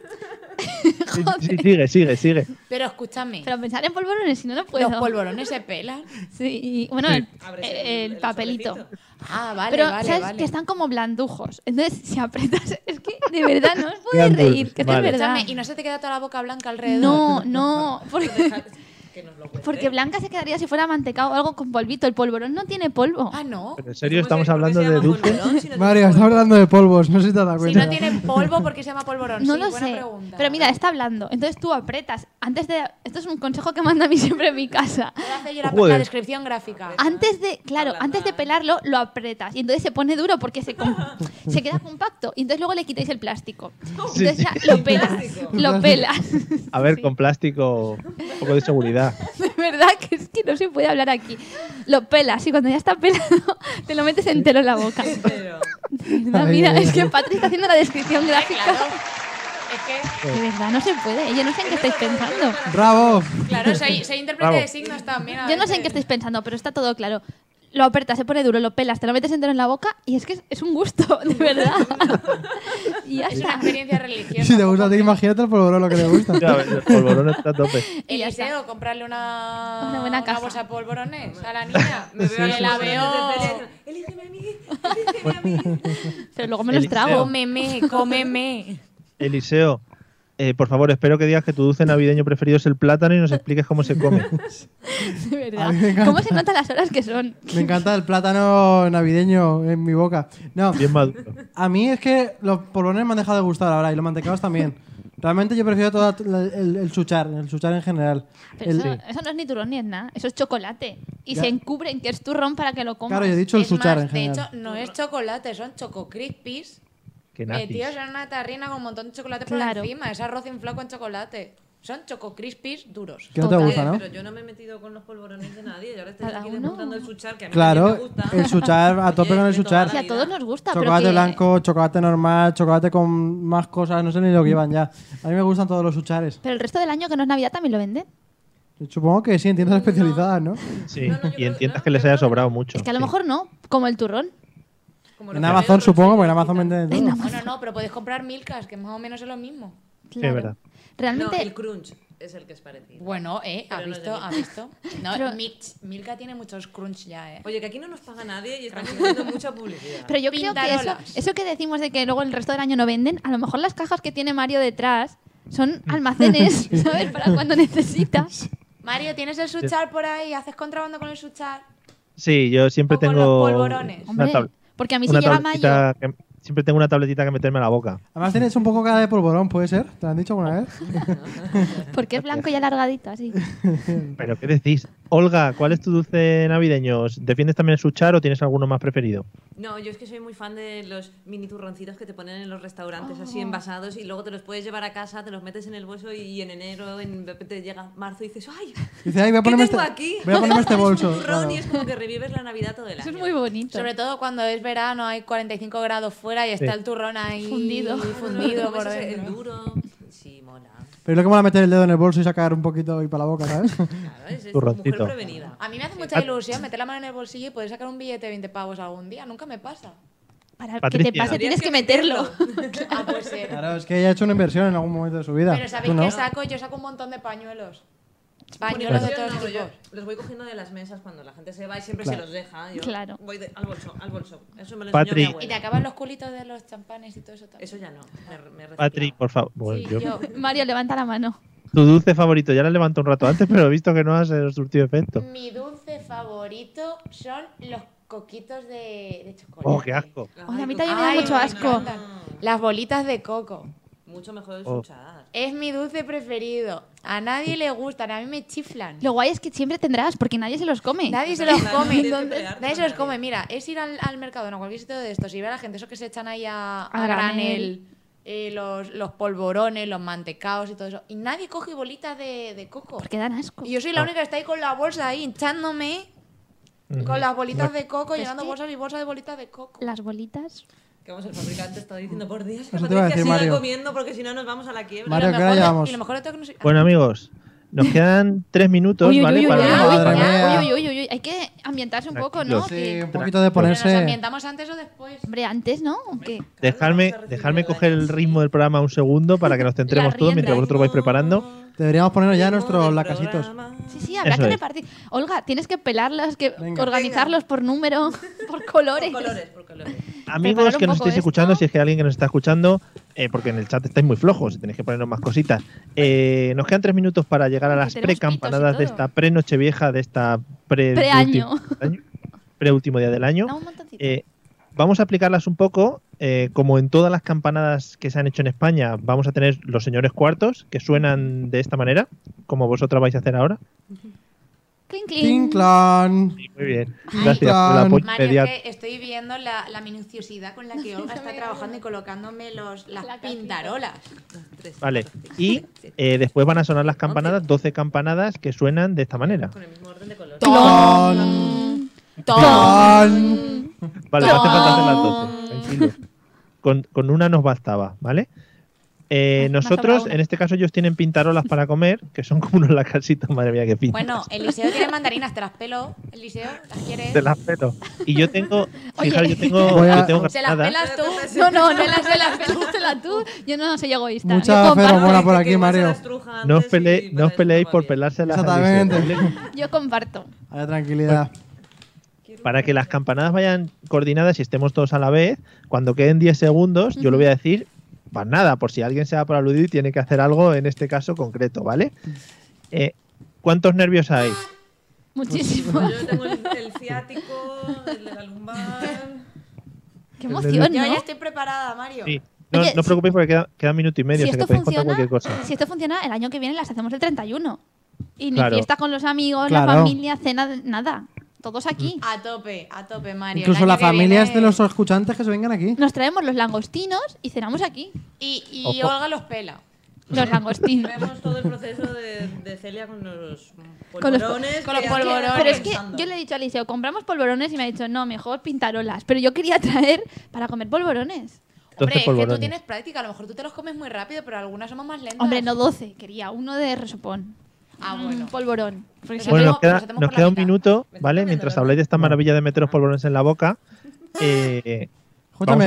Speaker 1: Sí, sí, sigue, sigue, sigue.
Speaker 6: Pero escúchame,
Speaker 4: Pero pensar en polvorones, si no, no puedo.
Speaker 6: los polvorones se pelan.
Speaker 4: Sí, y- bueno, el,
Speaker 5: Abres
Speaker 4: el- el papelito.
Speaker 5: sobrecito.
Speaker 6: Ah, vale,
Speaker 4: pero
Speaker 6: vale,
Speaker 4: sabes
Speaker 6: vale.
Speaker 4: que están como blandujos, entonces si apretas, [laughs] es que de verdad no os podéis
Speaker 1: Blandujos,
Speaker 4: reír, que esto
Speaker 1: vale.
Speaker 4: es verdad.
Speaker 6: Escúchame, y no se te queda toda la boca blanca alrededor.
Speaker 4: No, no, porque,
Speaker 5: Deja Que nos lo cuente.
Speaker 4: porque Blanca se quedaría si fuera mantecado o algo con polvito, el polvorón no tiene polvo.
Speaker 6: Ah, no.
Speaker 1: Pero en serio
Speaker 5: ¿Cómo
Speaker 1: estamos
Speaker 5: se- por qué
Speaker 1: hablando
Speaker 5: se
Speaker 1: de
Speaker 5: llama
Speaker 1: dulce.
Speaker 5: polvorón si no
Speaker 3: Mario,
Speaker 5: tiene
Speaker 3: está
Speaker 5: polvo?
Speaker 3: hablando de polvos, no sé si te has dado
Speaker 6: Si
Speaker 3: cuenta.
Speaker 6: no tienen polvo, ¿por qué se llama polvorón?
Speaker 4: No
Speaker 6: Sí,
Speaker 4: lo
Speaker 6: buena
Speaker 4: sé.
Speaker 6: pregunta.
Speaker 4: Pero mira, está hablando. Entonces tú apretas. Antes de. Esto es un consejo que manda a mí [laughs] siempre en mi casa.
Speaker 6: Voy a hacer yo la,
Speaker 1: Joder.
Speaker 6: la descripción gráfica.
Speaker 4: Antes de, claro,
Speaker 5: Habla
Speaker 4: antes de
Speaker 5: mal.
Speaker 4: pelarlo, lo apretas. Y entonces se pone duro porque se, com- se queda compacto. Y entonces luego le quitáis el plástico. Entonces ya lo pelas.
Speaker 5: Plástico.
Speaker 4: Lo pelas. [laughs]
Speaker 1: A ver, con plástico, un poco de seguridad.
Speaker 4: De verdad que es que no se puede hablar aquí. Lo pelas y cuando ya está pelado, [laughs] te lo metes entero en la boca. [laughs]
Speaker 5: Pero,
Speaker 4: De verdad,
Speaker 3: Ay,
Speaker 4: mira,
Speaker 3: ay,
Speaker 4: es
Speaker 3: ay.
Speaker 4: que Patrick está haciendo la descripción
Speaker 6: Claro.
Speaker 4: gráfica.
Speaker 6: Es que
Speaker 4: De verdad, no se puede. Yo no sé en qué estáis pensando.
Speaker 3: Bravo.
Speaker 6: Claro, soy, soy intérprete
Speaker 1: Bravo.
Speaker 6: de signos también. a
Speaker 4: Yo no sé en qué
Speaker 6: veces.
Speaker 4: estáis pensando, pero está todo claro. Lo apretas, se pone duro, lo pelas, te lo metes entero en la boca y es que es, es un gusto, [laughs] de verdad. y ya
Speaker 6: Es una
Speaker 4: está.
Speaker 3: [laughs]
Speaker 6: experiencia religiosa.
Speaker 3: Si te gusta,
Speaker 6: como
Speaker 3: a ti,
Speaker 6: que-
Speaker 3: imagínate el polvorón lo que le gusta.
Speaker 1: Ya ves, el polvorón está a tope.
Speaker 4: Y ya está.
Speaker 6: Eliseo, comprarle una,
Speaker 4: Una buena caja.
Speaker 6: bolsa de polvorones a la niña.
Speaker 5: me veo a los
Speaker 6: Que la
Speaker 5: polvorones
Speaker 6: veo.
Speaker 5: de Celia, Elígeme a mí, elígeme a mí.
Speaker 4: Pero luego me los
Speaker 1: Eliseo.
Speaker 4: trago.
Speaker 6: Cómeme, cómeme.
Speaker 1: Eliseo, eh, por favor, espero que digas que tu dulce navideño preferido es el plátano y nos expliques cómo se come.
Speaker 4: De
Speaker 3: A mí me
Speaker 4: verdad.
Speaker 3: encanta.
Speaker 4: [laughs] ¿Cómo se notan las horas que son?
Speaker 3: Me encanta el plátano navideño en mi boca. No,
Speaker 1: Bien maduro.
Speaker 3: a mí es que los polvorones me han dejado de gustar ahora y los mantecados también. Realmente yo prefiero toda la- el, el suchar, el suchar en general.
Speaker 4: Pero
Speaker 3: El-
Speaker 4: eso, eso no es ni turrón ni es nada, eso es chocolate. Y
Speaker 3: Ya.
Speaker 4: se encubren que es turrón para que lo comas.
Speaker 3: Claro, yo he dicho el
Speaker 6: Es
Speaker 3: suchar
Speaker 6: más,
Speaker 3: en
Speaker 6: de
Speaker 3: general.
Speaker 6: hecho, no es chocolate, son choco crispies
Speaker 1: Que nazis.
Speaker 5: Eh,
Speaker 6: metidos en una tarrina con un montón de chocolate
Speaker 4: Claro.
Speaker 6: por encima. Es arroz inflado con chocolate. Son choco crispies duros.
Speaker 3: Que no te
Speaker 4: Total.
Speaker 3: gusta, ¿no?
Speaker 5: Eh, Pero yo no me he metido con los polvorones de nadie. Y ahora estoy
Speaker 4: Cada
Speaker 5: aquí
Speaker 4: uno.
Speaker 5: demostrando el suchar, que a mí también
Speaker 3: Claro,
Speaker 5: me gusta.
Speaker 3: el suchar, a
Speaker 5: Oye,
Speaker 3: tope con el
Speaker 5: de toda
Speaker 3: suchar.
Speaker 5: la
Speaker 4: Si a todos nos gusta,
Speaker 3: Chocolate
Speaker 4: pero que-
Speaker 3: blanco, chocolate normal, chocolate con más cosas, no sé ni lo que llevan ya. A mí me gustan todos los suchares.
Speaker 4: Pero el resto del año que no es Navidad también lo venden.
Speaker 3: Supongo que sí, en tiendas especializadas, ¿no?
Speaker 1: Sí,
Speaker 5: No, no, yo
Speaker 1: y
Speaker 5: creo-
Speaker 1: entiendas
Speaker 5: no,
Speaker 1: que les
Speaker 5: yo
Speaker 1: haya
Speaker 5: creo-
Speaker 1: sobrado mucho.
Speaker 4: Es que a lo
Speaker 1: sí.
Speaker 4: mejor no, como el turrón.
Speaker 5: Como los
Speaker 3: En
Speaker 5: que
Speaker 3: Amazon,
Speaker 5: venden,
Speaker 3: supongo, porque en
Speaker 5: los
Speaker 3: Amazon
Speaker 5: chiquitos.
Speaker 3: venden de
Speaker 4: En
Speaker 3: todo.
Speaker 4: Amazon.
Speaker 6: Bueno, no, pero podéis comprar milkas, que más o menos es lo mismo.
Speaker 4: Claro.
Speaker 1: verdad.
Speaker 5: No,
Speaker 4: Realmente,
Speaker 5: el crunch es el que es parecido.
Speaker 6: Bueno, ¿eh? ¿Ha
Speaker 5: Pero no
Speaker 6: visto?
Speaker 5: es de
Speaker 6: ¿Ha visto? No,
Speaker 4: Pero-
Speaker 6: Milch- Milka tiene muchos crunch ya, ¿eh?
Speaker 5: Oye, que aquí no nos paga nadie y estamos haciendo mucha publicidad.
Speaker 4: pero yo creo que eso,
Speaker 6: Ah. Pintarolas.
Speaker 4: eso que decimos de que luego el resto del año no venden, a lo mejor las cajas que tiene Mario detrás
Speaker 1: [laughs]
Speaker 4: son almacenes, ¿sabes? Para cuando necesitas.
Speaker 6: Mario, ¿tienes el suchar por ahí? ¿Haces contrabando con el suchar?
Speaker 1: Sí, yo siempre
Speaker 6: O con los
Speaker 1: tengo.
Speaker 6: polvorones.
Speaker 1: una
Speaker 4: Hombre,
Speaker 1: tab-
Speaker 4: porque a mí si
Speaker 1: una
Speaker 4: llega mayo,
Speaker 1: tabletita que- siempre tengo una tabletita que meterme en la boca.
Speaker 3: Además tienes un poco cara de polvorón, ¿puede ser? ¿Te lo han dicho alguna vez?
Speaker 4: porque es blanco y alargadito así.
Speaker 1: Pero, ¿qué decís? Olga, ¿cuál es tu dulce navideño? ¿Defiendes también el suchar o tienes alguno más preferido?
Speaker 5: No, yo es que soy muy fan de ¿eh? los mini turroncitos que te ponen en los restaurantes
Speaker 4: Oh.
Speaker 5: así envasados y luego te los puedes llevar a casa, te los metes en el bolso y en enero, en te llega marzo y dices, ¡ay!
Speaker 3: Dice, ay, voy a
Speaker 5: ¿Qué
Speaker 3: ponerme
Speaker 5: tengo
Speaker 3: este,
Speaker 5: aquí?
Speaker 3: voy a ponerme este
Speaker 5: [laughs] Es un
Speaker 3: bolso.
Speaker 5: turrón
Speaker 3: claro.
Speaker 5: y es como que revives la Navidad todo el
Speaker 4: Eso
Speaker 5: año.
Speaker 4: es muy bonito.
Speaker 6: Sobre todo cuando es verano, hay 45 grados fuera y
Speaker 1: Sí.
Speaker 6: está el turrón ahí
Speaker 4: Fundido.
Speaker 5: [laughs]
Speaker 6: fundido por
Speaker 5: Comes ese-
Speaker 6: dentro.
Speaker 5: el duro. Sí, mola.
Speaker 3: Pero es lo que mola meter el dedo en el bolso y sacar un poquito y para la boca, ¿sabes?
Speaker 5: Claro, es, es mujer
Speaker 1: Turroncito.
Speaker 5: prevenida.
Speaker 6: A mí me hace mucha ilusión meter la mano en el bolsillo y poder sacar un billete de 20 pavos algún día. Nunca
Speaker 5: [laughs]
Speaker 6: me pasa.
Speaker 4: Para que
Speaker 1: Patricia.
Speaker 4: te pase tienes que meterlo.
Speaker 6: Ah, pues sí.
Speaker 3: Claro, es que ella ha hecho una inversión en algún momento de su vida.
Speaker 6: Pero
Speaker 3: Tú
Speaker 6: ¿sabéis
Speaker 3: no.
Speaker 6: qué saco? Yo saco un montón de pañuelos. Pañuelos de
Speaker 5: Yo
Speaker 6: todos
Speaker 5: no,
Speaker 6: tipos.
Speaker 5: yo los voy cogiendo de las mesas cuando la gente se va y siempre
Speaker 3: Claro.
Speaker 5: se los deja. Yo
Speaker 4: Claro.
Speaker 5: Voy de- al bolso, al bolso. Eso me lo enseñó
Speaker 1: Patri.
Speaker 5: mi
Speaker 6: Y te
Speaker 5: abuela.
Speaker 6: acaban los culitos de los champanes y todo eso también.
Speaker 5: Eso ya no. Me, me reciclaba.
Speaker 1: Patri, por favor. Bueno,
Speaker 6: Sí,
Speaker 1: yo-
Speaker 6: yo.
Speaker 4: [laughs] Mario, levanta la mano.
Speaker 1: Tu dulce favorito, ya la levanto un rato antes, pero he visto que no has eh, surtido
Speaker 5: Mm.
Speaker 1: efecto.
Speaker 6: Mi dulce favorito son los coquitos de, de chocolate.
Speaker 1: Oh, qué asco.
Speaker 4: Oye, a mí
Speaker 5: Ay,
Speaker 4: también me da
Speaker 6: Ay,
Speaker 4: mucho
Speaker 6: me
Speaker 4: asco.
Speaker 6: encantan. Las bolitas de coco.
Speaker 5: Mucho mejor el
Speaker 1: Oh.
Speaker 5: suchar.
Speaker 6: Es mi dulce preferido. A nadie le gustan, a mí me chiflan.
Speaker 4: Lo guay es que siempre tendrás, porque nadie se los come.
Speaker 6: Nadie se los
Speaker 5: Claro,
Speaker 6: come.
Speaker 5: tienes que pelearte
Speaker 6: Nadie se
Speaker 5: con
Speaker 6: los come.
Speaker 5: nadie.
Speaker 6: Mira, es ir al, al mercado, no, cualquier sitio de estos, y ver a la gente, esos que se echan ahí a,
Speaker 4: A
Speaker 6: a
Speaker 4: granel.
Speaker 6: granel, eh, los, los polvorones, los mantecaos y todo eso. Y nadie coge bolitas de, de coco.
Speaker 4: Porque dan asco.
Speaker 6: Y yo soy
Speaker 3: Ah.
Speaker 6: la única que está ahí con la bolsa ahí, hinchándome con las bolitas de coco, llenando bolsas y bolsas de bolitas de coco.
Speaker 4: Las bolitas.
Speaker 5: Que vamos, el fabricante está diciendo, por Dios, que
Speaker 3: Eso te iba a decir,
Speaker 5: Patricia siga
Speaker 3: Mario.
Speaker 5: comiendo porque si no nos vamos a la quiebra.
Speaker 3: Mario, ¿qué
Speaker 6: Lo
Speaker 3: hora
Speaker 6: mejor de-
Speaker 3: llevamos? Pues
Speaker 6: Y lo mejor de todo que no soy-
Speaker 1: Bueno, amigos, nos
Speaker 4: [laughs]
Speaker 1: quedan tres minutos,
Speaker 4: Uy, uy,
Speaker 1: ¿vale?
Speaker 4: uy, uy,
Speaker 1: para-
Speaker 4: uy,
Speaker 3: Madre
Speaker 4: uy,
Speaker 3: mía.
Speaker 4: uy, uy, uy, uy. Hay que ambientarse un poco, ¿no?
Speaker 1: Tranquilos.
Speaker 3: Sí,
Speaker 4: Que-
Speaker 3: un poquito de
Speaker 6: Pero nos
Speaker 3: ponerse...
Speaker 6: ambientamos antes o después.
Speaker 4: hombre, antes, ¿no? ¿O qué?
Speaker 1: Dejarme, dejarme coger el ritmo del programa un segundo para que nos centremos
Speaker 4: [laughs] La
Speaker 1: todos mientras
Speaker 4: rienda.
Speaker 1: vosotros vais preparando.
Speaker 3: Deberíamos ponernos ya
Speaker 5: Ritmo
Speaker 3: nuestros
Speaker 5: del
Speaker 3: lacasitos.
Speaker 5: programa.
Speaker 4: Sí, sí, habrá
Speaker 1: Eso
Speaker 4: que
Speaker 1: es.
Speaker 4: repartir. Olga, tienes que pelarlos, que
Speaker 3: Venga.
Speaker 4: organizarlos por
Speaker 5: [laughs]
Speaker 4: número, [laughs] por colores.
Speaker 5: Por colores, por colores.
Speaker 1: Amigos
Speaker 4: un
Speaker 1: que nos
Speaker 4: poco
Speaker 1: estáis
Speaker 4: esto.
Speaker 1: escuchando, si es que hay alguien que nos está escuchando, eh, porque en el chat estáis muy flojos, tenéis que ponernos más cositas. Eh, nos quedan tres minutos para llegar a
Speaker 4: Porque
Speaker 1: las
Speaker 4: tenemos pitos y
Speaker 1: pre-campanadas de
Speaker 4: todo.
Speaker 1: esta pre-noche vieja, de esta pre
Speaker 4: Preaño.
Speaker 1: último año, pre-último día del año.
Speaker 4: Da un montoncito.
Speaker 1: Eh, vamos a aplicarlas un poco. eh, como en todas las campanadas que se han hecho en España, vamos a tener los señores cuartos que suenan de esta manera, como vosotras vais a hacer ahora.
Speaker 4: Clink, clink.
Speaker 3: Tinclan.
Speaker 1: Muy bien.
Speaker 3: Ay,
Speaker 1: Gracias por el
Speaker 3: Fran.
Speaker 1: apoyo
Speaker 6: Mario,
Speaker 1: inmediato.
Speaker 6: es que estoy viendo la, la
Speaker 4: [laughs]
Speaker 6: minuciosidad con la que Olga está trabajando y colocándome los, las
Speaker 4: La cajita.
Speaker 6: pintarolas.
Speaker 5: Tres,
Speaker 1: [laughs] Vale.
Speaker 5: cuatro, cinco,
Speaker 1: Y
Speaker 5: seis, siete.
Speaker 1: eh, después van a sonar las campanadas, 12 campanadas que suenan de esta manera.
Speaker 5: Con el mismo
Speaker 1: [laughs]
Speaker 5: orden de colores.
Speaker 3: Ton. Ton.
Speaker 1: Vale, no hace falta hacer las 12. tranquilo. Con, con una nos bastaba, ¿vale? Eh,
Speaker 4: Me ha sobrado
Speaker 1: nosotros,
Speaker 4: una.
Speaker 1: en este caso, ellos tienen pintarolas para comer, que son como unos [laughs] lacasitos, madre mía, que pintas.
Speaker 6: Bueno, Eliseo tiene mandarinas, te las pelo. Eliseo, ¿las quieres?
Speaker 1: Te las pelo. Y yo tengo.
Speaker 4: Oye.
Speaker 1: Fijaros, yo tengo.
Speaker 3: Voy a-
Speaker 1: yo tengo
Speaker 6: Se las
Speaker 1: granadas.
Speaker 6: pelas tú.
Speaker 4: No, no, no las pelas, pelásela tú. Yo no soy egoísta.
Speaker 3: Mucha
Speaker 4: yo comparto,
Speaker 3: feromona. Hola, por
Speaker 5: Que
Speaker 3: aquí,
Speaker 5: igual se
Speaker 3: Mario.
Speaker 5: las truja
Speaker 1: No os,
Speaker 5: antes y
Speaker 1: peleéis-
Speaker 5: para
Speaker 1: no os
Speaker 5: eso
Speaker 1: peleéis
Speaker 5: va
Speaker 1: por
Speaker 5: bien.
Speaker 1: pelárselas a
Speaker 3: Exactamente.
Speaker 1: Eliseo, ¿vale?
Speaker 4: yo comparto.
Speaker 3: Ahora tranquilidad.
Speaker 1: Para que las campanadas vayan coordinadas y estemos todos a la vez, cuando queden 10 segundos, yo lo voy a decir para nada, por si alguien se va por aludido y tiene que hacer algo en este caso concreto, ¿vale? Eh, ¿Cuántos nervios hay?
Speaker 4: Muchísimo.
Speaker 5: Yo tengo el, el ciático, el de la lumbar.
Speaker 4: [laughs] Qué emoción,
Speaker 6: Yo
Speaker 4: ¿no?
Speaker 6: ya estoy preparada, Mario.
Speaker 1: Sí. No,
Speaker 4: Oye,
Speaker 1: no os preocupéis porque queda, queda un minuto y medio,
Speaker 4: si
Speaker 1: o sea que
Speaker 4: esto,
Speaker 1: podéis contar
Speaker 4: funciona,
Speaker 1: cualquier cosa.
Speaker 4: si esto funciona, el año que viene las hacemos el 31. Y ni
Speaker 1: Claro.
Speaker 4: fiesta con los amigos,
Speaker 3: Claro.
Speaker 4: la familia, cena, nada. Todos aquí.
Speaker 1: Mm.
Speaker 6: A tope, a tope, Mario. El
Speaker 3: Incluso
Speaker 6: año
Speaker 3: las
Speaker 6: que
Speaker 3: familias
Speaker 6: viene-
Speaker 3: de los escuchantes que se vengan aquí.
Speaker 4: Nos traemos los langostinos y cenamos aquí.
Speaker 6: Y, y
Speaker 1: Ojo.
Speaker 6: Olga los pela.
Speaker 1: [laughs]
Speaker 4: Los langostinos.
Speaker 5: Vemos todo el proceso de, de Celia con los
Speaker 4: Con los-
Speaker 5: polvorones.
Speaker 6: con los
Speaker 5: que-
Speaker 6: polvorones.
Speaker 4: Pero es que
Speaker 5: pensando.
Speaker 4: yo le he dicho a Eliseo, compramos polvorones y me ha dicho, no, mejor pintarolas. Pero yo quería traer para comer polvorones.
Speaker 1: Entonces,
Speaker 6: Hombre, es que tú
Speaker 1: este polvorones.
Speaker 6: tienes práctica, a lo mejor tú te los comes muy rápido, pero algunas somos más lentas.
Speaker 4: Hombre, no 12, quería uno de resopón.
Speaker 6: Ah,
Speaker 4: Un
Speaker 6: bueno.
Speaker 4: polvorón. Porque si
Speaker 6: Bueno,
Speaker 1: Bueno,
Speaker 4: no-
Speaker 6: Nos
Speaker 1: nos queda,
Speaker 6: hacemos
Speaker 1: nos
Speaker 6: por la
Speaker 1: queda un
Speaker 6: mitad.
Speaker 1: minuto,
Speaker 5: Me
Speaker 1: ¿vale?
Speaker 5: está poniendo
Speaker 1: Mientras
Speaker 5: nerviosa.
Speaker 1: habláis de esta maravilla de meteros polvorones en la boca. eh,
Speaker 3: Escúchame,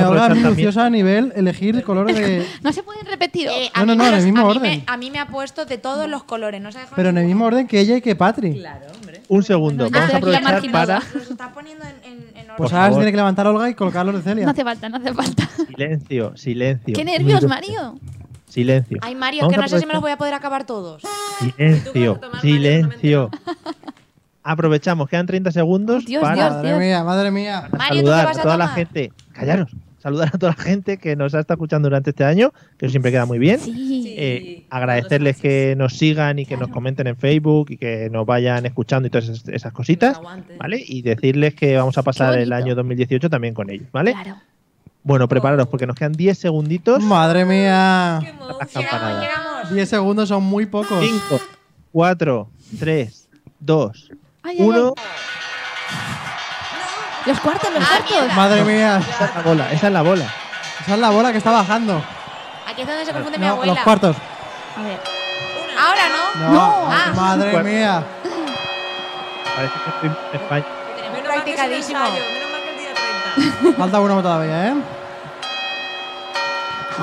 Speaker 1: Vamos a
Speaker 3: ahora es
Speaker 1: aprovechar también-
Speaker 3: minuciosa a nivel elegir el color
Speaker 6: [laughs]
Speaker 3: de.
Speaker 4: no se pueden repetir. oh,
Speaker 6: Eh,
Speaker 3: No,
Speaker 6: a
Speaker 3: no,
Speaker 6: mí
Speaker 3: no,
Speaker 6: me
Speaker 3: en el
Speaker 6: los-
Speaker 3: mismo
Speaker 6: a mí me-
Speaker 3: orden.
Speaker 6: a mí me ha puesto de todos los colores, no se ha dejado
Speaker 3: Pero en el
Speaker 6: ninguno.
Speaker 3: mismo orden que ella y que Patri.
Speaker 5: Claro, hombre.
Speaker 1: un segundo,
Speaker 4: Bueno,
Speaker 1: vamos
Speaker 4: ya
Speaker 1: a
Speaker 4: estoy Ah, aquí
Speaker 1: aprovechar
Speaker 4: marginada.
Speaker 1: para.
Speaker 6: Los estás poniendo en, en- en
Speaker 3: Pues
Speaker 1: Por
Speaker 3: ahora
Speaker 6: orden.
Speaker 3: se
Speaker 1: favor.
Speaker 3: tiene que levantar Olga y colocar los de Celia.
Speaker 4: No hace falta, no hace
Speaker 6: [laughs]
Speaker 4: falta.
Speaker 1: Silencio, silencio.
Speaker 4: ¡Qué nervios, Mario!
Speaker 1: Silencio.
Speaker 6: Ay, Mario,
Speaker 1: Vamos
Speaker 6: que
Speaker 1: a
Speaker 6: no sé si me los
Speaker 1: aprovechar-
Speaker 6: voy a poder acabar todos.
Speaker 1: Silencio,
Speaker 5: tomar, Mario,
Speaker 1: silencio. Aprovechamos, quedan 30 segundos
Speaker 4: Dios,
Speaker 1: para
Speaker 4: Dios.
Speaker 3: Madre mía, madre mía.
Speaker 6: Mario, ¿tú qué
Speaker 1: saludar a
Speaker 6: vas a
Speaker 1: toda la
Speaker 6: tomar?
Speaker 1: gente. Callaros. Saludar a toda la gente que nos ha estado escuchando durante este año, que siempre queda muy bien.
Speaker 4: Sí.
Speaker 1: Eh,
Speaker 5: Sí,
Speaker 1: agradecerles
Speaker 5: todos
Speaker 1: que nos sigan y que nos comenten en Facebook y que nos vayan escuchando y todas esas, esas cositas,
Speaker 5: Nos aguanten.
Speaker 1: ¿vale? Y decirles que vamos a pasar
Speaker 4: Qué
Speaker 1: el
Speaker 4: bonito.
Speaker 1: año 2018 también con ellos, ¿vale?
Speaker 4: Claro.
Speaker 1: Bueno, prepararos porque nos quedan 10 segunditos.
Speaker 3: Madre mía.
Speaker 5: Qué emoción.
Speaker 1: Las campanadas.
Speaker 6: Llegamos.
Speaker 3: 10 segundos son muy pocos.
Speaker 1: 5, 4, 3, 2,
Speaker 4: Ay, ay,
Speaker 1: 1.
Speaker 4: ay. Los cuartos,
Speaker 6: Ah,
Speaker 4: los cuartos.
Speaker 3: Madre mía.
Speaker 1: Esa es la bola, esa es la bola.
Speaker 3: Esa es la bola que está bajando.
Speaker 6: Aquí es donde se confunde mi
Speaker 3: No,
Speaker 6: abuela.
Speaker 3: los cuartos.
Speaker 4: A ver,
Speaker 6: Ahora no.
Speaker 3: No.
Speaker 6: Ah.
Speaker 3: Madre
Speaker 1: Cuarto.
Speaker 3: mía.
Speaker 1: Parece que estoy en España.
Speaker 5: Menos mal que es un
Speaker 6: Practicadísimo.
Speaker 5: ensayo, Menos mal que el día
Speaker 6: [laughs]
Speaker 5: 30.
Speaker 3: Falta uno todavía, ¿eh?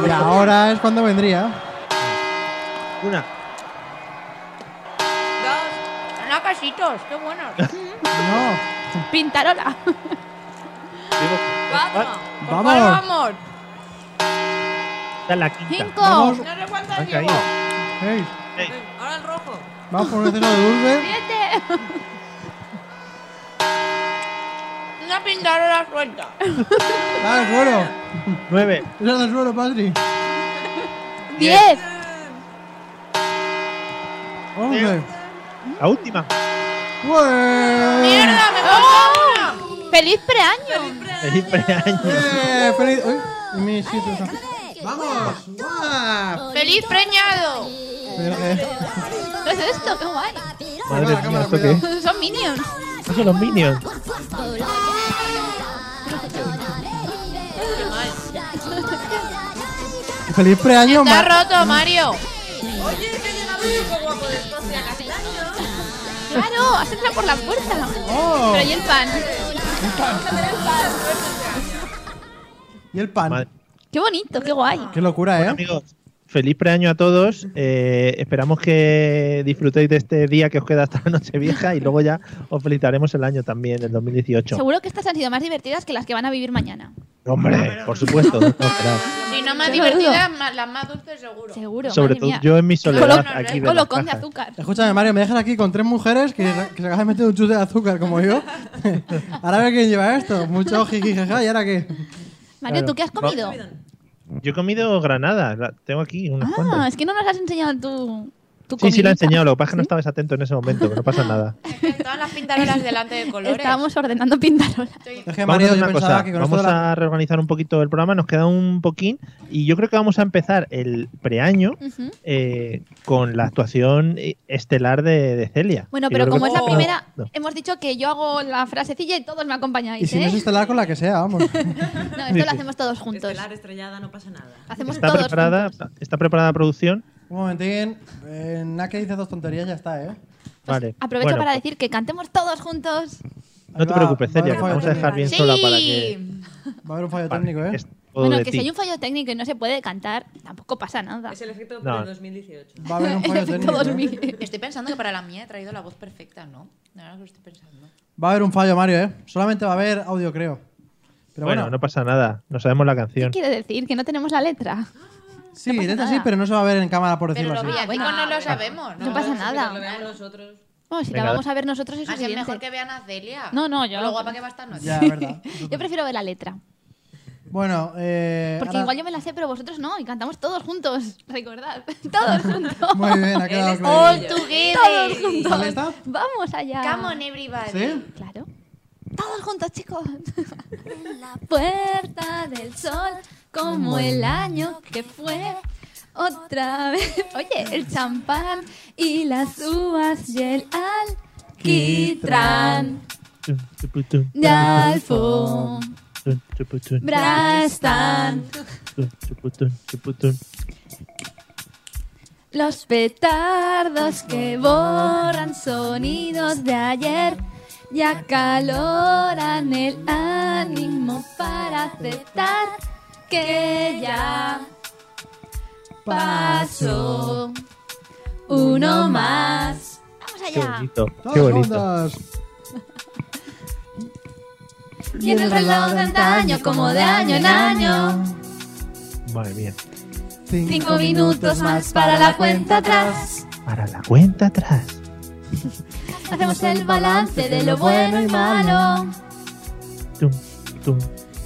Speaker 3: Y ahora es cuando vendría.
Speaker 1: Una.
Speaker 5: Dos.
Speaker 6: No, casitos,
Speaker 3: [laughs]
Speaker 6: qué buenos.
Speaker 3: No.
Speaker 4: pintarola.
Speaker 1: digo,
Speaker 5: Cuatro.
Speaker 6: ¿Por cuál
Speaker 3: Vamos.
Speaker 6: vamos?
Speaker 1: esta es la quinta.
Speaker 3: Vamos.
Speaker 4: Cinco,
Speaker 5: No sé cuántas
Speaker 1: Han
Speaker 5: llevo.
Speaker 1: caído.
Speaker 3: Hey,
Speaker 1: Seis,
Speaker 5: Ahora el rojo.
Speaker 3: vamos por un exceso de dulce.
Speaker 4: siete.
Speaker 6: Una pintarola suelta.
Speaker 3: Dale al suelo.
Speaker 1: nueve,
Speaker 3: Dale al suelo, Patri.
Speaker 4: Diez.
Speaker 3: 11.
Speaker 1: la última.
Speaker 3: Pues,
Speaker 6: ¡Mierda, me falta una!
Speaker 4: ¡Feliz preaño!
Speaker 1: Feliz preaño.
Speaker 3: ¡Eh! ¡Feliz! ¡Uy! y mi sitio está- ¡Vamos! ¡Guau!
Speaker 6: ¡Feliz preñado!
Speaker 3: Pero, eh,
Speaker 4: ¿Qué es esto? ¡Qué guay!
Speaker 3: Ahí va
Speaker 1: Madre
Speaker 3: la
Speaker 1: mía,
Speaker 3: cámara,
Speaker 1: ¿esto qué es?
Speaker 4: [laughs] Son minions.
Speaker 1: Estos son los Minions.
Speaker 3: ¡Feliz preaño,
Speaker 6: ¡Está
Speaker 3: Mar!
Speaker 6: roto, Mario!
Speaker 4: Claro, has entrado por la puerta.
Speaker 3: ¡Oh!
Speaker 4: Pero y el pan.
Speaker 3: Y el pan.
Speaker 1: Madre-
Speaker 4: Qué bonito, qué guay.
Speaker 3: ¡Qué locura, eh!
Speaker 1: Amigos, feliz preaño a todos. Eh, esperamos que disfrutéis de este día que os queda hasta la noche vieja y luego ya os felicitaremos el año también, el 2018.
Speaker 4: Seguro que estas han sido más divertidas que las que van a vivir mañana.
Speaker 1: Hombre, por supuesto. no, no, claro.
Speaker 6: Si no más
Speaker 4: Yo lo dudo.
Speaker 6: divertidas, ma- las más dulces seguro.
Speaker 4: Seguro.
Speaker 1: Sobre
Speaker 4: madre
Speaker 1: todo
Speaker 4: mía.
Speaker 1: yo en mi soledad
Speaker 6: Colocón,
Speaker 1: aquí
Speaker 6: ¿eh?
Speaker 1: de la
Speaker 4: Colocón de
Speaker 1: caja.
Speaker 4: azúcar.
Speaker 3: Escúchame, Mario, me dejas aquí con tres mujeres que, que se acaban de meter un chute de azúcar como yo. ahora a ver quién lleva esto. Mucho jiji, jaja, ¿y ahora qué?
Speaker 4: Mario,
Speaker 1: Claro.
Speaker 4: ¿tú qué has comido?
Speaker 1: Yo he comido granada, la- tengo aquí unas
Speaker 4: Ah,
Speaker 1: cuantas.
Speaker 4: es que no nos has enseñado tu, tu
Speaker 1: Sí, sí, la he
Speaker 4: comidita.
Speaker 1: enseñado, lo que pasa es que no estabas atento en ese momento, que no pasa nada.
Speaker 6: [laughs] Todas las pintarolas delante de colores.
Speaker 4: Estábamos ordenando pintarolas.
Speaker 3: Es que
Speaker 1: Vamos a
Speaker 3: Mario,
Speaker 1: hacer
Speaker 3: yo
Speaker 1: una
Speaker 3: pensaba
Speaker 1: cosa,
Speaker 3: que con esto
Speaker 1: vamos
Speaker 3: de la-
Speaker 1: a reorganizar un poquito el programa, nos queda un poquín y yo creo que vamos a empezar el preaño
Speaker 4: Ujú.
Speaker 1: eh, con la actuación eh, estelar de, de Celia.
Speaker 4: Bueno,
Speaker 1: Que
Speaker 4: pero
Speaker 1: yo creo
Speaker 4: como
Speaker 1: que-
Speaker 4: es
Speaker 1: no,
Speaker 4: la primera,
Speaker 1: no.
Speaker 4: hemos dicho que yo hago la frasecilla y todos me acompañáis,
Speaker 3: Y si no
Speaker 4: ¿eh?
Speaker 3: es estelar con la que sea, vamos.
Speaker 4: No, esto lo hacemos todos juntos.
Speaker 5: Estelar, estrellada, no pasa nada.
Speaker 4: Hacemos
Speaker 1: ¿Está
Speaker 4: todos
Speaker 1: preparada,
Speaker 4: juntos.
Speaker 1: ¿Está preparada la producción?
Speaker 3: Un momentín. Eh, nada que dices dos tonterías, ya está, ¿eh?
Speaker 4: Pues
Speaker 1: vale.
Speaker 4: Aprovecho
Speaker 1: bueno,
Speaker 4: para decir que cantemos todos juntos.
Speaker 1: No te
Speaker 3: Ahí va,
Speaker 1: preocupes,
Speaker 3: va a
Speaker 1: Celia,
Speaker 3: haber
Speaker 1: que
Speaker 3: fallo
Speaker 1: vamos a dejar
Speaker 3: técnico.
Speaker 1: bien
Speaker 4: Sí.
Speaker 1: sola para que.
Speaker 3: Va a haber un fallo
Speaker 1: para
Speaker 3: técnico,
Speaker 1: que
Speaker 3: ¿eh?
Speaker 1: es todo
Speaker 4: Bueno,
Speaker 1: de
Speaker 4: que
Speaker 1: ti.
Speaker 4: si hay un fallo técnico y no se puede cantar, tampoco pasa nada. [laughs]
Speaker 5: Es el efecto
Speaker 1: No.
Speaker 5: del 2018.
Speaker 3: Va a haber un fallo
Speaker 4: Efecto
Speaker 3: técnico. ¿eh?
Speaker 4: 2000.
Speaker 6: [laughs] Estoy pensando que para la mía he traído la voz perfecta, ¿no? De verdad que lo estoy pensando.
Speaker 3: Va a haber un fallo, Mario, ¿eh? Solamente va a haber audio, creo. Pero
Speaker 1: Bueno,
Speaker 3: bueno,
Speaker 1: no pasa nada, no sabemos la
Speaker 4: ¿Qué
Speaker 1: canción.
Speaker 4: quiere decir? ¿Que no tenemos la letra?
Speaker 3: sí,
Speaker 4: pasa
Speaker 3: neta sí,
Speaker 4: nada.
Speaker 3: pero no se va a ver en cámara, por
Speaker 6: Pero
Speaker 3: decirlo
Speaker 6: lo
Speaker 3: así.
Speaker 6: villancicos
Speaker 4: Ah, bueno.
Speaker 6: no lo sabemos, ¿no?
Speaker 4: No pasa nada.
Speaker 5: Lo veamos nosotros.
Speaker 4: Bueno, si la
Speaker 1: Venga,
Speaker 4: vamos a ver nosotros es
Speaker 3: Ah,
Speaker 6: Así Ah, es
Speaker 4: suficiente.
Speaker 6: mejor que vean a Celia.
Speaker 4: No, no, yo-
Speaker 6: Lo guapa que va a estar noche.
Speaker 3: Ya,
Speaker 4: [laughs]
Speaker 3: verdad.
Speaker 4: Yo prefiero ver la letra.
Speaker 3: Bueno, eh.
Speaker 4: Porque
Speaker 3: ahora-
Speaker 4: igual yo me la sé, pero vosotros no. Y cantamos todos juntos. [laughs] Recordad. Todos juntos.
Speaker 3: [laughs] Muy bien, ha quedado
Speaker 5: Él
Speaker 3: claro.
Speaker 5: es-
Speaker 4: Todos
Speaker 6: together.
Speaker 4: juntos.
Speaker 3: ¿Vale, está?
Speaker 4: [laughs] Vamos allá.
Speaker 6: Come on, everybody.
Speaker 3: ¿Sí?
Speaker 4: Claro. Todos juntos, chicos. [laughs] En la puerta del sol, como el año que fue. otra vez. [laughs] Oye, el champán y las uvas y el alquitrán de alfombra están los petardos que borran sonidos de ayer y acaloran el ánimo para aceptar que ya pasó uno más. Vamos
Speaker 1: Qué
Speaker 4: allá.
Speaker 1: bonito, qué
Speaker 3: Todos
Speaker 1: bonito.
Speaker 3: juntos.
Speaker 4: Y en el reloj de antaño, como de año en año,
Speaker 1: Madre mía.
Speaker 4: cinco minutos más para la cuenta atrás.
Speaker 1: Para la cuenta atrás.
Speaker 4: Hacemos el balance de lo bueno y malo.
Speaker 1: Tum, tum.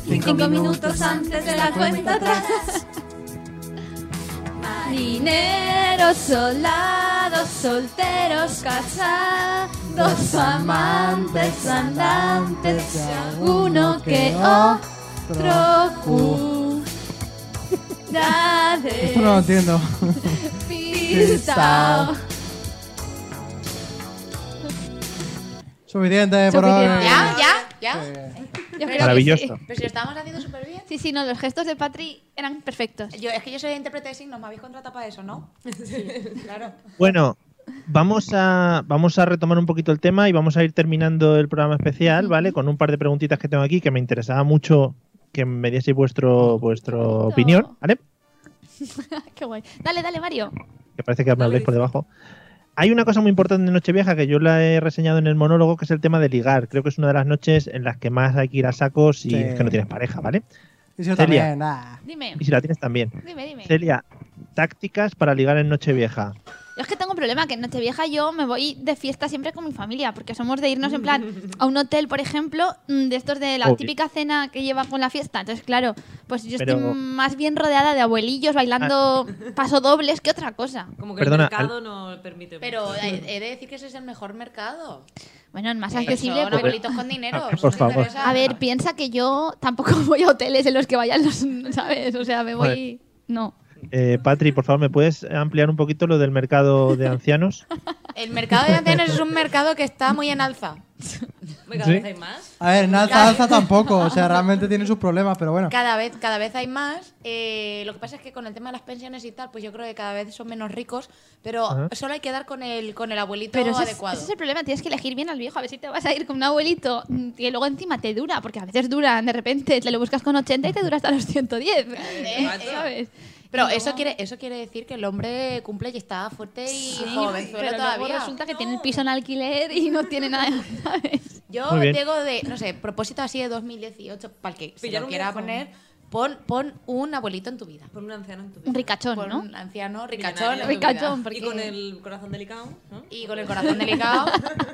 Speaker 4: Cinco minutos antes de la cuenta atrás. Mineros, soldados, solteros, casados, amantes, andantes, y alguno que otro
Speaker 3: Esto no lo
Speaker 4: cuidades,
Speaker 3: entiendo. [laughs]
Speaker 4: pisao.
Speaker 3: Suficiente eh, por hoy.
Speaker 4: Suficiente.
Speaker 6: ¿Ya? ¿Ya? ¿Ya?
Speaker 4: Yo creo que
Speaker 1: Maravilloso.
Speaker 6: Pero si lo estábamos haciendo súper bien.
Speaker 4: Sí, sí, sí, no, los gestos de Patri eran perfectos.
Speaker 6: Yo, es que yo soy intérprete de signos, me habéis contratado para eso, ¿no? [laughs] Sí, claro.
Speaker 1: Bueno, vamos a, vamos a retomar un poquito el tema y vamos a ir terminando el programa especial, ¿vale? Con un par de preguntitas que tengo aquí que me interesaba mucho que me dieseis vuestro, vuestro
Speaker 4: bonito.
Speaker 1: opinión, ¿vale?
Speaker 4: Qué guay. Dale, dale, Mario.
Speaker 1: que parece que me habláis por debajo. Hay una cosa muy importante en Nochevieja que yo la he reseñado en el monólogo, que es el tema de ligar. Creo que es una de las noches en las que más hay que ir a sacos y
Speaker 3: Sí.
Speaker 1: es que no tienes pareja, ¿vale?
Speaker 3: Y si no,
Speaker 1: Celia.
Speaker 3: también, ah.
Speaker 4: Dime,
Speaker 1: Y si la tienes también.
Speaker 4: dime, dime.
Speaker 1: Celia, tácticas para ligar en Nochevieja.
Speaker 4: Yo es que tengo un problema, que en Nochevieja yo me voy de fiesta siempre con mi familia, porque somos de irnos en
Speaker 6: [laughs]
Speaker 4: plan a un hotel, por ejemplo, mm, de estos de la
Speaker 1: Obvio.
Speaker 4: típica cena que llevan con la fiesta. Entonces, claro, pues yo
Speaker 1: Pero- Ah.
Speaker 4: estoy más bien rodeada de abuelillos bailando pasodobles que otra cosa.
Speaker 5: Como que
Speaker 1: Perdona,
Speaker 5: el mercado no permite.
Speaker 6: Pero eh, he de decir que ese es el mejor mercado.
Speaker 4: Bueno, es más
Speaker 6: Eso,
Speaker 4: accesible.
Speaker 6: Son
Speaker 4: pero-
Speaker 6: abuelitos con dinero.
Speaker 1: Ah, por
Speaker 6: son de
Speaker 1: favor.
Speaker 6: interesa-
Speaker 4: A ver, piensa que yo tampoco [laughs] voy a hoteles en los que vayan los, ¿sabes? O sea, me
Speaker 1: Joder.
Speaker 4: voy... No.
Speaker 1: Eh, Patri, por favor, ¿me puedes ampliar un poquito lo del mercado de ancianos?
Speaker 6: El mercado de ancianos es un mercado que está muy en alza.
Speaker 5: Venga,
Speaker 1: ¿Sí?
Speaker 5: vez hay más.
Speaker 3: A ver, en alza, alza tampoco. O sea, realmente tiene sus problemas, pero bueno.
Speaker 6: Cada vez, cada vez hay más. Eh, lo que pasa es que con el tema de las pensiones y tal, pues yo creo que cada vez son menos ricos, pero
Speaker 1: Ajá.
Speaker 6: solo hay que dar con el, con el abuelito
Speaker 4: Pero ese es,
Speaker 6: adecuado.
Speaker 4: ese es el problema, tienes que elegir bien al viejo, a ver si te vas a ir con un abuelito mm, que luego encima te dura, porque a veces duran, de repente te lo buscas con 80 y te dura hasta los 110. [laughs] ¿Sabes?
Speaker 6: Pero eso quiere, eso quiere decir que el hombre cumple y está fuerte y jovenzuelo
Speaker 4: pero luego
Speaker 6: todavía.
Speaker 4: resulta que tiene el piso en alquiler y no tiene nada, ¿sabes?
Speaker 6: Yo
Speaker 1: Muy bien.
Speaker 6: digo de, no sé, propósito así de 2018, para el que se
Speaker 5: Pillar
Speaker 6: lo
Speaker 5: un
Speaker 6: quiera
Speaker 5: viejo.
Speaker 6: poner, pon, pon un abuelito en tu vida.
Speaker 5: Pon un anciano en tu vida.
Speaker 4: Un ricachón,
Speaker 6: Pon
Speaker 4: ¿no?
Speaker 6: un anciano ricachón.
Speaker 5: Millonario en tu
Speaker 6: en tu vida.
Speaker 4: Ricachón.
Speaker 5: Y
Speaker 4: porque-
Speaker 5: con el corazón delicado, ¿no?
Speaker 6: Y con el corazón delicado. [laughs]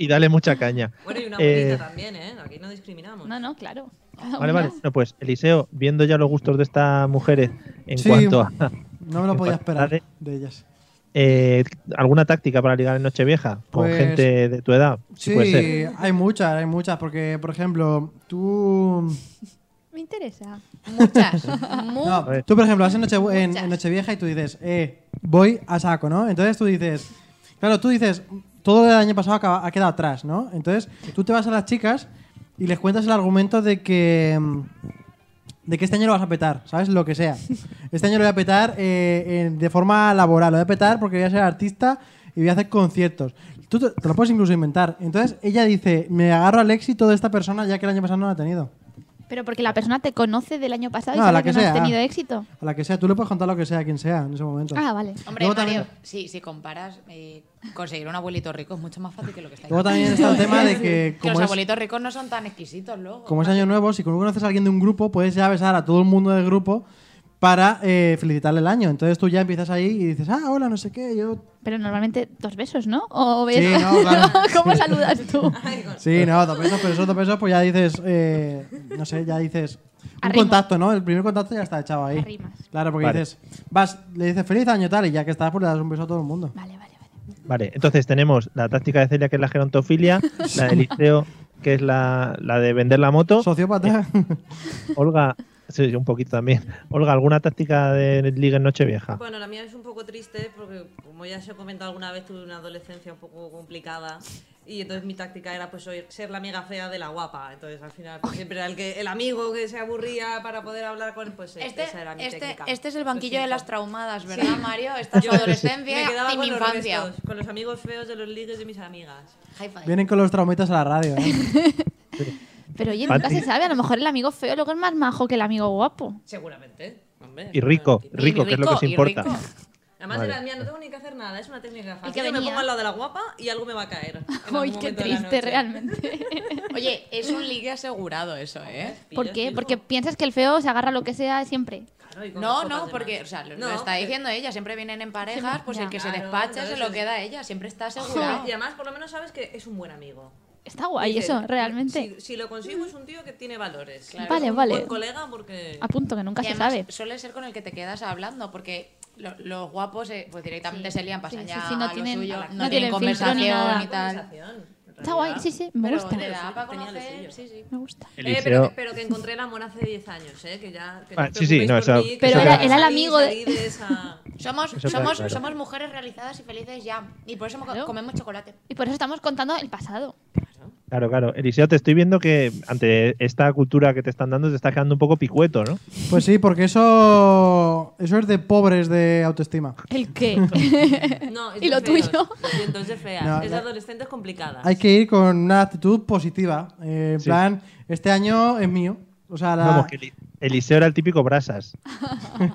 Speaker 1: Y dale mucha caña.
Speaker 5: Bueno, y una
Speaker 1: Eh,
Speaker 5: bonita también, ¿eh? Aquí no discriminamos.
Speaker 4: No, no, claro. Cada
Speaker 1: Vale,
Speaker 4: una.
Speaker 1: vale. No, pues, Eliseo, viendo ya los gustos de estas mujeres en
Speaker 3: Sí.
Speaker 1: cuanto a
Speaker 3: No me lo
Speaker 1: En
Speaker 3: podía
Speaker 1: particular
Speaker 3: esperar
Speaker 1: de-
Speaker 3: de ellas.
Speaker 1: eh, alguna táctica para ligar en Nochevieja con
Speaker 3: Pues-
Speaker 1: gente de tu edad, si
Speaker 3: Sí,
Speaker 1: puede ser.
Speaker 3: hay muchas, hay muchas, porque, por ejemplo, tú...
Speaker 4: Me interesa.
Speaker 6: Muchas.
Speaker 4: Mm.
Speaker 6: mu-
Speaker 3: No,
Speaker 1: ver.
Speaker 3: tú, por ejemplo, vas en, noche, en,
Speaker 6: Muchas.
Speaker 3: en Nochevieja y tú dices, eh, voy a saco, ¿no? Entonces tú dices, claro, tú dices, todo el año pasado acaba- ha quedado atrás, ¿no? Entonces tú te vas a las chicas y les cuentas el argumento de que. mm, de que este año lo vas a petar, ¿sabes? Lo que sea. Este año lo voy a petar eh, en- de forma laboral, lo voy a petar porque voy a ser artista y voy a hacer conciertos. Tú te, te lo puedes incluso inventar. Entonces ella dice, me agarro al éxito de esta persona ya que el año pasado no la ha tenido.
Speaker 4: Pero porque la persona te conoce del año pasado y
Speaker 3: No,
Speaker 4: sabe
Speaker 3: la
Speaker 4: que,
Speaker 3: que
Speaker 4: no has
Speaker 3: sea.
Speaker 4: tenido éxito.
Speaker 3: A la que sea, tú le puedes contar lo que sea a quien sea en ese momento.
Speaker 4: Ah, vale.
Speaker 6: Hombre,
Speaker 3: Luego
Speaker 6: Mario,
Speaker 3: también-
Speaker 6: si, si comparas, eh, conseguir un abuelito rico es mucho más fácil que lo que está
Speaker 3: Luego también está el tema de que,
Speaker 6: Que [laughs] los
Speaker 3: como es,
Speaker 6: abuelitos ricos no son tan exquisitos luego.
Speaker 3: como es año nuevo, si conoces a alguien de un grupo, puedes ya besar a todo el mundo del grupo para eh, felicitarle el año. Entonces tú ya empiezas ahí y dices, ah, hola, no sé qué, yo...
Speaker 4: Pero normalmente dos besos, ¿no? O ves...
Speaker 3: Sí,
Speaker 4: [laughs]
Speaker 3: no, claro.
Speaker 4: ¿Cómo saludas tú?
Speaker 3: Sí, no, dos pesos, pero esos dos pesos, pues ya dices, eh, no sé, ya dices... Un
Speaker 4: Arrimo.
Speaker 3: contacto, ¿no? El primer contacto ya está echado ahí.
Speaker 4: Arrimas.
Speaker 3: Claro, porque
Speaker 1: Vale.
Speaker 3: dices, vas, le dices feliz año tal, y ya que estás, pues le das un beso a todo el mundo.
Speaker 4: Vale, vale, vale.
Speaker 1: Vale, entonces tenemos la táctica de Celia, que es la gerontofilia, la de Liceo, que es la, la de vender la moto.
Speaker 3: Sociópata.
Speaker 1: Olga, Sí, yo un poquito también. Olga, ¿alguna táctica de liga en Nochevieja?
Speaker 5: Bueno, la mía es un poco triste porque, como ya se he comentado alguna vez, tuve una adolescencia un poco complicada y entonces mi táctica era pues oír- ser la amiga fea de la guapa. Entonces al final pues, siempre era el, que, el amigo que se aburría para poder hablar con él, pues eh,
Speaker 7: Este,
Speaker 5: esa era mi
Speaker 7: este,
Speaker 5: técnica.
Speaker 7: este es el
Speaker 5: Lo
Speaker 7: banquillo de
Speaker 5: siento.
Speaker 7: las traumadas, ¿verdad,
Speaker 5: [laughs]
Speaker 7: Mario? Esta es tu
Speaker 5: Me
Speaker 7: adolescencia
Speaker 5: quedaba
Speaker 7: y mi
Speaker 5: con los
Speaker 7: infancia.
Speaker 5: restos, con los amigos feos de los ligues de mis amigas.
Speaker 7: High five.
Speaker 3: [laughs] Vienen con los traumitas a la radio. ¿eh?
Speaker 4: Pero oye, nunca
Speaker 1: Pati.
Speaker 4: se sabe. A lo mejor el amigo feo luego es más majo que el amigo guapo.
Speaker 5: Seguramente. hombre.
Speaker 1: Y rico,
Speaker 7: Y
Speaker 1: rico, que es lo que
Speaker 7: rico,
Speaker 1: se
Speaker 7: y
Speaker 1: importa.
Speaker 7: rico.
Speaker 5: Además,
Speaker 1: Vale.
Speaker 5: era mía, no tengo ni que hacer nada, es una técnica fácil.
Speaker 4: que
Speaker 5: Yo me
Speaker 4: venía.
Speaker 5: pongo [laughs] al lado de la guapa y algo me va a caer. en
Speaker 4: [laughs]
Speaker 5: algún
Speaker 4: Uy, qué
Speaker 5: momento de la
Speaker 4: triste
Speaker 5: noche.
Speaker 4: realmente.
Speaker 6: Oye, es un ligue asegurado eso, ¿eh?
Speaker 4: ¿Por
Speaker 5: Pillas,
Speaker 4: qué?
Speaker 5: fijo.
Speaker 4: Porque piensas que el feo se agarra lo que sea siempre.
Speaker 5: Claro, y con
Speaker 6: No,
Speaker 5: las
Speaker 6: no,
Speaker 5: copas de
Speaker 6: porque,
Speaker 5: más.
Speaker 6: o sea, lo, lo
Speaker 5: No, eh,
Speaker 6: está
Speaker 5: porque-
Speaker 6: diciendo ella, siempre vienen en parejas, pues
Speaker 4: Ya.
Speaker 6: el que se
Speaker 5: Claro,
Speaker 6: despacha se
Speaker 5: entonces
Speaker 6: lo
Speaker 5: es-
Speaker 6: queda a ella, siempre está
Speaker 5: [laughs]
Speaker 6: asegurado.
Speaker 5: Joder, Y además, por lo menos sabes que es un buen amigo.
Speaker 4: Está guay
Speaker 5: Dices,
Speaker 4: eso, realmente. Eh,
Speaker 5: Si, si lo consigo, es un tío que tiene valores.
Speaker 4: Vale,
Speaker 5: Es un
Speaker 4: vale.
Speaker 5: Buen colega porque.
Speaker 4: A punto, que nunca
Speaker 6: Y
Speaker 4: se
Speaker 6: además,
Speaker 4: sabe.
Speaker 6: Suele ser con el que te quedas hablando, porque lo- los guapos eh, pues directamente
Speaker 4: Sí.
Speaker 6: se lían, pasan
Speaker 4: Sí, sí,
Speaker 6: ya
Speaker 4: sí, no
Speaker 6: a lo
Speaker 4: tienen-
Speaker 6: suyo,
Speaker 4: no
Speaker 6: no,
Speaker 4: tienen
Speaker 6: tienen
Speaker 4: filtro ni nada.
Speaker 6: conversación y tal.
Speaker 5: Conversación, en
Speaker 4: Está guay,
Speaker 5: realidad.
Speaker 4: sí, sí, me
Speaker 6: Pero
Speaker 4: gusta.
Speaker 6: le da para
Speaker 5: Tenía lo suyo.
Speaker 6: conocer, sí, sí.
Speaker 4: Me gusta.
Speaker 5: Eh, pero, que, pero que encontré el amor hace 10 años, ¿eh? Que ya. Que
Speaker 1: Ah,
Speaker 5: os
Speaker 1: sí, sí, no,
Speaker 5: preocupéis por
Speaker 1: o sea,
Speaker 5: mí, que
Speaker 1: Pero
Speaker 5: yo
Speaker 1: era-
Speaker 5: ya
Speaker 4: era el
Speaker 5: salí-
Speaker 4: amigo de-
Speaker 5: salí esa-
Speaker 6: Somos,
Speaker 1: Eso está
Speaker 6: somos,
Speaker 1: claro.
Speaker 6: somos mujeres realizadas y felices ya, y por eso mo-
Speaker 4: Claro.
Speaker 6: comemos chocolate.
Speaker 4: Y por eso estamos contando el pasado.
Speaker 1: Claro, claro. Eliseo, te estoy viendo que ante esta cultura que te están dando te estás quedando un poco picueto, ¿no?
Speaker 3: Pues sí, porque eso, eso es de pobres de autoestima.
Speaker 4: ¿El qué?
Speaker 5: No, es
Speaker 4: ¿Y
Speaker 5: de
Speaker 4: lo
Speaker 5: feos.
Speaker 4: tuyo?
Speaker 5: Y entonces feas.
Speaker 3: No,
Speaker 5: es de
Speaker 3: la-
Speaker 5: adolescentes complicadas.
Speaker 3: Hay que ir con una actitud positiva. eh, en
Speaker 1: Sí.
Speaker 3: plan, este año es mío. O sea, la-
Speaker 1: Vamos, que Eli- Eliseo era el típico brasas.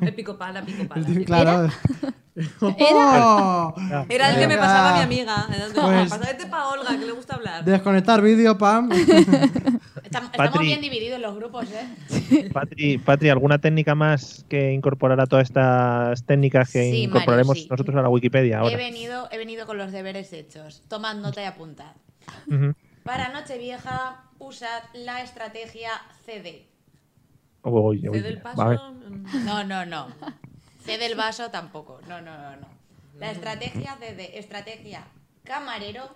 Speaker 5: El pico pala, pico pala.
Speaker 3: el- claro. [laughs]
Speaker 4: [laughs]
Speaker 3: Oh.
Speaker 5: Era el que me
Speaker 3: Venga.
Speaker 5: pasaba mi amiga. [laughs] Era el que me
Speaker 3: Pues-
Speaker 5: pasaba. Este pa' Olga, que le gusta hablar.
Speaker 3: Desconectar vídeo, pam.
Speaker 6: Estamos, estamos
Speaker 1: Patri.
Speaker 6: bien divididos los grupos, ¿eh?
Speaker 1: [laughs] Patri, Patri, ¿alguna técnica más que incorporar a todas estas técnicas que
Speaker 6: Sí, Mario,
Speaker 1: incorporaremos
Speaker 6: sí.
Speaker 1: nosotros a la Wikipedia
Speaker 6: He
Speaker 1: ahora?
Speaker 6: venido, he venido con los deberes hechos. Tomad nota y apuntad.
Speaker 1: Ujú.
Speaker 6: Para Nochevieja, usad la estrategia CD.
Speaker 1: Uy, uy, uy.
Speaker 5: Cede el paso.
Speaker 1: Vale.
Speaker 5: mm,
Speaker 6: No, no, no. CD el vaso tampoco. No, no, no, no. La
Speaker 3: Mm.
Speaker 6: estrategia CD. Estrategia camarero,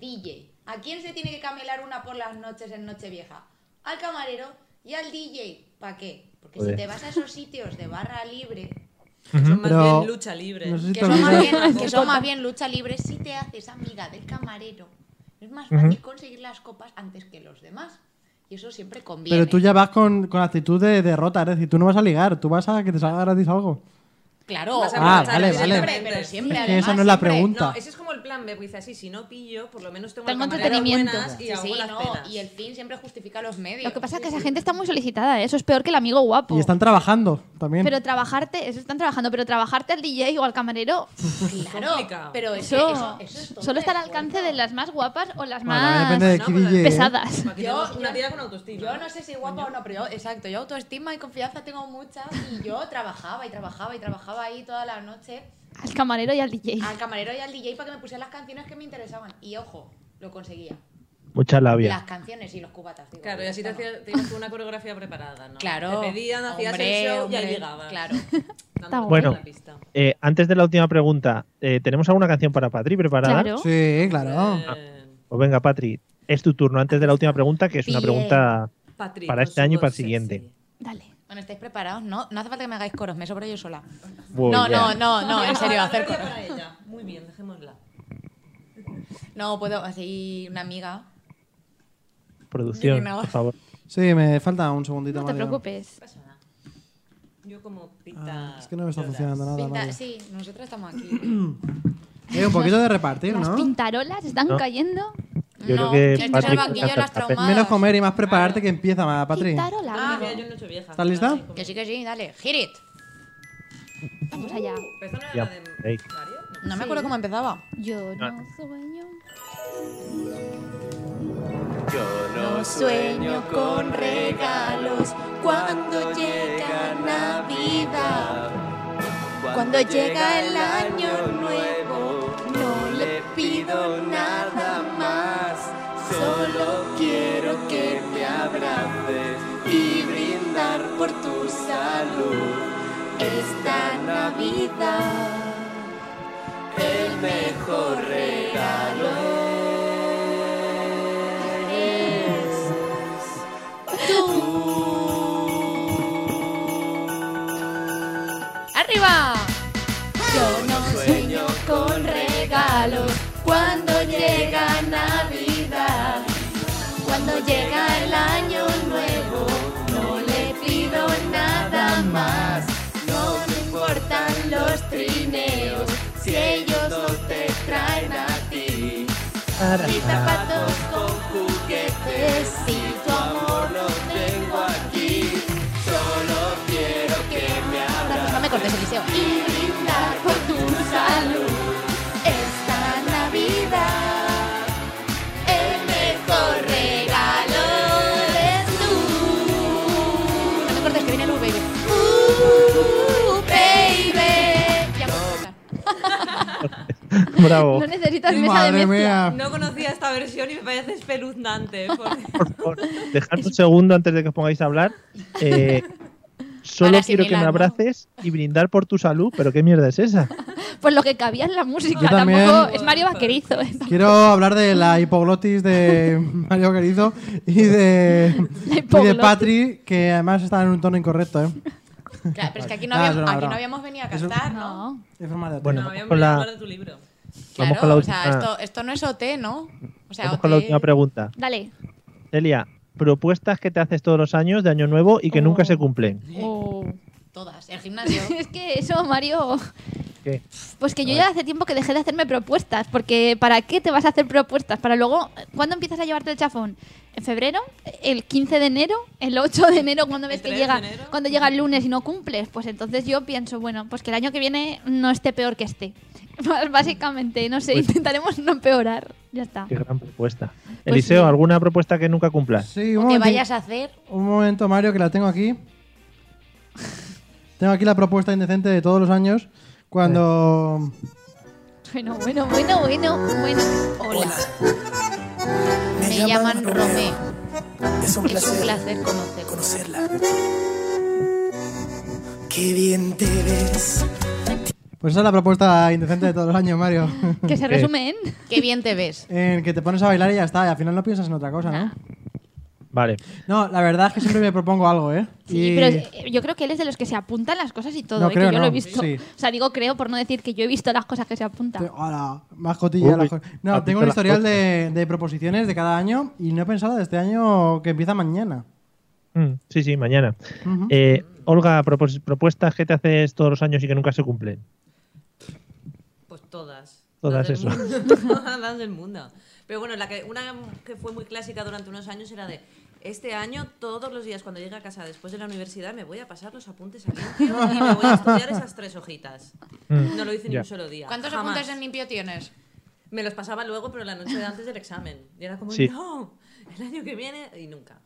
Speaker 6: DJ. ¿A quién se tiene que camelar una por las noches en Nochevieja? Al camarero y al DJ. ¿Para qué? Porque si
Speaker 1: Joder.
Speaker 6: te vas a esos sitios de barra libre,
Speaker 5: Son más
Speaker 3: Pero-
Speaker 5: bien lucha
Speaker 3: [laughs]
Speaker 5: libre.
Speaker 3: No sé si
Speaker 6: que
Speaker 3: te
Speaker 6: son, más
Speaker 3: olvidas.
Speaker 6: bien,
Speaker 3: [laughs]
Speaker 6: que son más bien lucha libre si te haces amiga del camarero. Es más fácil conseguir las copas antes que los demás. Y eso siempre conviene.
Speaker 3: Pero tú ya vas con, con actitud de derrota, es decir, tú no vas a ligar, tú vas a que te salga gratis algo.
Speaker 6: Claro,
Speaker 5: Vas a
Speaker 3: Ah,
Speaker 5: aprovechar
Speaker 3: vale,
Speaker 5: el
Speaker 3: vale.
Speaker 6: Siempre,
Speaker 5: directamente.
Speaker 6: pero siempre.
Speaker 3: Es que
Speaker 6: además,
Speaker 3: esa no es la
Speaker 6: siempre.
Speaker 3: pregunta.
Speaker 5: No, ese es como el plan B, porque dice así, si no pillo, por lo menos tengo,
Speaker 4: Tengo
Speaker 5: a camareras
Speaker 4: entretenimiento.
Speaker 5: buenas y
Speaker 6: Sí,
Speaker 5: hago
Speaker 6: sí,
Speaker 5: las
Speaker 6: no,
Speaker 5: penas.
Speaker 6: y el fin siempre justifica los
Speaker 4: [laughs]
Speaker 6: medios.
Speaker 4: Lo que pasa es que
Speaker 6: Sí,
Speaker 4: esa
Speaker 6: sí.
Speaker 4: gente está muy solicitada, ¿eh? eso es peor que el amigo guapo.
Speaker 3: Y están trabajando también.
Speaker 4: Oh. Pero trabajarte, eso están trabajando, pero trabajarte al DJ o al camarero,
Speaker 6: Claro,
Speaker 5: complicado.
Speaker 6: pero eso,
Speaker 4: eso,
Speaker 6: Pues eso- eso es todo
Speaker 4: solo está al
Speaker 6: de
Speaker 4: alcance
Speaker 6: esfuerzo.
Speaker 4: de las más guapas o las
Speaker 3: Bueno,
Speaker 4: más
Speaker 3: depende de qué
Speaker 5: Bueno, pues,
Speaker 3: DJ, ¿eh?
Speaker 4: pesadas.
Speaker 5: Aquí
Speaker 6: Yo,
Speaker 5: tenemos una
Speaker 6: yo-
Speaker 5: tía con autoestima.
Speaker 6: Yo no sé si guapa o no, pero yo, exacto, yo autoestima y confianza tengo mucha y yo trabajaba y trabajaba y trabajaba ahí toda la noche
Speaker 4: Al camarero y al DJ.
Speaker 5: Ah.
Speaker 6: al camarero y al DJ para que me pusieran las canciones que me interesaban. Y ojo, lo conseguía.
Speaker 1: Mucha
Speaker 4: Oh,
Speaker 6: Las
Speaker 1: labia.
Speaker 6: canciones y los cubatas. digo,
Speaker 5: Claro, y así te
Speaker 6: bueno.
Speaker 5: hacía- tenías una coreografía preparada, ¿no?
Speaker 6: Claro.
Speaker 5: Te pedían, hacías
Speaker 6: hombre,
Speaker 5: el show y
Speaker 6: hombre,
Speaker 5: ahí llegabas. [laughs]
Speaker 6: Claro.
Speaker 4: Está
Speaker 5: Dándote
Speaker 4: guay.
Speaker 5: la
Speaker 1: Bueno.
Speaker 5: pista.
Speaker 1: Eh, antes de la última pregunta, eh, ¿tenemos alguna canción para Patri preparada?
Speaker 4: Claro.
Speaker 3: Sí, claro.
Speaker 5: Eh,
Speaker 1: Pues venga, Patri, es tu turno antes de la última pregunta, que es una
Speaker 6: Bien.
Speaker 1: pregunta...
Speaker 5: Patrick,
Speaker 1: Para
Speaker 5: con
Speaker 1: este
Speaker 5: su
Speaker 1: año y para el
Speaker 5: voz
Speaker 1: siguiente.
Speaker 5: sexy.
Speaker 4: Dale.
Speaker 6: Bueno, ¿estáis preparados? No, no hace falta que me hagáis coros, me sobro yo sola.
Speaker 4: Pues
Speaker 1: Uy,
Speaker 6: no,
Speaker 1: ya.
Speaker 6: no, no, no,
Speaker 5: [laughs]
Speaker 6: en serio,
Speaker 5: Ah,
Speaker 6: hacer
Speaker 5: gloria
Speaker 6: coros.
Speaker 5: para ella. Muy bien, dejémosla.
Speaker 6: No, puedo, así una amiga.
Speaker 1: Producción,
Speaker 6: Dime, no.
Speaker 1: por favor.
Speaker 3: Sí, me falta un segundito
Speaker 4: No te
Speaker 3: Mario.
Speaker 4: preocupes.
Speaker 5: No pasa nada. Yo como pita.
Speaker 3: Ah, es que no me está
Speaker 5: lloras.
Speaker 3: funcionando nada,
Speaker 6: Pinta-
Speaker 3: Mario.
Speaker 6: sí, nosotros estamos aquí.
Speaker 3: Eh, un poquito de repartir,
Speaker 4: Las
Speaker 3: ¿no?
Speaker 4: pintarolas están
Speaker 1: No.
Speaker 4: cayendo.
Speaker 1: Yo creo
Speaker 6: no,
Speaker 1: que
Speaker 6: este es
Speaker 1: Patrick
Speaker 6: el
Speaker 1: está
Speaker 6: banquillo de las
Speaker 1: perfecto.
Speaker 6: traumadas.
Speaker 3: Menos comer y más prepararte que empieza, ma- Patri.
Speaker 4: Pintarolas.
Speaker 5: Ah, mira,
Speaker 4: amigo.
Speaker 5: yo en noche vieja.
Speaker 3: ¿Estás lista?
Speaker 5: Vale, como-
Speaker 6: Que sí, que sí, dale, hit it.
Speaker 4: Vamos allá.
Speaker 5: ¿Pero esta no era
Speaker 1: Ya,
Speaker 5: la de
Speaker 1: ahí.
Speaker 5: Mario? No.
Speaker 6: No me acuerdo cómo empezaba.
Speaker 4: Yo
Speaker 1: No.
Speaker 4: no
Speaker 3: Ah.
Speaker 4: sueño.
Speaker 6: No sueño con regalos cuando llega Navidad. Cuando llega el año nuevo, no le pido nada más. Solo quiero que me abraces y brindar por tu salud esta Navidad. El mejor regalo es tú.
Speaker 1: Tarara.
Speaker 6: Mis zapatos con juguetes y tu amor lo tengo aquí. Solo quiero que me abras. No me cortes el liceo. Y brindar por tu salud. Esta Navidad, el mejor regalo eres tú. No me cortes que viene el U, baby. Uh, baby. Ya
Speaker 1: Bravo.
Speaker 4: [laughs] No necesitas mesa de
Speaker 3: Madre
Speaker 4: mezcla.
Speaker 3: mía.
Speaker 5: No conocía esta versión y me parece espeluznante. porque-
Speaker 1: Por favor, dejadme un segundo antes de que os pongáis a hablar. Eh, solo
Speaker 8: Para
Speaker 1: quiero que me
Speaker 8: asimilar, ¿no?
Speaker 1: abraces y brindar por tu salud, pero ¿qué mierda es esa?
Speaker 4: Pues lo que cabía en la música.
Speaker 3: Yo también.
Speaker 4: Tampoco es Mario Vaquerizo. ¿eh?
Speaker 3: Quiero hablar de la hipoglotis de [laughs] Mario Carizo y de,
Speaker 4: [laughs] La
Speaker 3: y de
Speaker 4: hipoglotis.
Speaker 3: Patri, que además está en un tono incorrecto, ¿eh?
Speaker 8: Claro, pero es que aquí no,
Speaker 3: Nada,
Speaker 8: habíamos,
Speaker 3: es una
Speaker 8: aquí no
Speaker 3: broma.
Speaker 8: habíamos venido a
Speaker 3: Es un-
Speaker 8: cantar,
Speaker 5: pues,
Speaker 8: ¿no?
Speaker 4: No.
Speaker 3: Es forma de
Speaker 1: Bueno,
Speaker 5: No,
Speaker 1: vamos
Speaker 5: habíamos
Speaker 1: con la,
Speaker 5: hablado de tu libro.
Speaker 1: vamos
Speaker 8: Claro,
Speaker 1: con la
Speaker 8: o
Speaker 1: última,
Speaker 8: sea, esto, esto no es OT, ¿no? O sea,
Speaker 1: vamos con la
Speaker 8: OT
Speaker 1: última
Speaker 6: [laughs]
Speaker 1: pregunta.
Speaker 4: Dale.
Speaker 1: Celia, propuestas que te haces todos los años de Año Nuevo y que nunca
Speaker 4: Oh.
Speaker 1: se cumplen.
Speaker 4: Oh.
Speaker 6: Todas,
Speaker 1: [laughs]
Speaker 4: [laughs]
Speaker 6: el gimnasio.
Speaker 4: Es que eso, Mario.
Speaker 1: ¿Qué?
Speaker 4: Pues que yo ya hace tiempo que dejé de hacerme propuestas, porque ¿para qué te vas a hacer propuestas? Para luego, ¿cuándo empiezas a llevarte el chafón? ¿En febrero? ¿El 15 de enero? ¿El 8 de enero? Cuando ves
Speaker 5: ¿El
Speaker 4: que
Speaker 5: 3 de
Speaker 4: llega,
Speaker 5: enero?
Speaker 4: cuando llega el lunes y no cumples? Pues entonces yo pienso, bueno, pues que el año que viene no esté peor que este. [laughs] Básicamente, no sé,
Speaker 5: Pues
Speaker 4: intentaremos no empeorar. Ya está.
Speaker 1: Qué gran propuesta. Eliseo,
Speaker 4: sí.
Speaker 1: ¿alguna propuesta que nunca cumplas?
Speaker 3: Sí,
Speaker 6: O
Speaker 3: un,
Speaker 6: que
Speaker 3: momenti-
Speaker 6: vayas a hacer.
Speaker 3: un momento, Mario, que la tengo aquí. Tengo aquí la propuesta indecente de todos los años. Cuando.
Speaker 4: Bueno, bueno, bueno, bueno, bueno.
Speaker 6: Hola. Me llaman Romeo.
Speaker 9: Es un
Speaker 6: Es un
Speaker 9: placer
Speaker 6: placer conocerlo.
Speaker 9: conocerla. Qué bien te ves.
Speaker 3: Pues esa es la propuesta indecente de todos los años, Mario. [laughs]
Speaker 4: Que
Speaker 5: Eh.
Speaker 4: se resume en...
Speaker 6: Qué bien te ves.
Speaker 3: en que te pones a bailar y ya está, y al final no piensas en otra cosa,
Speaker 5: Ah.
Speaker 3: ¿no?
Speaker 1: Vale.
Speaker 3: No, la verdad es que siempre me propongo algo, ¿eh?
Speaker 4: Sí,
Speaker 3: Y-
Speaker 4: pero eh, yo creo que él es de los que se apuntan las cosas y todo,
Speaker 3: No,
Speaker 4: eh,
Speaker 3: creo
Speaker 4: que yo lo
Speaker 3: no,
Speaker 4: he visto.
Speaker 3: sí.
Speaker 4: O sea, digo creo por no decir que yo he visto las cosas que se apuntan.
Speaker 3: Hola, más cotilla.
Speaker 1: Uy,
Speaker 3: las co-
Speaker 1: has
Speaker 3: No,
Speaker 1: visto
Speaker 3: tengo un
Speaker 1: las
Speaker 3: historial
Speaker 1: cosas.
Speaker 3: de, de proposiciones de cada año y no he pensado de este año que empieza mañana.
Speaker 1: Mm, sí, sí, mañana.
Speaker 3: Ujú.
Speaker 1: Eh, Olga, propos- propuestas que te haces todos los años y que nunca se cumplen.
Speaker 5: Pues todas.
Speaker 1: Todas,
Speaker 5: Las del
Speaker 1: eso. [laughs]
Speaker 5: mundo. [laughs] Todas del mundo. Pero bueno, la que, una que fue muy clásica durante unos años era de. Este año, todos los días cuando llegue a casa después de la universidad, me voy a pasar los apuntes a limpio y me voy a estudiar esas tres hojitas.
Speaker 1: Mm,
Speaker 5: No lo hice ni
Speaker 1: ya.
Speaker 5: un solo día.
Speaker 8: ¿Cuántos
Speaker 5: jamás.
Speaker 8: apuntes en limpio tienes?
Speaker 5: Me los pasaba luego, pero la noche de antes del examen. Y era como,
Speaker 1: Sí.
Speaker 5: no, el año que viene y nunca.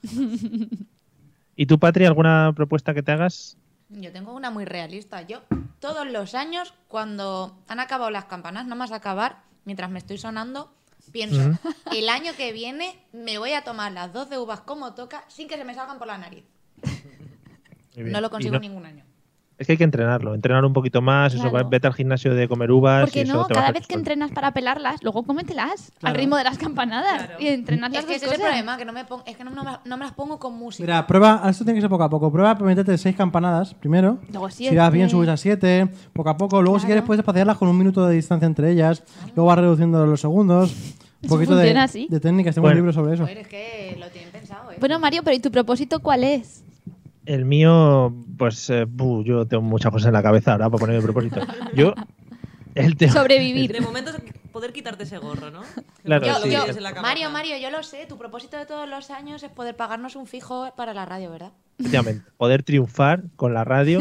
Speaker 1: ¿Y tú, Patri, alguna propuesta que te hagas?
Speaker 6: Yo tengo una muy realista. Yo todos los años, cuando han acabado las campanas, nada más acabar, mientras me estoy sonando, pienso, [laughs] el año que viene me voy a tomar las dos de uvas como toca sin que se me salgan por la nariz.
Speaker 1: Muy bien.
Speaker 6: No lo
Speaker 1: Y
Speaker 6: consigo ningún año.
Speaker 1: Es que hay que entrenarlo, entrenar un poquito más, eso,
Speaker 4: Claro.
Speaker 1: va- vete al gimnasio de comer uvas. y
Speaker 4: Porque
Speaker 1: Ah, eso
Speaker 4: no,
Speaker 1: te va a
Speaker 4: cada
Speaker 1: hacer
Speaker 4: vez que
Speaker 1: sol.
Speaker 4: entrenas para pelarlas, luego cómetelas al
Speaker 3: Claro.
Speaker 4: ritmo de las campanadas
Speaker 5: Claro.
Speaker 4: y entrenas las
Speaker 6: Es que
Speaker 4: dos
Speaker 6: ese es el
Speaker 4: cosas.
Speaker 6: problema, que no me, pon- es que no, no me- no me las pongo con música.
Speaker 1: pues
Speaker 3: Mira, prueba, ah, esto tiene que ser poco a poco. Prueba, meterte seis campanadas primero.
Speaker 4: Luego
Speaker 3: Si vas bien,
Speaker 4: siete.
Speaker 3: subes a siete, poco a poco. Luego, si
Speaker 4: Claro.
Speaker 3: quieres, puedes espaciarlas con un minuto de distancia entre ellas. Luego vas reduciendo los segundos. Un
Speaker 4: Eso
Speaker 3: poquito de,
Speaker 4: funciona así.
Speaker 3: de técnicas, tengo
Speaker 1: Bueno.
Speaker 3: un libro sobre eso.
Speaker 6: Joder, es que lo tienen pensado, ¿eh?
Speaker 4: Bueno, Mario, pero ¿y tu propósito cuál es?
Speaker 1: El mío, pues eh, buh, yo tengo muchas cosas en la cabeza ahora para ponerme propósito. Yo,
Speaker 4: [laughs]
Speaker 1: [laughs] el tema.
Speaker 5: De
Speaker 4: Sobrevivir.
Speaker 5: momento, poder quitarte ese gorro, ¿no?
Speaker 1: [laughs] Claro,
Speaker 5: Que
Speaker 6: Yo-
Speaker 5: lo
Speaker 1: sí.
Speaker 6: yo-
Speaker 5: tienes en la cabeza.
Speaker 6: Mario, Mario, yo lo sé. Tu propósito de todos los años es poder pagarnos un fijo para la radio, ¿verdad?
Speaker 1: Efectivamente, poder triunfar con la
Speaker 4: [laughs]
Speaker 1: radio.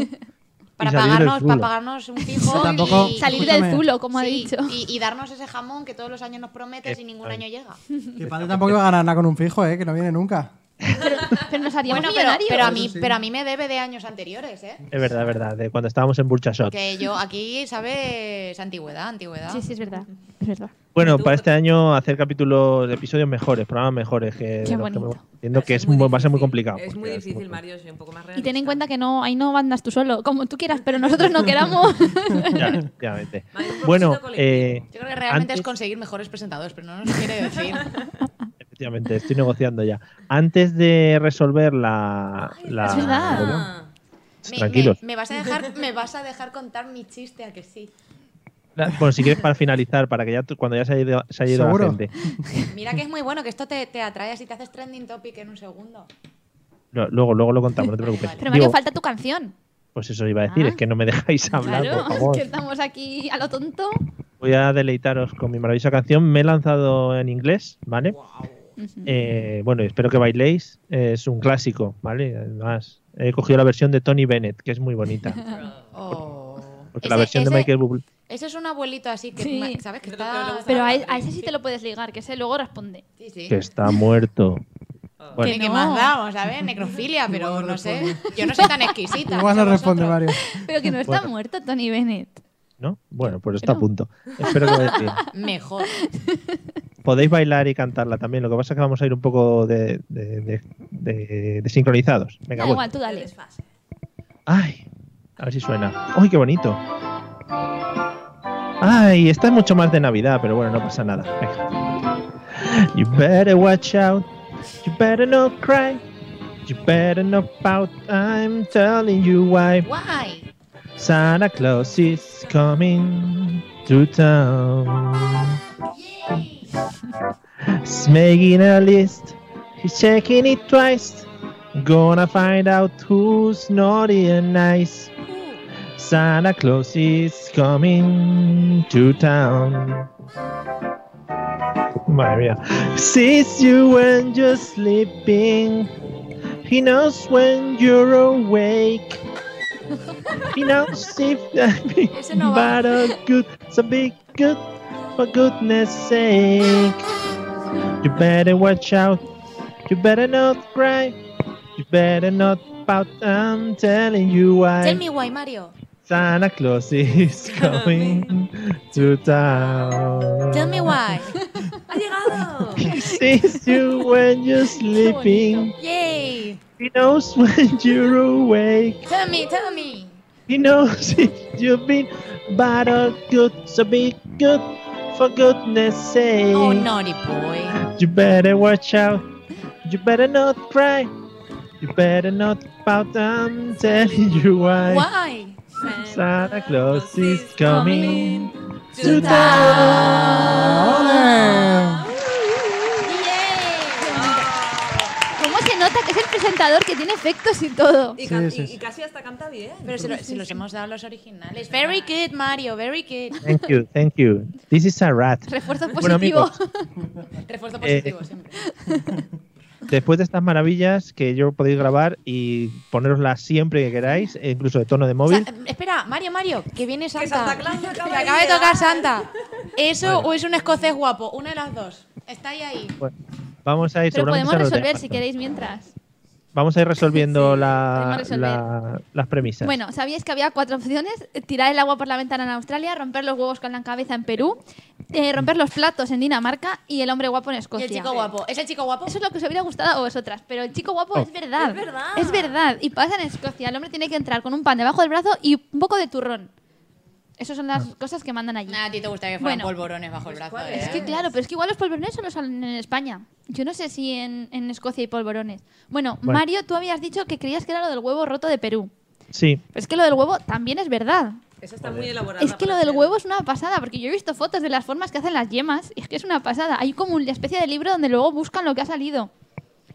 Speaker 6: Para
Speaker 1: y salir del
Speaker 6: pagarnos, para
Speaker 1: zulo.
Speaker 6: pagarnos un fijo
Speaker 3: Tampoco-
Speaker 6: y,
Speaker 4: Salir
Speaker 3: Escúchame.
Speaker 4: del zulo, como ha
Speaker 6: sí,
Speaker 4: dicho.
Speaker 6: Y, y darnos ese jamón que todos los años nos
Speaker 1: Eh,
Speaker 6: prometes y ningún año llega.
Speaker 3: Que padre tampoco iba a ganar nada con un fijo, ¿eh? Que no viene nunca.
Speaker 4: Pero nos haríamos
Speaker 6: Bueno, pero,
Speaker 4: millonarios.
Speaker 6: pero a mí, pero a mí me debe de años anteriores, ¿eh?
Speaker 1: Es verdad, es verdad, de cuando estábamos en Burchasot.
Speaker 6: Que yo aquí, ¿sabes? Antigüedad, antigüedad.
Speaker 4: Sí, sí, es verdad. Es verdad.
Speaker 1: Bueno, para este año hacer capítulos, episodios mejores, programas mejores. Que
Speaker 4: Qué
Speaker 1: de los que
Speaker 4: bonito.
Speaker 1: me- entiendo que
Speaker 5: Es
Speaker 1: es
Speaker 5: muy
Speaker 1: muy- va a ser muy
Speaker 5: difícil.
Speaker 1: complicado.
Speaker 5: Es muy
Speaker 1: porque
Speaker 5: difícil, Mario, soy un poco más realista.
Speaker 4: Y ten en cuenta que no, ahí no andas tú solo, como tú quieras, pero nosotros
Speaker 1: [laughs]
Speaker 4: no queramos.
Speaker 1: [laughs]
Speaker 5: [laughs]
Speaker 1: Ya, efectivamente.
Speaker 5: Mario, un
Speaker 1: Bueno,
Speaker 5: propósito
Speaker 1: eh,
Speaker 6: Yo creo que realmente
Speaker 1: Antes-
Speaker 6: es conseguir mejores presentadores, pero no nos lo
Speaker 1: [laughs]
Speaker 6: quiere decir.
Speaker 1: efectivamente, estoy negociando ya. Antes de resolver la. la-
Speaker 4: es verdad.
Speaker 1: bueno,
Speaker 5: Ah,
Speaker 6: Me-
Speaker 1: tranquilos.
Speaker 6: Me, me vas a dejar, me vas a dejar contar mi chiste a que sí.
Speaker 1: La- Bueno, si quieres para finalizar, para que ya tú- cuando ya se haya ido, se haya ido la
Speaker 3: ¿Seguro?
Speaker 1: gente.
Speaker 6: Mira que es muy bueno, que esto te, te atrae así, te haces trending topic en un segundo.
Speaker 1: Lo- Luego, luego lo contamos, no te preocupes.
Speaker 4: Pero Mario,
Speaker 1: Digo,
Speaker 4: falta tu canción.
Speaker 1: Pues eso iba a decir,
Speaker 4: Ah. [laughs]
Speaker 1: es que no me dejáis hablar,
Speaker 4: Claro,
Speaker 1: por favor.
Speaker 4: que estamos aquí a lo tonto.
Speaker 1: Voy a deleitaros con mi maravillosa canción. Me he lanzado en inglés, ¿vale? Eh, bueno, espero que bailéis. Es un clásico, ¿vale? Además, he cogido la versión de Tony Bennett, que es muy bonita. Porque la
Speaker 6: Ese-
Speaker 1: versión
Speaker 6: ese-
Speaker 1: de Michael Bublé.
Speaker 6: Ese es un abuelito así que,
Speaker 4: Sí.
Speaker 6: ma- ¿sabes? Que está...
Speaker 4: Ah, Pero a, e-, a ese sí te lo puedes ligar, que ese luego responde.
Speaker 6: Sí, sí.
Speaker 1: que está muerto. Bueno,
Speaker 6: ¿Qué,
Speaker 4: Que no.
Speaker 6: más da? Vamos a
Speaker 3: [laughs]
Speaker 6: ver, necrofilia, pero no sé. Yo no soy tan exquisita.
Speaker 3: Igual no responde
Speaker 4: [laughs]
Speaker 3: Mario.
Speaker 4: Pero que no está
Speaker 1: Bueno.
Speaker 4: muerto Tony Bennett.
Speaker 1: ¿no? Bueno, pues está a punto. Espero que
Speaker 4: [laughs]
Speaker 1: decir.
Speaker 6: Mejor.
Speaker 1: Podéis bailar y cantarla también. Lo que pasa es que vamos a ir un poco de, de- de- de- de sincronizados. Venga,
Speaker 4: Da
Speaker 1: voy.
Speaker 4: igual, tú dale.
Speaker 1: Ay, a ver si suena. ¡Ay, qué bonito! Ay, esta es mucho más de Navidad, pero bueno, no pasa nada. Venga. You better watch out. You better not cry. You better not pout. I'm telling you why.
Speaker 10: Guay.
Speaker 1: Santa Claus is coming to town. He's making a list, he's checking it twice. Gonna find out who's naughty and nice. Santa Claus is coming to town. Madre mía. Sees you when you're sleeping. He knows when you're awake. He knows if that big
Speaker 6: [laughs] Ese no va.
Speaker 1: battle good, so big good, for goodness sake. You better watch out. You better not cry. You better not pout. I'm telling you why.
Speaker 6: Tell me why, Mario.
Speaker 1: Santa Claus
Speaker 6: [laughs]
Speaker 1: is coming to town.
Speaker 6: Tell me why.
Speaker 5: ¡Ha llegado!
Speaker 1: He sees
Speaker 6: [laughs]
Speaker 1: you when you're sleeping.
Speaker 6: Yay.
Speaker 1: He knows when you're awake.
Speaker 6: Tell me, tell me.
Speaker 1: He knows [laughs] if you've been bad or good. So be good for goodness sake.
Speaker 6: Oh, naughty boy.
Speaker 1: You better watch out. You better not cry. You better not pout. I'm telling you why.
Speaker 6: Why?
Speaker 1: Santa Claus is coming to
Speaker 5: to
Speaker 1: town.
Speaker 4: ¿Cómo se nota que es el presentador que tiene efectos y todo?
Speaker 5: Y,
Speaker 3: Sí,
Speaker 5: can-
Speaker 3: sí,
Speaker 5: y-
Speaker 3: sí.
Speaker 5: y casi hasta canta bien.
Speaker 6: Pero se, lo- se los hemos dado los originales. Very good, Mario, very good.
Speaker 1: Thank you, thank you. This is a rat.
Speaker 4: Refuerzo
Speaker 1: Bueno,
Speaker 4: positivo.
Speaker 1: amigos,
Speaker 6: Refuerzo positivo
Speaker 1: Eh,
Speaker 6: siempre.
Speaker 1: después de estas maravillas que yo podéis grabar y poneroslas siempre que queráis, e incluso de tono de móvil,
Speaker 6: Sa- espera, Mario, Mario, que viene Santa.
Speaker 5: Santa Claus
Speaker 6: Que
Speaker 5: acaba
Speaker 6: te
Speaker 5: de
Speaker 6: acaba de
Speaker 5: llegar.
Speaker 6: tocar Santa. ¿Eso o es un escocés guapo? Una de las dos. Está ahí ahí.
Speaker 1: pues, vamos a ir
Speaker 4: Pero
Speaker 1: seguramente
Speaker 4: podemos
Speaker 1: se nos
Speaker 4: resolver
Speaker 1: deja.
Speaker 4: si queréis mientras.
Speaker 1: Vamos a ir resolviendo la-
Speaker 4: podemos resolver.
Speaker 1: la- las premisas.
Speaker 4: Bueno, sabíais que había cuatro opciones: tirar el agua por la ventana en Australia, romper los huevos con la cabeza en Perú, eh, romper los platos en Dinamarca y el hombre guapo en
Speaker 6: Y
Speaker 4: Escocia.
Speaker 6: el chico guapo. ¿Es el chico guapo?
Speaker 4: Eso es lo que os hubiera gustado a vosotras, pero el chico guapo
Speaker 1: Oh.
Speaker 4: es verdad.
Speaker 5: Es verdad.
Speaker 4: Es verdad. Y pasa en Escocia. El hombre tiene que entrar con un pan debajo del brazo y un poco de turrón. Esas son las cosas que mandan allí.
Speaker 6: Nada, a ti te gusta que fueran
Speaker 4: Bueno.
Speaker 6: polvorones bajo el brazo. ¿eh?
Speaker 4: Pues, Es que claro, pero es que igual los polvorones solo salen en España. Yo no sé si en, en Escocia hay polvorones. Bueno,
Speaker 1: Bueno.
Speaker 4: Mario, tú habías dicho que creías que era lo del huevo roto de Perú.
Speaker 1: Sí,
Speaker 4: Pero es que lo del huevo también es verdad.
Speaker 5: Eso está muy elaborado.
Speaker 4: Es que lo del huevo es una pasada, porque yo he visto fotos de las formas que hacen las yemas y es que es una pasada. Hay como una especie de libro donde luego buscan lo que ha salido.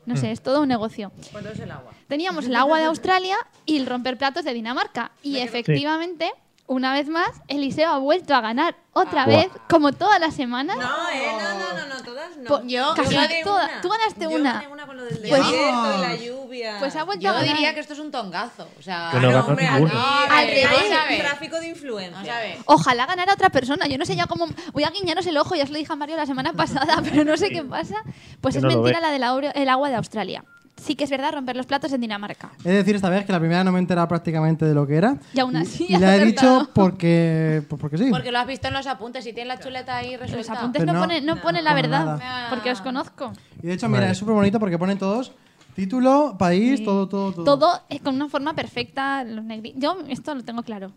Speaker 4: No sé, es todo un negocio.
Speaker 5: ¿Cuánto es el agua?
Speaker 4: Teníamos el agua de Australia y el romper platos de Dinamarca. Y efectivamente, una vez más, Eliseo ha vuelto a ganar otra
Speaker 1: Buah.
Speaker 4: vez, como todas las semanas.
Speaker 5: No, eh, no, no, no, no, todas no.
Speaker 4: Po-
Speaker 6: yo-
Speaker 4: casi
Speaker 6: yo gané
Speaker 4: toda-
Speaker 5: Una.
Speaker 4: Tú ganaste
Speaker 5: Yo
Speaker 4: una.
Speaker 5: gané una con lo del
Speaker 4: Pues-
Speaker 5: desierto y la lluvia.
Speaker 4: Pues ha vuelto
Speaker 6: Yo
Speaker 4: a ganar.
Speaker 6: diría que esto es un tongazo. O sea,
Speaker 1: Yo no
Speaker 5: No,
Speaker 1: ganó
Speaker 5: hombre, aquí-
Speaker 1: ninguna.
Speaker 6: Al
Speaker 5: aquí hay
Speaker 6: revés. Vamos a ver.
Speaker 5: Tráfico de
Speaker 6: vamos
Speaker 5: influencia.
Speaker 6: a ver.
Speaker 4: Ojalá ganara otra persona. Yo no sé ya cómo. Voy a guiñaros el ojo, ya os lo dije a Mario la semana pasada, pero no sé qué pasa. Pues
Speaker 1: Que
Speaker 4: es
Speaker 1: no lo
Speaker 4: mentira
Speaker 1: ve.
Speaker 4: la del aure- el agua de Australia. Sí que es verdad romper los platos en Dinamarca.
Speaker 3: He de decir esta vez que la primera no me he enterado prácticamente de lo que era.
Speaker 4: Y aún [laughs] así
Speaker 3: Y
Speaker 4: has
Speaker 3: la he
Speaker 4: acertado.
Speaker 3: dicho porque, pues porque sí.
Speaker 6: Porque lo has visto en los apuntes y tienes la chuleta ahí resuelta.
Speaker 4: Los apuntes
Speaker 3: Pero
Speaker 4: no,
Speaker 3: no-
Speaker 4: ponen, no ponen la
Speaker 3: no,
Speaker 4: verdad,
Speaker 6: nada.
Speaker 4: porque os conozco.
Speaker 3: Y de hecho, mira, es súper bonito porque ponen todos título, país, todo, todo, todo.
Speaker 4: Todo es con una forma perfecta. Los negri- Yo esto lo tengo claro.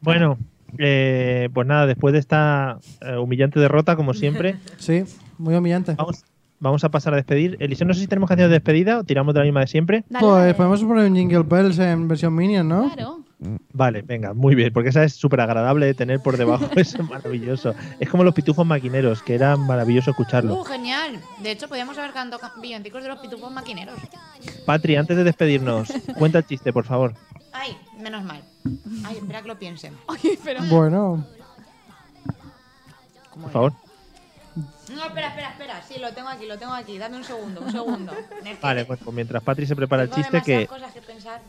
Speaker 1: bueno, eh, pues nada, después de esta eh, humillante derrota, como siempre,
Speaker 3: Sí, muy humillante.
Speaker 1: vamos, vamos a pasar a despedir. Eliseo, no sé si tenemos canción de despedida o tiramos de la misma de siempre.
Speaker 4: Dale,
Speaker 3: pues
Speaker 4: dale.
Speaker 3: podemos poner un Jingle Bells en versión Minion, ¿no?
Speaker 4: Claro.
Speaker 1: Vale, venga, muy bien, porque esa es súper agradable de tener por debajo, [laughs] es maravilloso. Es como los pitufos maquineros, que era maravilloso
Speaker 6: Uh,
Speaker 1: escucharlo.
Speaker 6: genial. De hecho, podíamos haber cantado ca- villancicos de los pitufos maquineros.
Speaker 1: Patri, antes de despedirnos, cuenta el chiste, por favor.
Speaker 6: Ay, menos mal. Ay, espera que lo piense.
Speaker 4: Oye, pero
Speaker 3: Bueno,
Speaker 1: por favor.
Speaker 6: No, espera, espera, espera. Sí, lo tengo aquí, lo tengo aquí. Dame un segundo,
Speaker 1: [laughs]
Speaker 6: un segundo. Es que
Speaker 1: Vale, pues, pues mientras Patri se prepara el
Speaker 6: tengo
Speaker 1: chiste,
Speaker 6: demasiadas
Speaker 1: que
Speaker 6: cosas que pensar.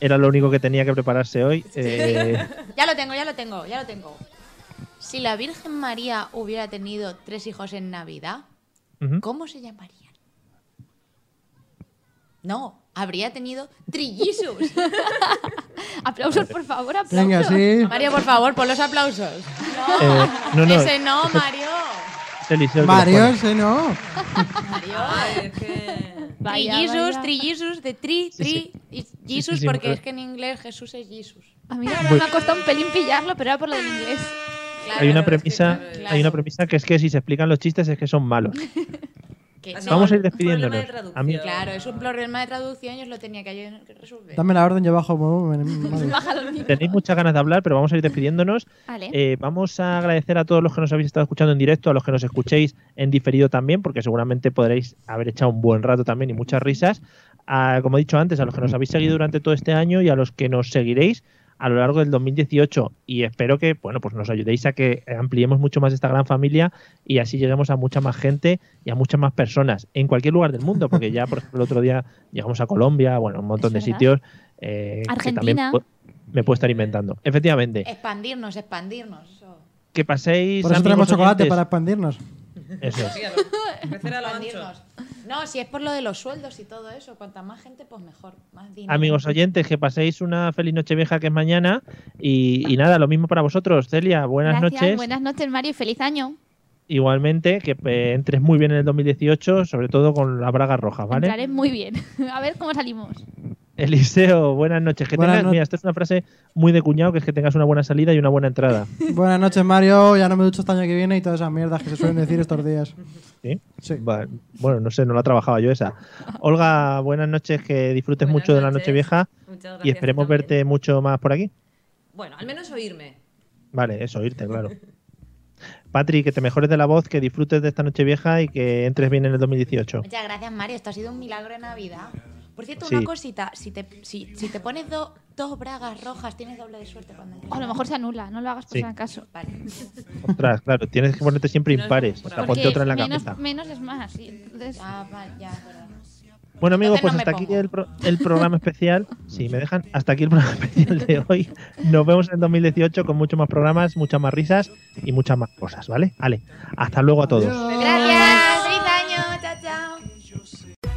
Speaker 1: era lo único que tenía que prepararse hoy. eh,
Speaker 6: Ya lo tengo, ya lo tengo, ya lo tengo. Si la Virgen María hubiera tenido tres hijos en Navidad,
Speaker 1: Ujú.
Speaker 6: ¿cómo se llamarían? No, habría tenido
Speaker 1: [laughs]
Speaker 6: trillizos.
Speaker 4: Aplausos, por favor, aplausos.
Speaker 3: Venga, sí.
Speaker 6: Mario, por favor, pon los aplausos. No,
Speaker 1: eh, no, no,
Speaker 6: [laughs]
Speaker 1: [laughs]
Speaker 6: ese no,
Speaker 1: ese-
Speaker 6: Mario.
Speaker 1: es Eliseo el que lo
Speaker 3: Mario,
Speaker 1: pone.
Speaker 3: ese no.
Speaker 5: Ay, es que.
Speaker 4: Vaya,
Speaker 6: Trillizos,
Speaker 4: vaya.
Speaker 6: trillizos, de tri, tri, y Jesus,
Speaker 1: sí, sí,
Speaker 6: porque
Speaker 1: me-
Speaker 6: es que en inglés Jesús es Jesus.
Speaker 4: A mí ahora me ha costado un pelín pillarlo, pero era por lo del inglés. [laughs]
Speaker 1: Hay una
Speaker 5: Claro, es que
Speaker 1: premisa,
Speaker 5: claro,
Speaker 6: es-
Speaker 1: hay una premisa que es que si se explican los chistes es que son malos.
Speaker 6: Que
Speaker 5: Ah,
Speaker 6: no,
Speaker 5: no,
Speaker 1: Vamos a ir
Speaker 5: un problema de
Speaker 1: despidiéndonos.
Speaker 5: traducción.
Speaker 1: A mí-
Speaker 6: Claro, es un problema de traducción y os lo tenía que yo- que resolver.
Speaker 3: Dame la orden yo bajo. el
Speaker 4: [laughs]
Speaker 3: volumen, madre.
Speaker 1: Tenéis muchas ganas de hablar, pero vamos a ir despidiéndonos.
Speaker 4: Vale.
Speaker 1: Eh, vamos a agradecer a todos los que nos habéis estado escuchando en directo, a los que nos escuchéis en diferido también, porque seguramente podréis haber echado un buen rato también y muchas risas. A, como he dicho antes, a los que nos habéis seguido durante todo este año y a los que nos seguiréis a lo largo del 2018 y espero que bueno pues nos ayudéis a que ampliemos mucho más esta gran familia y así lleguemos a mucha más gente y a muchas más personas en cualquier lugar del mundo porque ya por ejemplo el otro día llegamos a Colombia bueno un montón de
Speaker 4: Es verdad.
Speaker 1: sitios eh, que también
Speaker 4: Argentina.
Speaker 1: pu- me puedo estar inventando efectivamente
Speaker 6: Expandirnos, expandirnos. eso.
Speaker 1: que paséis.
Speaker 3: Por eso
Speaker 1: amigos
Speaker 3: tenemos chocolate
Speaker 1: oyentes.
Speaker 3: para expandirnos.
Speaker 1: Eso es.
Speaker 5: Sí, a lo- Crecer a lo ancho.
Speaker 6: Expandirnos. No, si es por lo de los sueldos y todo eso, cuanta más gente, pues mejor. Más dinero.
Speaker 1: Amigos oyentes, que paséis una feliz noche vieja que es mañana. Y, y nada, lo mismo para vosotros, Celia. Buenas
Speaker 4: Gracias,
Speaker 1: noches.
Speaker 4: buenas noches, Mario, y feliz año.
Speaker 1: Igualmente, que eh, entres muy bien en el 2018, sobre todo con las bragas rojas, ¿vale?
Speaker 4: Entraré muy bien. [laughs] A ver cómo salimos.
Speaker 1: Eliseo, buenas noches. Que
Speaker 3: Buenas
Speaker 1: tengas-
Speaker 3: no-
Speaker 1: Mira, esta es una frase muy de cuñado, que es que tengas una buena salida y una buena
Speaker 3: [laughs]
Speaker 1: entrada.
Speaker 3: Buenas noches, Mario. Ya no me ducho hasta el año que viene y todas esas mierdas que se suelen decir estos días.
Speaker 1: ¿Sí?
Speaker 3: Sí.
Speaker 1: Va- Bueno, no sé, no la trabajaba yo esa. Olga, buenas noches, que disfrutes
Speaker 5: Buenas
Speaker 1: mucho de la
Speaker 5: noches.
Speaker 1: noche vieja
Speaker 5: Muchas gracias.
Speaker 1: y esperemos
Speaker 5: también.
Speaker 1: verte mucho más por aquí.
Speaker 5: Bueno, al menos oírme.
Speaker 1: Vale, eso, irte, claro. Patri, que te mejores de la voz, que disfrutes de esta noche vieja y que entres bien en el 2018.
Speaker 6: Muchas gracias, Mario. Esto ha sido un milagro de Navidad. Por cierto,
Speaker 1: Sí.
Speaker 6: una cosita. Si te, si, si te pones do- dos bragas rojas, tienes doble de suerte cuando entres.
Speaker 4: O a lo mejor se anula, no lo hagas por
Speaker 1: Sí.
Speaker 4: si acaso.
Speaker 6: Vale.
Speaker 1: Ostras, claro, tienes que ponerte siempre
Speaker 5: Menos
Speaker 1: impares. O
Speaker 5: por
Speaker 1: sea,
Speaker 5: ahora.
Speaker 1: ponte
Speaker 4: Porque
Speaker 1: otra en la
Speaker 4: menos,
Speaker 1: cabeza.
Speaker 4: menos es más. y entonces-
Speaker 6: Ya, va- ya, es verdad.
Speaker 1: Bueno, amigos,
Speaker 6: Entonces
Speaker 1: pues
Speaker 6: no me
Speaker 1: hasta aquí
Speaker 6: pongo.
Speaker 1: el, pro- el programa especial. Si me dejan, hasta aquí el programa [laughs] especial de hoy. Nos vemos en el 2018 con muchos más programas, muchas más risas y muchas más cosas, ¿vale? Vale, hasta luego a todos.
Speaker 6: Gracias. Feliz año. Chao, chao.